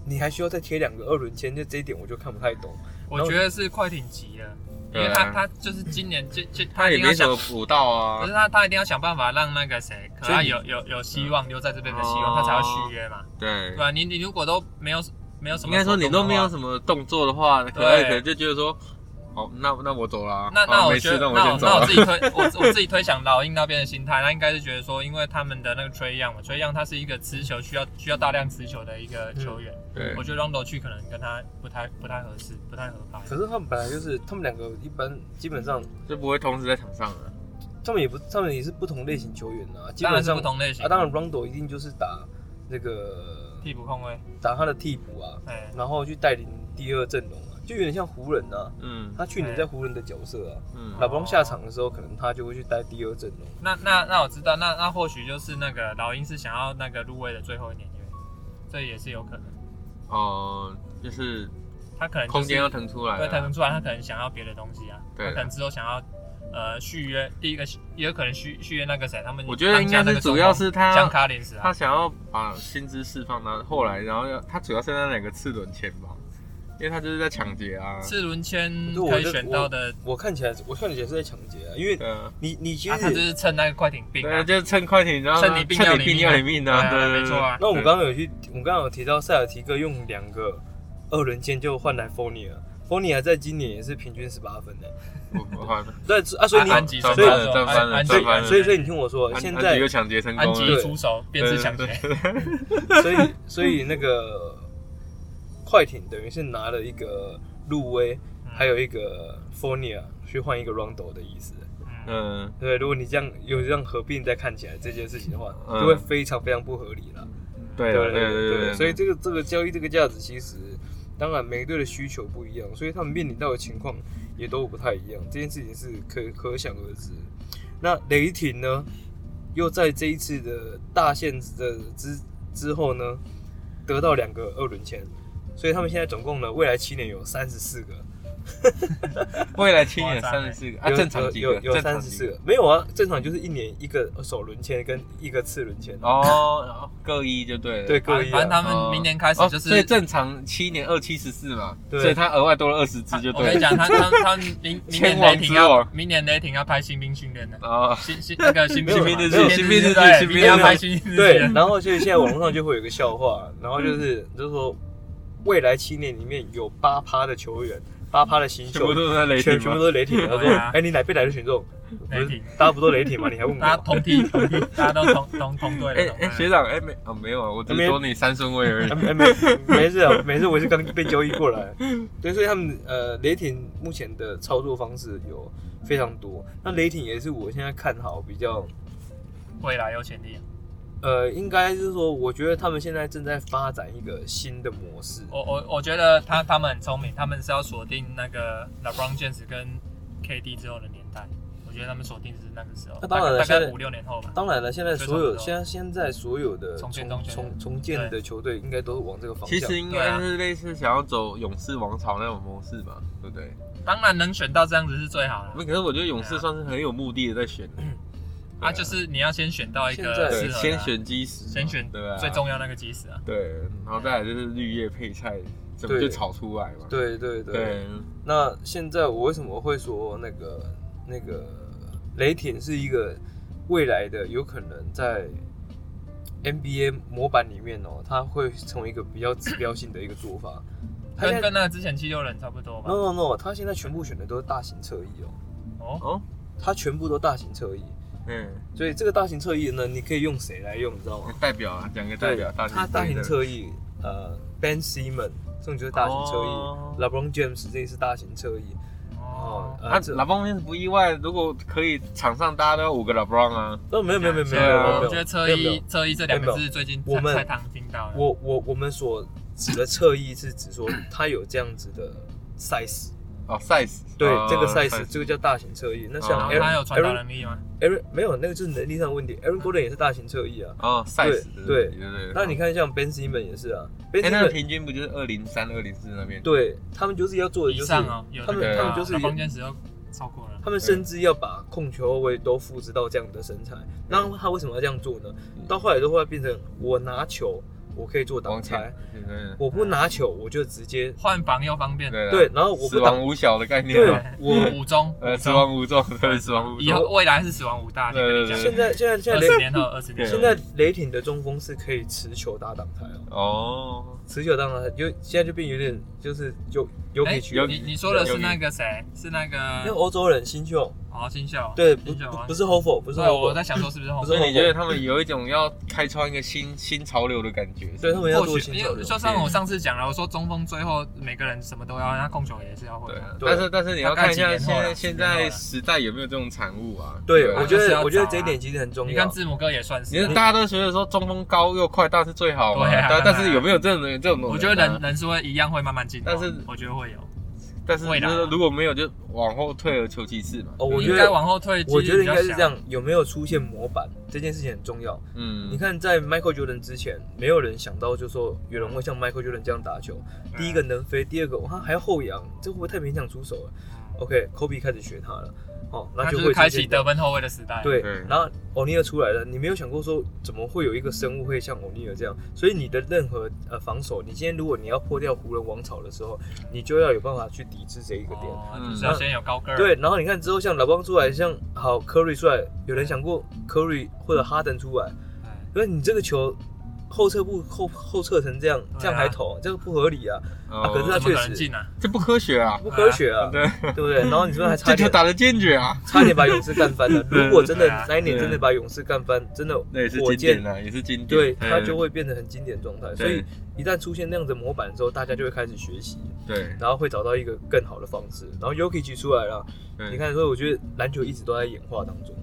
Speaker 1: 你还需要再贴两个二轮签，就这一点我就看不太懂。
Speaker 3: 我觉得是快艇急了，因
Speaker 2: 对啊
Speaker 3: 为他他就是今年这这
Speaker 2: 他
Speaker 3: 一
Speaker 2: 也
Speaker 3: 定要
Speaker 2: 没
Speaker 3: 想
Speaker 2: 什么补到
Speaker 3: 可
Speaker 2: 啊
Speaker 3: 是，他他一定要想办法让那个谁，可
Speaker 1: 所以
Speaker 3: 他
Speaker 1: 你
Speaker 3: 有有有
Speaker 2: 嗯
Speaker 3: 希望留在这边的希
Speaker 2: 哦
Speaker 3: 望，他才要续约嘛，
Speaker 2: 对
Speaker 3: 对吧、你你如果都没有没有什
Speaker 2: 应
Speaker 3: 么，
Speaker 2: 该说你都没有
Speaker 3: 么。
Speaker 2: 什么动作的话，可爱
Speaker 3: 对
Speaker 2: 可能就觉得说，好，那那我走了啊，
Speaker 3: 那那
Speaker 2: 好
Speaker 3: 我
Speaker 2: 没
Speaker 3: 觉
Speaker 2: 事，
Speaker 3: 得，
Speaker 2: 那
Speaker 3: 那
Speaker 2: 我先
Speaker 3: 我
Speaker 2: 走
Speaker 3: 那我
Speaker 2: 了
Speaker 3: 自。己推我我自己推想老鹰那边的心态，他应该是觉得说，因为他们的那个 Trey Young 嘛，Trey Young 他是一个持球需要需要大量持球的一个
Speaker 1: 嗯
Speaker 3: 球员，
Speaker 2: 对
Speaker 3: 我觉得 Rondo 去可能跟他不太不太合适，不太合拍。
Speaker 1: 可是他们本来就是，他们两个一般基本上，
Speaker 2: 就不会同时在场上了。
Speaker 1: 他们也不，他们也是不同类型球员啊，基
Speaker 3: 嗯当
Speaker 1: 本
Speaker 3: 然是
Speaker 1: 上
Speaker 3: 不同类型
Speaker 1: 啊，，当然 Rondo 一定就是打那个
Speaker 3: 替补控卫，
Speaker 1: 打他的替补啊，
Speaker 3: 哎，
Speaker 1: 然后去带领第二阵容啊，就有点像湖人啊，
Speaker 2: 嗯
Speaker 1: 他去年
Speaker 3: 哎
Speaker 1: 在湖人的角色啊，
Speaker 2: 嗯
Speaker 3: 哦
Speaker 1: 老布朗下场的时候，可能他就会去带第二阵容。
Speaker 3: 那那那我知道，那那或许就是那个老鹰是想要那个入围的最后一年约，这也是有可能，
Speaker 2: 哦，就是
Speaker 3: 他可能、就是、
Speaker 2: 空间要腾出来
Speaker 3: 对，腾
Speaker 2: 了。
Speaker 3: 腾出来，他可能想要别的东西啊，
Speaker 2: 对
Speaker 3: 他可能之后想要呃续约，第一个也有可能续续约那个谁，他们
Speaker 2: 我觉得应该是主要是
Speaker 3: 当下那个中锋像
Speaker 2: 他
Speaker 3: 卡林斯
Speaker 2: 他
Speaker 3: 啊，
Speaker 2: 想要把薪资释放到后来，然后要他主要是那两个次轮签吧，因为他就是在抢劫啊。
Speaker 3: 次轮签
Speaker 1: 对我
Speaker 3: 可以
Speaker 1: 就
Speaker 3: 选到的，
Speaker 1: 我看起来，我看起来是在抢劫啊，因为
Speaker 2: 对啊，
Speaker 1: 你你其
Speaker 3: 啊他就
Speaker 1: 实，
Speaker 3: 是趁那个快艇病
Speaker 2: 对，
Speaker 3: 啊，
Speaker 2: 就是趁快艇，然后
Speaker 3: 趁你病
Speaker 2: 趁
Speaker 3: 要
Speaker 2: 你
Speaker 3: 你
Speaker 2: 病
Speaker 3: 命啊
Speaker 2: 要你命啊！对
Speaker 3: 啊
Speaker 2: 对
Speaker 3: 没错
Speaker 2: 对，
Speaker 3: 啊，
Speaker 1: 那我们刚刚有去，我们刚刚有提到塞尔提克用两个二轮签就换来 Fournier。f 尼 r 在今年也是平均十八分的，
Speaker 2: 我我换了，
Speaker 1: 对啊，所以你
Speaker 3: 安吉
Speaker 2: 赚
Speaker 1: 所以
Speaker 2: 翻了，赚翻了，
Speaker 3: 安
Speaker 1: 所
Speaker 2: 赚
Speaker 1: 以
Speaker 2: 翻
Speaker 3: 安
Speaker 2: 了。
Speaker 1: 所以所以你听我说，
Speaker 2: 安
Speaker 1: 现
Speaker 2: 安
Speaker 1: 在
Speaker 2: 吉又抢劫成功
Speaker 3: 安吉一
Speaker 2: 了，
Speaker 3: 出手便是抢劫，嗯
Speaker 1: 所以所以那个快艇等于是拿了一个路威，
Speaker 3: 嗯
Speaker 1: 还有一个 Fornia 去换一个 Rondo 的意思。
Speaker 3: 嗯
Speaker 2: 嗯，
Speaker 1: 对，如果你这样有这样合并再看起来这件事情的话，
Speaker 2: 嗯
Speaker 1: 就会非常非常不合理了。
Speaker 2: 对
Speaker 1: 对
Speaker 2: 了对对对，
Speaker 1: 所以这个这个交易这个价值其实。当然，每一队的需求不一样，所以他们面临到的情况也都不太一样。这件事情是可可想而知。那雷霆呢，又在这一次的大限的之之后呢，得到两个二轮签，所以他们现在总共呢，未来七年有三十四个，
Speaker 2: 未来七年
Speaker 3: 夸张
Speaker 2: 三
Speaker 3: 欸
Speaker 2: 十四个啊，
Speaker 1: 有
Speaker 2: 正常几
Speaker 1: 有
Speaker 2: 个？
Speaker 1: 有有
Speaker 2: 正
Speaker 1: 三
Speaker 2: 常
Speaker 1: 十
Speaker 2: 几
Speaker 1: 四个，没有啊，正常就是一年一个首轮签跟一个次轮签啊，
Speaker 2: 哦，然后各一就对了。
Speaker 1: 对，各一、
Speaker 3: 反正
Speaker 1: 啊，
Speaker 3: 他们明年开始
Speaker 2: 哦
Speaker 3: 就是，
Speaker 2: 所以正常七年二七十四嘛，
Speaker 1: 对
Speaker 2: 所以他额外多了二十只就
Speaker 3: 啊我
Speaker 2: 对
Speaker 3: 跟你
Speaker 2: 了。
Speaker 3: 讲，他他他们明 明
Speaker 2: 千
Speaker 3: 年
Speaker 2: 王
Speaker 3: 雷霆
Speaker 2: 之
Speaker 3: 要
Speaker 2: 王
Speaker 3: 明年雷霆要拍新兵训练的，
Speaker 1: 啊
Speaker 2: 哦，
Speaker 3: 新新那个新兵
Speaker 1: 新
Speaker 3: 嘛
Speaker 1: 兵日记
Speaker 3: 对
Speaker 2: 新兵日记
Speaker 3: 对
Speaker 2: 新兵
Speaker 3: 明年要
Speaker 1: 日记
Speaker 3: 拍新兵日
Speaker 1: 对，
Speaker 3: 记，
Speaker 1: 然后所以现在网络上就会有一个笑话，然后就是就是说，未来七年里面有八趴的球员，八趴的新
Speaker 2: 全部
Speaker 1: 秀。
Speaker 2: 都是在雷
Speaker 1: 全
Speaker 2: 霆
Speaker 1: 全部
Speaker 2: 吗？
Speaker 1: 都是雷霆，他说
Speaker 3: 对啊：“
Speaker 1: 哎，你哪被哪队选中？不
Speaker 3: 雷
Speaker 1: 是
Speaker 3: 霆，
Speaker 1: 大家不都雷霆吗？你还问
Speaker 3: 大家
Speaker 1: 我？
Speaker 3: 同梯同梯，大家都同同同队
Speaker 2: 哎
Speaker 3: 了。同队
Speaker 2: 哎，
Speaker 3: 了
Speaker 2: 学长，哎没哦没有啊，我只
Speaker 1: 没
Speaker 2: 是说你三顺位而已
Speaker 1: 哎。哎没没事啊，没事，我是刚被交易过来。对，所以他们呃，雷霆目前的操作方式有非常多。那雷霆也是我现在看好比较
Speaker 3: 未来有潜力啊。
Speaker 1: 呃，应该是说，我觉得他们现在正在发展一个新的模式。
Speaker 3: 我我我觉得他他们很聪明，他们是要锁定那个 LeBron James 跟 KD 之后的年代。我觉得他们锁定是那个时候，
Speaker 1: 那当然了
Speaker 3: 大概大
Speaker 1: 现
Speaker 3: 概
Speaker 1: 在
Speaker 3: 五六年后吧。
Speaker 1: 当然了，现在
Speaker 3: 非
Speaker 1: 所
Speaker 3: 常
Speaker 1: 有
Speaker 3: 重要
Speaker 1: 现在现在所有的重
Speaker 3: 重建中
Speaker 1: 重
Speaker 3: 间
Speaker 1: 重建的球队，应该都是往这个方向。
Speaker 2: 其实应该
Speaker 1: 啊
Speaker 2: 是类似想要走勇士王朝那种模式吧，对不对？
Speaker 3: 当然能选到这样子是最好
Speaker 2: 不，
Speaker 3: 了。
Speaker 2: 可是我觉得勇士算是很有目的的在选，
Speaker 1: 嗯
Speaker 3: 啊，就是你要先选到一个
Speaker 1: 现在
Speaker 3: 适合
Speaker 2: 对，
Speaker 3: 的啊
Speaker 2: 先选基石嘛，
Speaker 3: 先选
Speaker 2: 对啊，
Speaker 3: 最重要那个基石啊。
Speaker 2: 对，然后再来就是绿叶配菜，怎么
Speaker 1: 对
Speaker 2: 就炒出来嘛？
Speaker 1: 对对对。
Speaker 2: 对，
Speaker 1: 那现在我为什么会说那个那个雷霆是一个未来的有可能在 NBA 模板里面哦，它会成为一个比较指标性的一个做法。它
Speaker 3: 跟
Speaker 1: 现在
Speaker 3: 跟那个之前七六人差不多吧
Speaker 1: no。no no，它现在全部选的都是大型侧翼哦，
Speaker 3: 哦，
Speaker 2: 哦，
Speaker 1: 它全部都大型侧翼。
Speaker 2: 嗯，
Speaker 1: 所以这个大型侧翼呢，你可以用谁来用，你知道吗？
Speaker 2: 代表啊，讲个
Speaker 1: 对
Speaker 2: 代表，，
Speaker 1: 他大型侧翼，呃，Ben Simmons 这种就是大型侧
Speaker 2: 哦
Speaker 1: 翼，LeBron James 这也是大型侧翼，哦
Speaker 3: 哦，，
Speaker 2: 啊
Speaker 1: 呃，这，
Speaker 2: 老方面是不意外，如果可以，场上大家都要五个老 b r o n 啊，
Speaker 1: 哦，没有没有没有没有
Speaker 3: 对
Speaker 1: 没有
Speaker 3: 啊
Speaker 1: 没有，
Speaker 3: 我觉得侧
Speaker 1: 没有没
Speaker 3: 翼
Speaker 1: 有
Speaker 3: 侧翼这两个
Speaker 1: 没
Speaker 3: 字最近
Speaker 1: 我们
Speaker 3: 才常听到的。
Speaker 1: 我我我们所指的侧翼是指说他有这样子的 size，
Speaker 2: 哦，size，
Speaker 1: 对
Speaker 2: 哦
Speaker 1: 这个 size 这个叫大型侧翼。那
Speaker 3: 哦然
Speaker 1: 像
Speaker 3: 后
Speaker 1: Aaron
Speaker 3: 他有传导
Speaker 1: Aaron
Speaker 3: 能力吗？
Speaker 1: Aaron 没有那个就是能力上的问题，Aaron Gordon 也是大型侧翼啊。
Speaker 2: 哦，size，
Speaker 1: 对
Speaker 2: 对对。哦
Speaker 1: 那你看像 Ben Simmons 也是啊，Ben
Speaker 2: 哎，那个
Speaker 1: Simmons
Speaker 2: 平均不就是二零三、二零四那边？
Speaker 1: 对他们就是要做的
Speaker 3: 以
Speaker 1: 就是
Speaker 3: 上哦，有
Speaker 1: 他们
Speaker 2: 他们
Speaker 1: 就是
Speaker 3: 空间时候超过了。
Speaker 1: 他们甚至要把控球后卫都复制到这样的身材。
Speaker 3: 嗯
Speaker 1: 那他为什么要这样做呢？到后来都会变成我拿球，我可以做挡
Speaker 2: 往
Speaker 1: 拆
Speaker 2: 前，，对
Speaker 1: 我不拿球，我就直接
Speaker 3: 换防又方便，
Speaker 2: 对
Speaker 1: 对，然后我
Speaker 2: 死
Speaker 1: 不
Speaker 2: 亡
Speaker 1: 挡，
Speaker 2: 五小的概念
Speaker 1: 对啊
Speaker 2: 嘛，
Speaker 1: 我
Speaker 3: 五中，
Speaker 2: 呃，
Speaker 3: 五
Speaker 2: 死
Speaker 3: 中，
Speaker 2: 亡无重，对，死亡无
Speaker 3: 以后
Speaker 2: 重，
Speaker 3: 未来是死亡五大，
Speaker 2: 对对对
Speaker 1: 现在现在现在
Speaker 3: 二
Speaker 1: 雷
Speaker 3: 十年后，二十年
Speaker 2: 对
Speaker 3: 后，
Speaker 1: 现在雷霆的中锋是可以持球打挡拆哦，
Speaker 2: 哦，
Speaker 1: 持球打挡拆，就现在就变有点就是有有
Speaker 3: 哎
Speaker 1: 比区了。
Speaker 3: 你你说的是那个谁？是那
Speaker 1: 因为
Speaker 3: 个
Speaker 1: 欧洲人新秀，
Speaker 3: 哦，新秀，
Speaker 1: 对，不
Speaker 3: 新秀啊
Speaker 1: 不不是 Hofo，不是
Speaker 3: 对，我
Speaker 1: Hofo，
Speaker 3: 在想说是不是后
Speaker 1: 不
Speaker 2: 所
Speaker 1: 是
Speaker 3: 面
Speaker 2: 以你觉得他们有一种要开创一个新新潮流的感觉？
Speaker 1: 对他们要
Speaker 3: 或
Speaker 1: 做
Speaker 3: 许
Speaker 1: 新
Speaker 3: 因
Speaker 1: 秀
Speaker 3: 为
Speaker 1: 的。
Speaker 3: 就像我上次讲了，我说中锋最后每个人什么都要，那控球也是要会
Speaker 2: 对
Speaker 3: 的。
Speaker 2: 啊，
Speaker 1: 对
Speaker 2: 但是但是你要看一
Speaker 3: 大
Speaker 2: 下
Speaker 3: 概几年
Speaker 2: 现
Speaker 3: 后啦
Speaker 1: 啊
Speaker 2: 在
Speaker 3: 几
Speaker 2: 现
Speaker 3: 年后啦
Speaker 2: 在时代有没有这种产物啊？
Speaker 1: 对，
Speaker 2: 啊
Speaker 1: 我觉
Speaker 3: 就是要
Speaker 1: 得我觉得
Speaker 3: 找啊
Speaker 1: 这一点其实很重
Speaker 3: 你看
Speaker 1: 要。
Speaker 3: 字母哥也算是
Speaker 2: 你看，大家都觉得说中锋高又快，但是最好嘛。
Speaker 3: 对啊
Speaker 2: 但
Speaker 3: 当然
Speaker 2: 但是有没有这种人这种？
Speaker 3: 我觉得人，人是会一样会慢慢进化，
Speaker 2: 但是
Speaker 3: 我觉得会有，
Speaker 2: 但是
Speaker 3: 未
Speaker 2: 就
Speaker 3: 来啊
Speaker 2: 是如果没有，就往后退而求其次嘛。
Speaker 1: 哦，我觉
Speaker 3: 应该
Speaker 1: 得
Speaker 3: 往后退。
Speaker 1: 我觉得应该是这，样，有没有出现模板这件事情很重要。
Speaker 2: 嗯，
Speaker 1: 你看，在 Michael Jordan 之前，没有人想到就说有人会像 Michael Jordan 这样打球。
Speaker 3: 嗯
Speaker 1: 第一个能飞，第二个哇还要后仰，这会不会太勉强出手了？OK，Kobe 开始学他了，哦，那
Speaker 3: 那
Speaker 1: 就
Speaker 3: 嗯就
Speaker 1: 会
Speaker 3: 是开
Speaker 1: 出现
Speaker 3: 启
Speaker 1: 这样
Speaker 3: 得分后卫的时代。
Speaker 1: 对
Speaker 2: 对，
Speaker 1: 然后欧尼尔出来了，你没有想过说怎么会有一个生物会像欧尼尔这样？所以你的任何呃防守，你今天如果你要破掉湖人王朝的时候，你就要有办法去抵制这一个点。
Speaker 3: 哦，
Speaker 2: 嗯
Speaker 3: 就是要先有高个儿。
Speaker 1: 对，然后你看之后像老邦出来，像好 Curry 出来，有人想过 Curry 或者哈登出来，
Speaker 3: 哎，
Speaker 1: 因为你这个球后撤步后后撤成这样，
Speaker 3: 啊
Speaker 1: 这样还投，这个不合理啊，
Speaker 2: 哦
Speaker 1: 啊可是他
Speaker 3: 怎么
Speaker 1: 确
Speaker 3: 可能
Speaker 1: 实
Speaker 3: 进啊？
Speaker 2: 这不科学啊，
Speaker 1: 不科学啊，
Speaker 2: 对，
Speaker 1: 对不对？然后你是不是还差
Speaker 2: 这球
Speaker 1: 点
Speaker 2: 打得坚决啊。
Speaker 1: 差点把勇士干翻了？
Speaker 2: 对
Speaker 1: 如果真的
Speaker 3: 对啊
Speaker 1: 那一年真
Speaker 2: 对
Speaker 1: 的把勇士干翻，真的
Speaker 2: 那也是
Speaker 1: 火
Speaker 2: 经
Speaker 1: 箭
Speaker 2: 典啊，也是经典。
Speaker 1: 对，它就会变得很经典状态。所以
Speaker 2: 对
Speaker 1: 一旦出现那样的模板之后，大家就会开始学习，
Speaker 2: 对。
Speaker 1: 然后会找到一个更好的方式。然后 Yuki 出来了，
Speaker 2: 对
Speaker 1: 你看，所以我觉得篮球一直都在演化当中，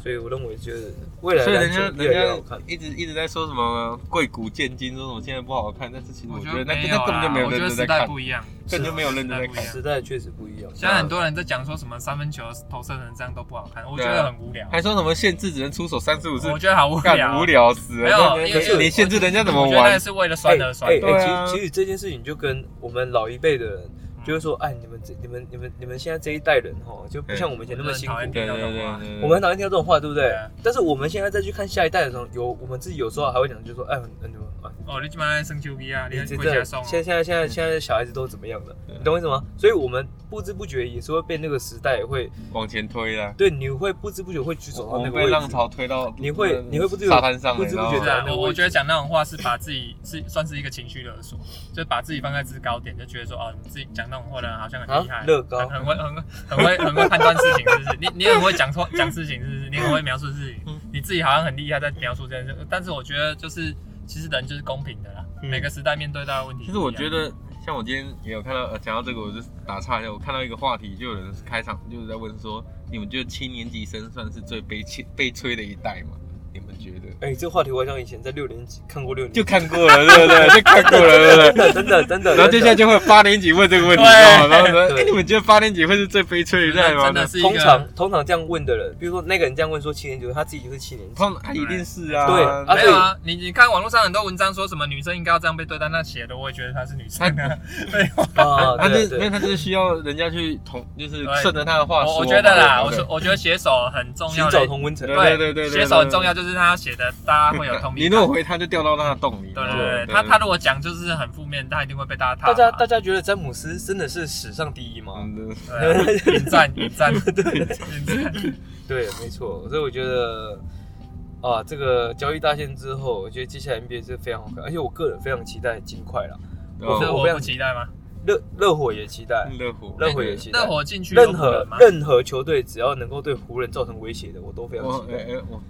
Speaker 1: 所以我认为就是未来
Speaker 2: 所以
Speaker 1: 篮
Speaker 2: 人
Speaker 1: 球
Speaker 2: 家
Speaker 1: 越来越好
Speaker 2: 人家
Speaker 1: 看。
Speaker 2: 一直一直在说什么贵古见今，说什么现在不好看，但是其实
Speaker 3: 我
Speaker 2: 觉
Speaker 3: 觉得
Speaker 2: 那
Speaker 3: 没
Speaker 2: 那
Speaker 3: 有
Speaker 2: 根本就
Speaker 3: 啦
Speaker 2: 没，有
Speaker 3: 我觉
Speaker 2: 认
Speaker 3: 得
Speaker 2: 真在
Speaker 3: 时
Speaker 2: 看
Speaker 3: 代，不一样，
Speaker 2: 根本就没有认真在
Speaker 3: 时代不一
Speaker 2: 看嗯
Speaker 3: 样。
Speaker 1: 时代确实不一样，
Speaker 3: 啊现在很多人在讲说什么三分球投射成这样都不好看，我
Speaker 1: 啊
Speaker 3: 觉得很无聊，
Speaker 2: 还说什么限制只能出手三十五次
Speaker 3: 我，觉得好无
Speaker 2: 干
Speaker 3: 聊，啊
Speaker 2: 无。聊死
Speaker 3: 没
Speaker 2: 了。
Speaker 3: 有，
Speaker 1: 可是
Speaker 2: 你限制人家怎么
Speaker 3: 我觉得那
Speaker 2: 玩？
Speaker 3: 是为了酸而酸
Speaker 1: 哎。
Speaker 2: 对啊
Speaker 1: 哎其实其实这件事情就跟我们老一辈的人就会说，哎，你们这、你们、你们、你们现在这一代人哦，就不像我们以前那么辛苦
Speaker 3: 我。真的
Speaker 2: 对对对
Speaker 3: 我
Speaker 2: 对，
Speaker 1: 我们很讨厌听到这种话，对不对
Speaker 3: 对啊？
Speaker 1: 但是我们现在再去看下一代的时候，有我们自己有时候还会讲，就说，哎，很你们啊，
Speaker 3: 哦，你基本上生球逼啊，你
Speaker 1: 你
Speaker 3: 还
Speaker 1: 这
Speaker 3: 回家送哦。
Speaker 1: 现在现在现在现在小孩子都怎么样了？
Speaker 2: 对
Speaker 1: 你懂我意思吗？所以我们不知不觉也是会被那个时代会
Speaker 2: 往前推啦。
Speaker 1: 对，你会不知不觉会去走
Speaker 2: 我
Speaker 1: 到那
Speaker 2: 们
Speaker 1: 个位
Speaker 2: 被
Speaker 1: 置。
Speaker 2: 浪潮推到，
Speaker 1: 你会你会不知
Speaker 2: 沙滩上，
Speaker 1: 不知不觉
Speaker 2: 你
Speaker 3: 是
Speaker 2: 知道吗
Speaker 3: 啊，我我觉得讲那种话是把自己是算是一个情绪勒索，就把自己放在制高点，就觉得说哦，你自己讲那种话的人好像很厉害，
Speaker 1: 啊乐高
Speaker 3: 很很会很会很会很会判断事情，是不是？你你很会讲错讲事情，是不是？你很会描述事
Speaker 2: 嗯
Speaker 3: 情，你自己好像很厉害在描述这件事，但是我觉得就是其实人就是公平的啦，
Speaker 1: 嗯
Speaker 3: 每个时代面对到的问题
Speaker 2: 其
Speaker 3: 不一样。
Speaker 2: 实我觉得，像我今天也有看到，呃，讲到这个，我就打岔一下，我看到一个话题，就有人开场就是在问说，你们觉得七年级生算是最悲催悲催的一代吗？你们觉得？
Speaker 1: 哎、这个话题我好像以前在六年级看过六年级，
Speaker 2: 就看过了，对不对？就看过了，对不对？
Speaker 1: 真的真的。
Speaker 2: 然后接下来就会有八年级问这个问题，
Speaker 3: 对
Speaker 2: 然后然后说，
Speaker 1: 对
Speaker 2: 哎，你们觉得八年级会是最悲催的一代吗？
Speaker 3: 真的是一
Speaker 1: 通
Speaker 3: 个
Speaker 1: 常通常这样问的人，比如说那个人这样问说七年级，他自己就是七年级，
Speaker 2: 通常啊一定是啊，
Speaker 1: 对啊
Speaker 3: 没有啊，你你看网络上很多文章说什么女生应该要这样被对待，那写的我也觉得她是女生 啊。对，
Speaker 1: 啊，
Speaker 2: 他
Speaker 1: 对
Speaker 2: 就没
Speaker 1: 对。
Speaker 2: 有，他就是需要人家去同，就是
Speaker 3: 对
Speaker 2: 顺着他的话说嘛。
Speaker 3: 我我觉得啦，
Speaker 2: 对
Speaker 3: 我
Speaker 2: 不对
Speaker 3: 说我觉得写手很重
Speaker 1: 寻
Speaker 3: 要的
Speaker 1: 找同温层，
Speaker 2: 对
Speaker 3: 对
Speaker 2: 对对
Speaker 3: 写手很重要，就是他写的大家会有同
Speaker 2: 你
Speaker 3: 理
Speaker 2: 如
Speaker 3: 感
Speaker 2: 果。回他，就掉到他的洞里。
Speaker 3: 对
Speaker 2: 对
Speaker 3: 对对，他他如果讲就是很负面，他一定会被大家
Speaker 1: 大
Speaker 3: 踏
Speaker 1: 家
Speaker 3: 伐。
Speaker 1: 大家觉得詹姆斯真的是史上第一吗？
Speaker 2: 嗯
Speaker 3: 对啊引战引战，引战
Speaker 1: 对，没错。所以我觉得啊，这个交易大限之后，我觉得接下来 NBA 是非常好看，而且我个人非常期待金块啦，
Speaker 2: 对
Speaker 1: 我
Speaker 3: 所以
Speaker 2: 哦
Speaker 3: 我不期待吗？
Speaker 1: 热热火也期待，
Speaker 2: 嗯热火，
Speaker 1: 热火也期待。
Speaker 3: 热火进去有
Speaker 1: 任
Speaker 3: 可
Speaker 1: 何
Speaker 3: 能吗？
Speaker 1: 任何球队只要能够对湖人造成威胁的，我都非常
Speaker 2: 我
Speaker 1: 期
Speaker 2: 哎
Speaker 1: 待。
Speaker 2: 哎我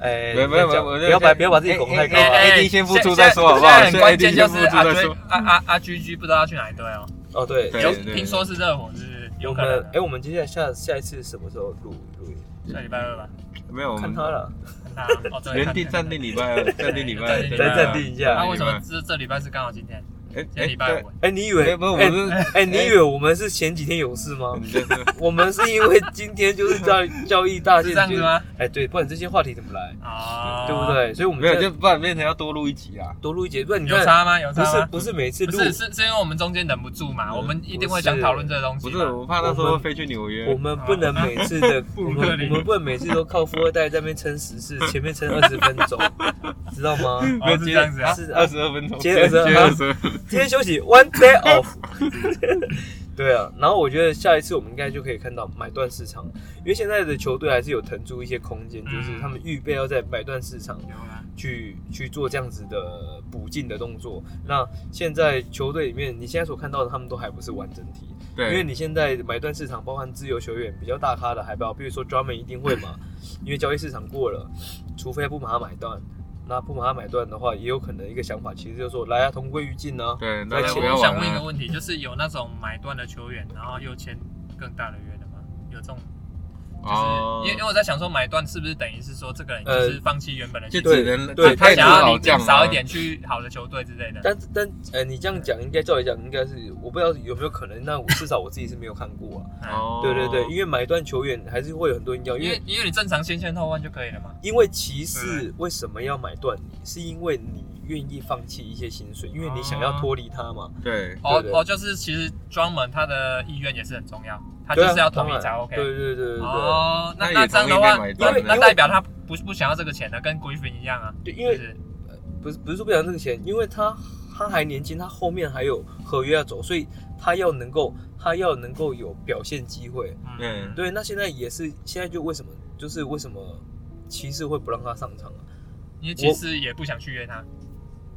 Speaker 1: 哎，
Speaker 2: 没有没有
Speaker 1: 这样
Speaker 2: 没有
Speaker 1: 不要把不要把自己
Speaker 2: 哎
Speaker 1: 拱太
Speaker 2: 哎
Speaker 1: 高啊！
Speaker 2: 哎 AD 先付出再说好不好
Speaker 3: 现在很关键就是
Speaker 2: 现在
Speaker 3: 阿
Speaker 2: AD 先付出再
Speaker 3: 追
Speaker 2: 说
Speaker 3: 阿阿阿 G G 不知道要去哪一队哦，
Speaker 1: 哦，对，
Speaker 2: 对
Speaker 3: 有
Speaker 2: 对对
Speaker 3: 听说是热火，是不是？有
Speaker 1: 我
Speaker 3: 可
Speaker 1: 们
Speaker 3: 能
Speaker 1: 哎，我们接下来下下一次什么时候录录影？
Speaker 3: 下礼拜二吧，
Speaker 2: 没有我
Speaker 1: 看
Speaker 2: 们
Speaker 1: 他了，
Speaker 3: 看他哦，对
Speaker 2: 原地
Speaker 3: 看
Speaker 2: 暂定礼拜 二，暂定礼拜二，
Speaker 3: 对
Speaker 1: 再暂定一下
Speaker 3: 那为什么这这礼拜是刚好今天？
Speaker 2: 哎
Speaker 3: 今
Speaker 2: 哎
Speaker 3: 天礼拜五，
Speaker 1: 哎，你以
Speaker 2: 对，
Speaker 1: 为
Speaker 2: 不是我
Speaker 1: 哎
Speaker 2: 是
Speaker 1: 哎，你以为我们是前几天有事吗？
Speaker 2: 你就是
Speaker 1: 我们是因为今天就是交易交易大
Speaker 3: 是
Speaker 1: 限
Speaker 3: 这，样子
Speaker 1: 就
Speaker 3: 吗？
Speaker 1: 哎，对，不然这些话题怎么来？
Speaker 3: 啊，
Speaker 1: 对不？对？所以我们
Speaker 2: 没有，
Speaker 1: 现
Speaker 2: 就
Speaker 1: 在
Speaker 2: 不然变成要多录一集啊。
Speaker 1: 多录一节，不然你
Speaker 3: 有
Speaker 1: 看，
Speaker 3: 差吗？有差
Speaker 1: 不是
Speaker 3: 吗？
Speaker 1: 不是每次
Speaker 3: 不
Speaker 1: 录，
Speaker 3: 是，是是因为我们中间忍不住嘛，
Speaker 2: 嗯
Speaker 3: 我们一定会想讨论这个东西
Speaker 2: 不
Speaker 3: 嘛。
Speaker 2: 是，我怕到时候飞去纽约
Speaker 1: 我。们不能每次 的，我
Speaker 3: 鲁
Speaker 1: 们
Speaker 3: 克林
Speaker 1: 我们不能每次都靠富二代在那边撑时事，前面撑二十分钟，知道吗？
Speaker 3: 哦是这样子啊，
Speaker 1: 是
Speaker 2: 二
Speaker 1: 啊，
Speaker 2: 十二分钟，
Speaker 1: 接着
Speaker 2: 接
Speaker 1: 啊
Speaker 2: 二十二，
Speaker 1: 今天休息 one day off。对 啊，然后我觉得下一次我们应该就可以看到买断市场，因为现在的球队还是有腾出一些空间，就是他们预备要在买断市场
Speaker 3: 有啦
Speaker 1: 去去做这样子的补进的动作。那现在球队里面，你现在所看到的，他们都还不是完整体，因为
Speaker 2: 对，
Speaker 1: 你现在买断市场包含自由球员比较大咖的海报，比如说 Drummond 一定会 嘛，因为交易市场过了，除非不把它买断。那不把它买断的话，也有可能一个想法，其实就是说，来啊，同归于尽呢、啊。
Speaker 2: 对，大
Speaker 1: 而
Speaker 2: 家
Speaker 1: 且
Speaker 2: 不
Speaker 3: 我
Speaker 2: 要
Speaker 3: 我
Speaker 2: 玩
Speaker 3: 想问一个
Speaker 2: 了。
Speaker 3: 问题，就是有那种买断的球员，然后又签更大的约的吗？有这种，
Speaker 2: 哦
Speaker 3: 就是因为因为我在想说，买断是不是等于是说这个人就是放弃原本的
Speaker 2: 就
Speaker 3: 球队，
Speaker 2: 只能
Speaker 1: 对太
Speaker 2: 太
Speaker 3: 他想
Speaker 2: 老
Speaker 3: 要你
Speaker 2: 将啊
Speaker 3: 你少一点去好的球队之类的？
Speaker 1: 但但呃，你这样讲，应该照理讲，应该是我不知道有没有可能，那我至少我自己是没有看 过啊。
Speaker 3: 哦，
Speaker 1: 对对对，因为买断球员还是会有很多人要，因
Speaker 3: 因
Speaker 1: 为
Speaker 3: 为因为你正常先签后换就可以了嘛。
Speaker 1: 因为骑士为什么要买断你，是因为你愿意放弃一些薪水，因为你想要脱离他嘛。
Speaker 2: 对，
Speaker 3: 哦
Speaker 1: 对对
Speaker 3: 哦，就是其实专门他的意愿也是很重要，他
Speaker 1: 对
Speaker 3: 就
Speaker 1: 啊
Speaker 3: 是要同意
Speaker 1: 当
Speaker 3: 才
Speaker 1: 然
Speaker 3: OK。
Speaker 1: 对对对对对
Speaker 3: 哦，那
Speaker 2: 那
Speaker 3: 那
Speaker 2: 也
Speaker 3: 这样的
Speaker 2: 同意被
Speaker 3: 话
Speaker 2: 买，断
Speaker 3: 那
Speaker 1: 了
Speaker 3: 那
Speaker 1: 因为
Speaker 3: 代表他不不想要这个钱的，跟 Griffin 一样啊，
Speaker 1: 对，因
Speaker 3: 就
Speaker 1: 为
Speaker 3: 是
Speaker 1: 不是不是说不想这个钱，因为他他还年轻，他后面还有合约要走，所以他要能够他要能够有表现机会。
Speaker 2: 嗯
Speaker 1: 对，那现在也是现在就为什么就是为什么骑士会不让他上场啊？
Speaker 3: 因为其实也不想续约他，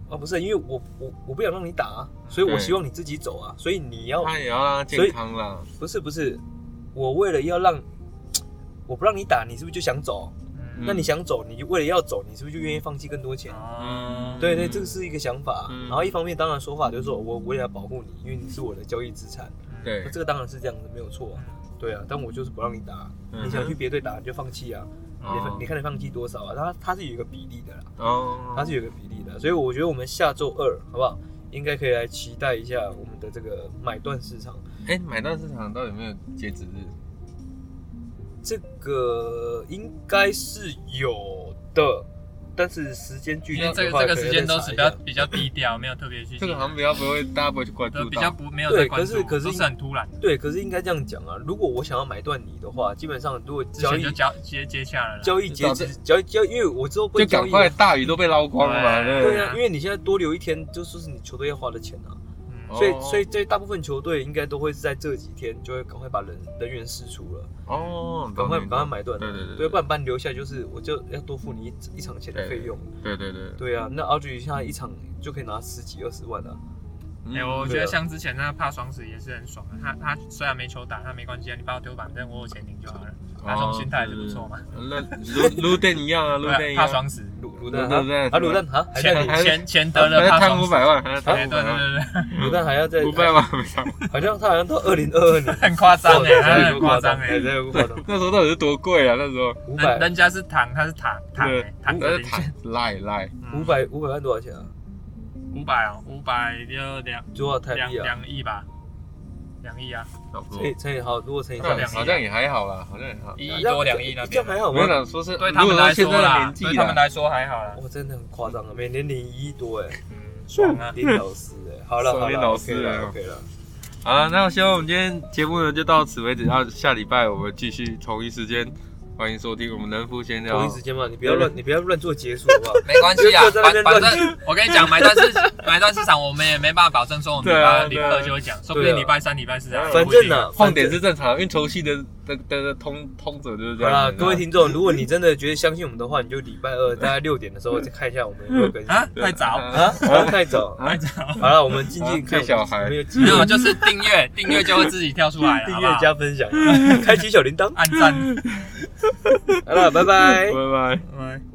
Speaker 1: 啊，不是，因为我我我不想让你打、啊，所以我
Speaker 2: 对
Speaker 1: 希望你自己走啊，所以你要
Speaker 2: 他也要让他
Speaker 1: 所
Speaker 2: 健
Speaker 1: 以
Speaker 2: 康啦。
Speaker 1: 不是不是，我为了要让我不让你打，你是不是就想走？
Speaker 3: 嗯
Speaker 1: 那你想走，你为了要走，你是不是就愿意放弃更多钱？
Speaker 3: 哦，
Speaker 1: 对对，这个是一个想法。
Speaker 2: 嗯
Speaker 1: 然后一方面当然说法就是说我我也要保护你，因为你是我的交易资产，
Speaker 3: 嗯，
Speaker 2: 对
Speaker 1: 那，这个当然是这样子，没有错啊、对啊，但我就是不让你打，
Speaker 2: 嗯哼
Speaker 1: 你想去别队打你就放弃啊，你
Speaker 2: 哦
Speaker 1: 放你看你放弃多少啊？它它是有一个比例的啦，
Speaker 2: 哦，
Speaker 1: 它是有一个比例的，所以我觉得我们下周二好不好？应该可以来期待一下我们的这个买断市场。
Speaker 2: 哎、买断市场到底有没有截止
Speaker 3: 嗯
Speaker 2: 日？
Speaker 1: 这个应该是有的，但是时间距离
Speaker 3: 因为这
Speaker 1: 的
Speaker 3: 个
Speaker 1: 话
Speaker 3: 这个
Speaker 1: 可能
Speaker 3: 时间
Speaker 1: 再
Speaker 3: 都
Speaker 1: 查
Speaker 3: 是
Speaker 1: 一
Speaker 3: 比较
Speaker 1: 下
Speaker 3: 比较低调，没有特别去
Speaker 2: 这个好像比较不会，大家不会去关
Speaker 3: 都
Speaker 2: 注
Speaker 3: 呃比较
Speaker 2: 到。
Speaker 3: 不没有在
Speaker 1: 对
Speaker 3: 关
Speaker 1: 可是
Speaker 3: 注，
Speaker 1: 可是
Speaker 3: 都是很突然的，
Speaker 1: 对，可是应该这样讲啊，如果我想要买断你的话，基本上如果
Speaker 3: 之
Speaker 1: 交
Speaker 3: 前
Speaker 1: 易
Speaker 3: 就交接接洽了啦。
Speaker 1: 交易截
Speaker 2: 早
Speaker 1: 止
Speaker 2: 就
Speaker 1: 交易交易，因为我之后不
Speaker 2: 就
Speaker 1: 会
Speaker 2: 赶
Speaker 1: 交易
Speaker 2: 快
Speaker 1: 啊。
Speaker 2: 大鱼都被捞光了嘛，
Speaker 3: 对
Speaker 2: 对
Speaker 1: 对
Speaker 2: 不
Speaker 1: 啊，因为你现在多留一天，就说是你球队要花的钱啊，
Speaker 3: 嗯
Speaker 2: 哦
Speaker 1: 所以所以这大部分球队应该都会是在这几天就会赶快把人人员释出了，
Speaker 2: 对？哦，
Speaker 1: 赶快
Speaker 2: 懂
Speaker 1: 赶快，买断
Speaker 2: 对
Speaker 1: 了，
Speaker 2: 对对
Speaker 1: 对，不然把你留下来就是我就要多付你一一场钱的费用，
Speaker 2: 对对对，
Speaker 1: 对啊，那 RG 现在一场就可以拿十几二十万啊，
Speaker 2: 嗯
Speaker 3: 哎、我
Speaker 1: 对
Speaker 3: 觉得
Speaker 1: 啊
Speaker 3: 像之前那怕双十也是很爽的。他他虽然没球打，他没关系啊，你帮我丢板凳，我有钱领就好了。他这种心态是不错嘛。
Speaker 2: 那卢卢店一样啊，卢店
Speaker 3: 对
Speaker 2: 一
Speaker 3: 啊，怕
Speaker 2: 样，
Speaker 3: 双十，
Speaker 1: 卤卤
Speaker 2: 对
Speaker 1: 蛋
Speaker 2: 对对
Speaker 1: 啊，啊卤蛋啊，还在
Speaker 3: 钱
Speaker 1: 你
Speaker 2: 还在
Speaker 3: 钱钱得
Speaker 2: 反
Speaker 3: 了
Speaker 2: 正
Speaker 3: 呃怕
Speaker 2: 贪
Speaker 3: 双
Speaker 2: 五
Speaker 3: 十。
Speaker 2: 百万，还是
Speaker 3: 对对
Speaker 2: 贪啊五百
Speaker 3: 对
Speaker 2: 万，
Speaker 3: 对 对，
Speaker 1: 卤蛋还要再
Speaker 2: 五百万没上。
Speaker 1: 好像他好像到二零二二年，
Speaker 3: 很夸张哎，他很夸张
Speaker 1: 哎，
Speaker 3: 哎。
Speaker 1: 这个夸张，
Speaker 2: 那时候到底是多贵啊？那时候
Speaker 1: 五
Speaker 3: 人
Speaker 1: 百
Speaker 3: 人家是躺，他是躺躺
Speaker 2: 对
Speaker 3: 哎，躺
Speaker 2: 那
Speaker 3: 着
Speaker 2: 是
Speaker 3: 领嗯
Speaker 2: 坦
Speaker 3: 钱。
Speaker 2: 赖赖，
Speaker 1: 五百五百万多少钱啊？
Speaker 3: 五百哦，五百就两
Speaker 1: 多少台
Speaker 3: 两
Speaker 1: 币啊？
Speaker 3: 两亿吧，两亿啊，
Speaker 2: 差不多
Speaker 1: 乘以乘以好，如果乘以
Speaker 2: 那
Speaker 1: 上
Speaker 3: 两
Speaker 2: 好像也还好啦，好像也还好。
Speaker 3: 一亿多两亿那
Speaker 1: 这
Speaker 3: 边
Speaker 1: 样。还好
Speaker 2: 我跟你
Speaker 1: 吗？
Speaker 2: 讲，说是
Speaker 3: 对他们来
Speaker 2: 如
Speaker 3: 说
Speaker 2: 果到现在的
Speaker 3: 啦
Speaker 2: 年，纪啊
Speaker 3: 对他们
Speaker 2: 啦
Speaker 3: 来说还好啦。
Speaker 1: 我真的很夸张啊，每年领一亿多哎，
Speaker 3: 嗯，爽啊！
Speaker 1: 林老师哎，好 了好
Speaker 2: 爽林
Speaker 1: 了
Speaker 2: 老师
Speaker 1: ，OK
Speaker 2: 哎
Speaker 1: 了 OK 了，
Speaker 2: 好了，那我希望我们今天节目呢就到此为止，然后下礼拜我们继续同一时间，欢迎收听我们能夫闲
Speaker 1: 同
Speaker 2: 聊
Speaker 1: 一。时间嘛，你不要乱你不要乱做结束好 不好？
Speaker 3: 没关系啊
Speaker 1: 就坐在那，边
Speaker 3: 反反
Speaker 1: 乱
Speaker 3: 正我跟你讲，买断市 买断市场，我们也没办法保证说我们礼
Speaker 2: 对啊
Speaker 3: 拜礼
Speaker 2: 对啊
Speaker 3: 拜二就会讲，说不
Speaker 1: 对
Speaker 3: 定
Speaker 1: 啊
Speaker 3: 礼拜三、礼拜四啊。
Speaker 1: 反
Speaker 3: 不一
Speaker 1: 正
Speaker 3: 定啊，
Speaker 1: 呢，
Speaker 2: 放点是正常，因为球系的的的的通通则就是这
Speaker 1: 好
Speaker 2: 样
Speaker 1: 啦，
Speaker 2: 子。啊
Speaker 1: 各位听众，如果你真的觉得相信我们的话，你就礼拜 二大概六点的时候再看一下我们有没有更新
Speaker 3: 啊
Speaker 1: 啊，
Speaker 3: 太早，
Speaker 2: 啊，
Speaker 1: 太早。
Speaker 3: 太早，
Speaker 1: 好了，我们静静
Speaker 2: 啊
Speaker 1: 看
Speaker 2: 这小孩
Speaker 1: 没有机
Speaker 3: 没
Speaker 1: 会
Speaker 3: 有，就是订阅，订阅就会自己跳出来了，
Speaker 1: 订
Speaker 3: 好不
Speaker 1: 阅
Speaker 3: 好？
Speaker 1: 加 分享，开启小铃铛。
Speaker 3: 按赞。
Speaker 1: 好了，拜拜
Speaker 2: 拜。拜。
Speaker 3: 拜拜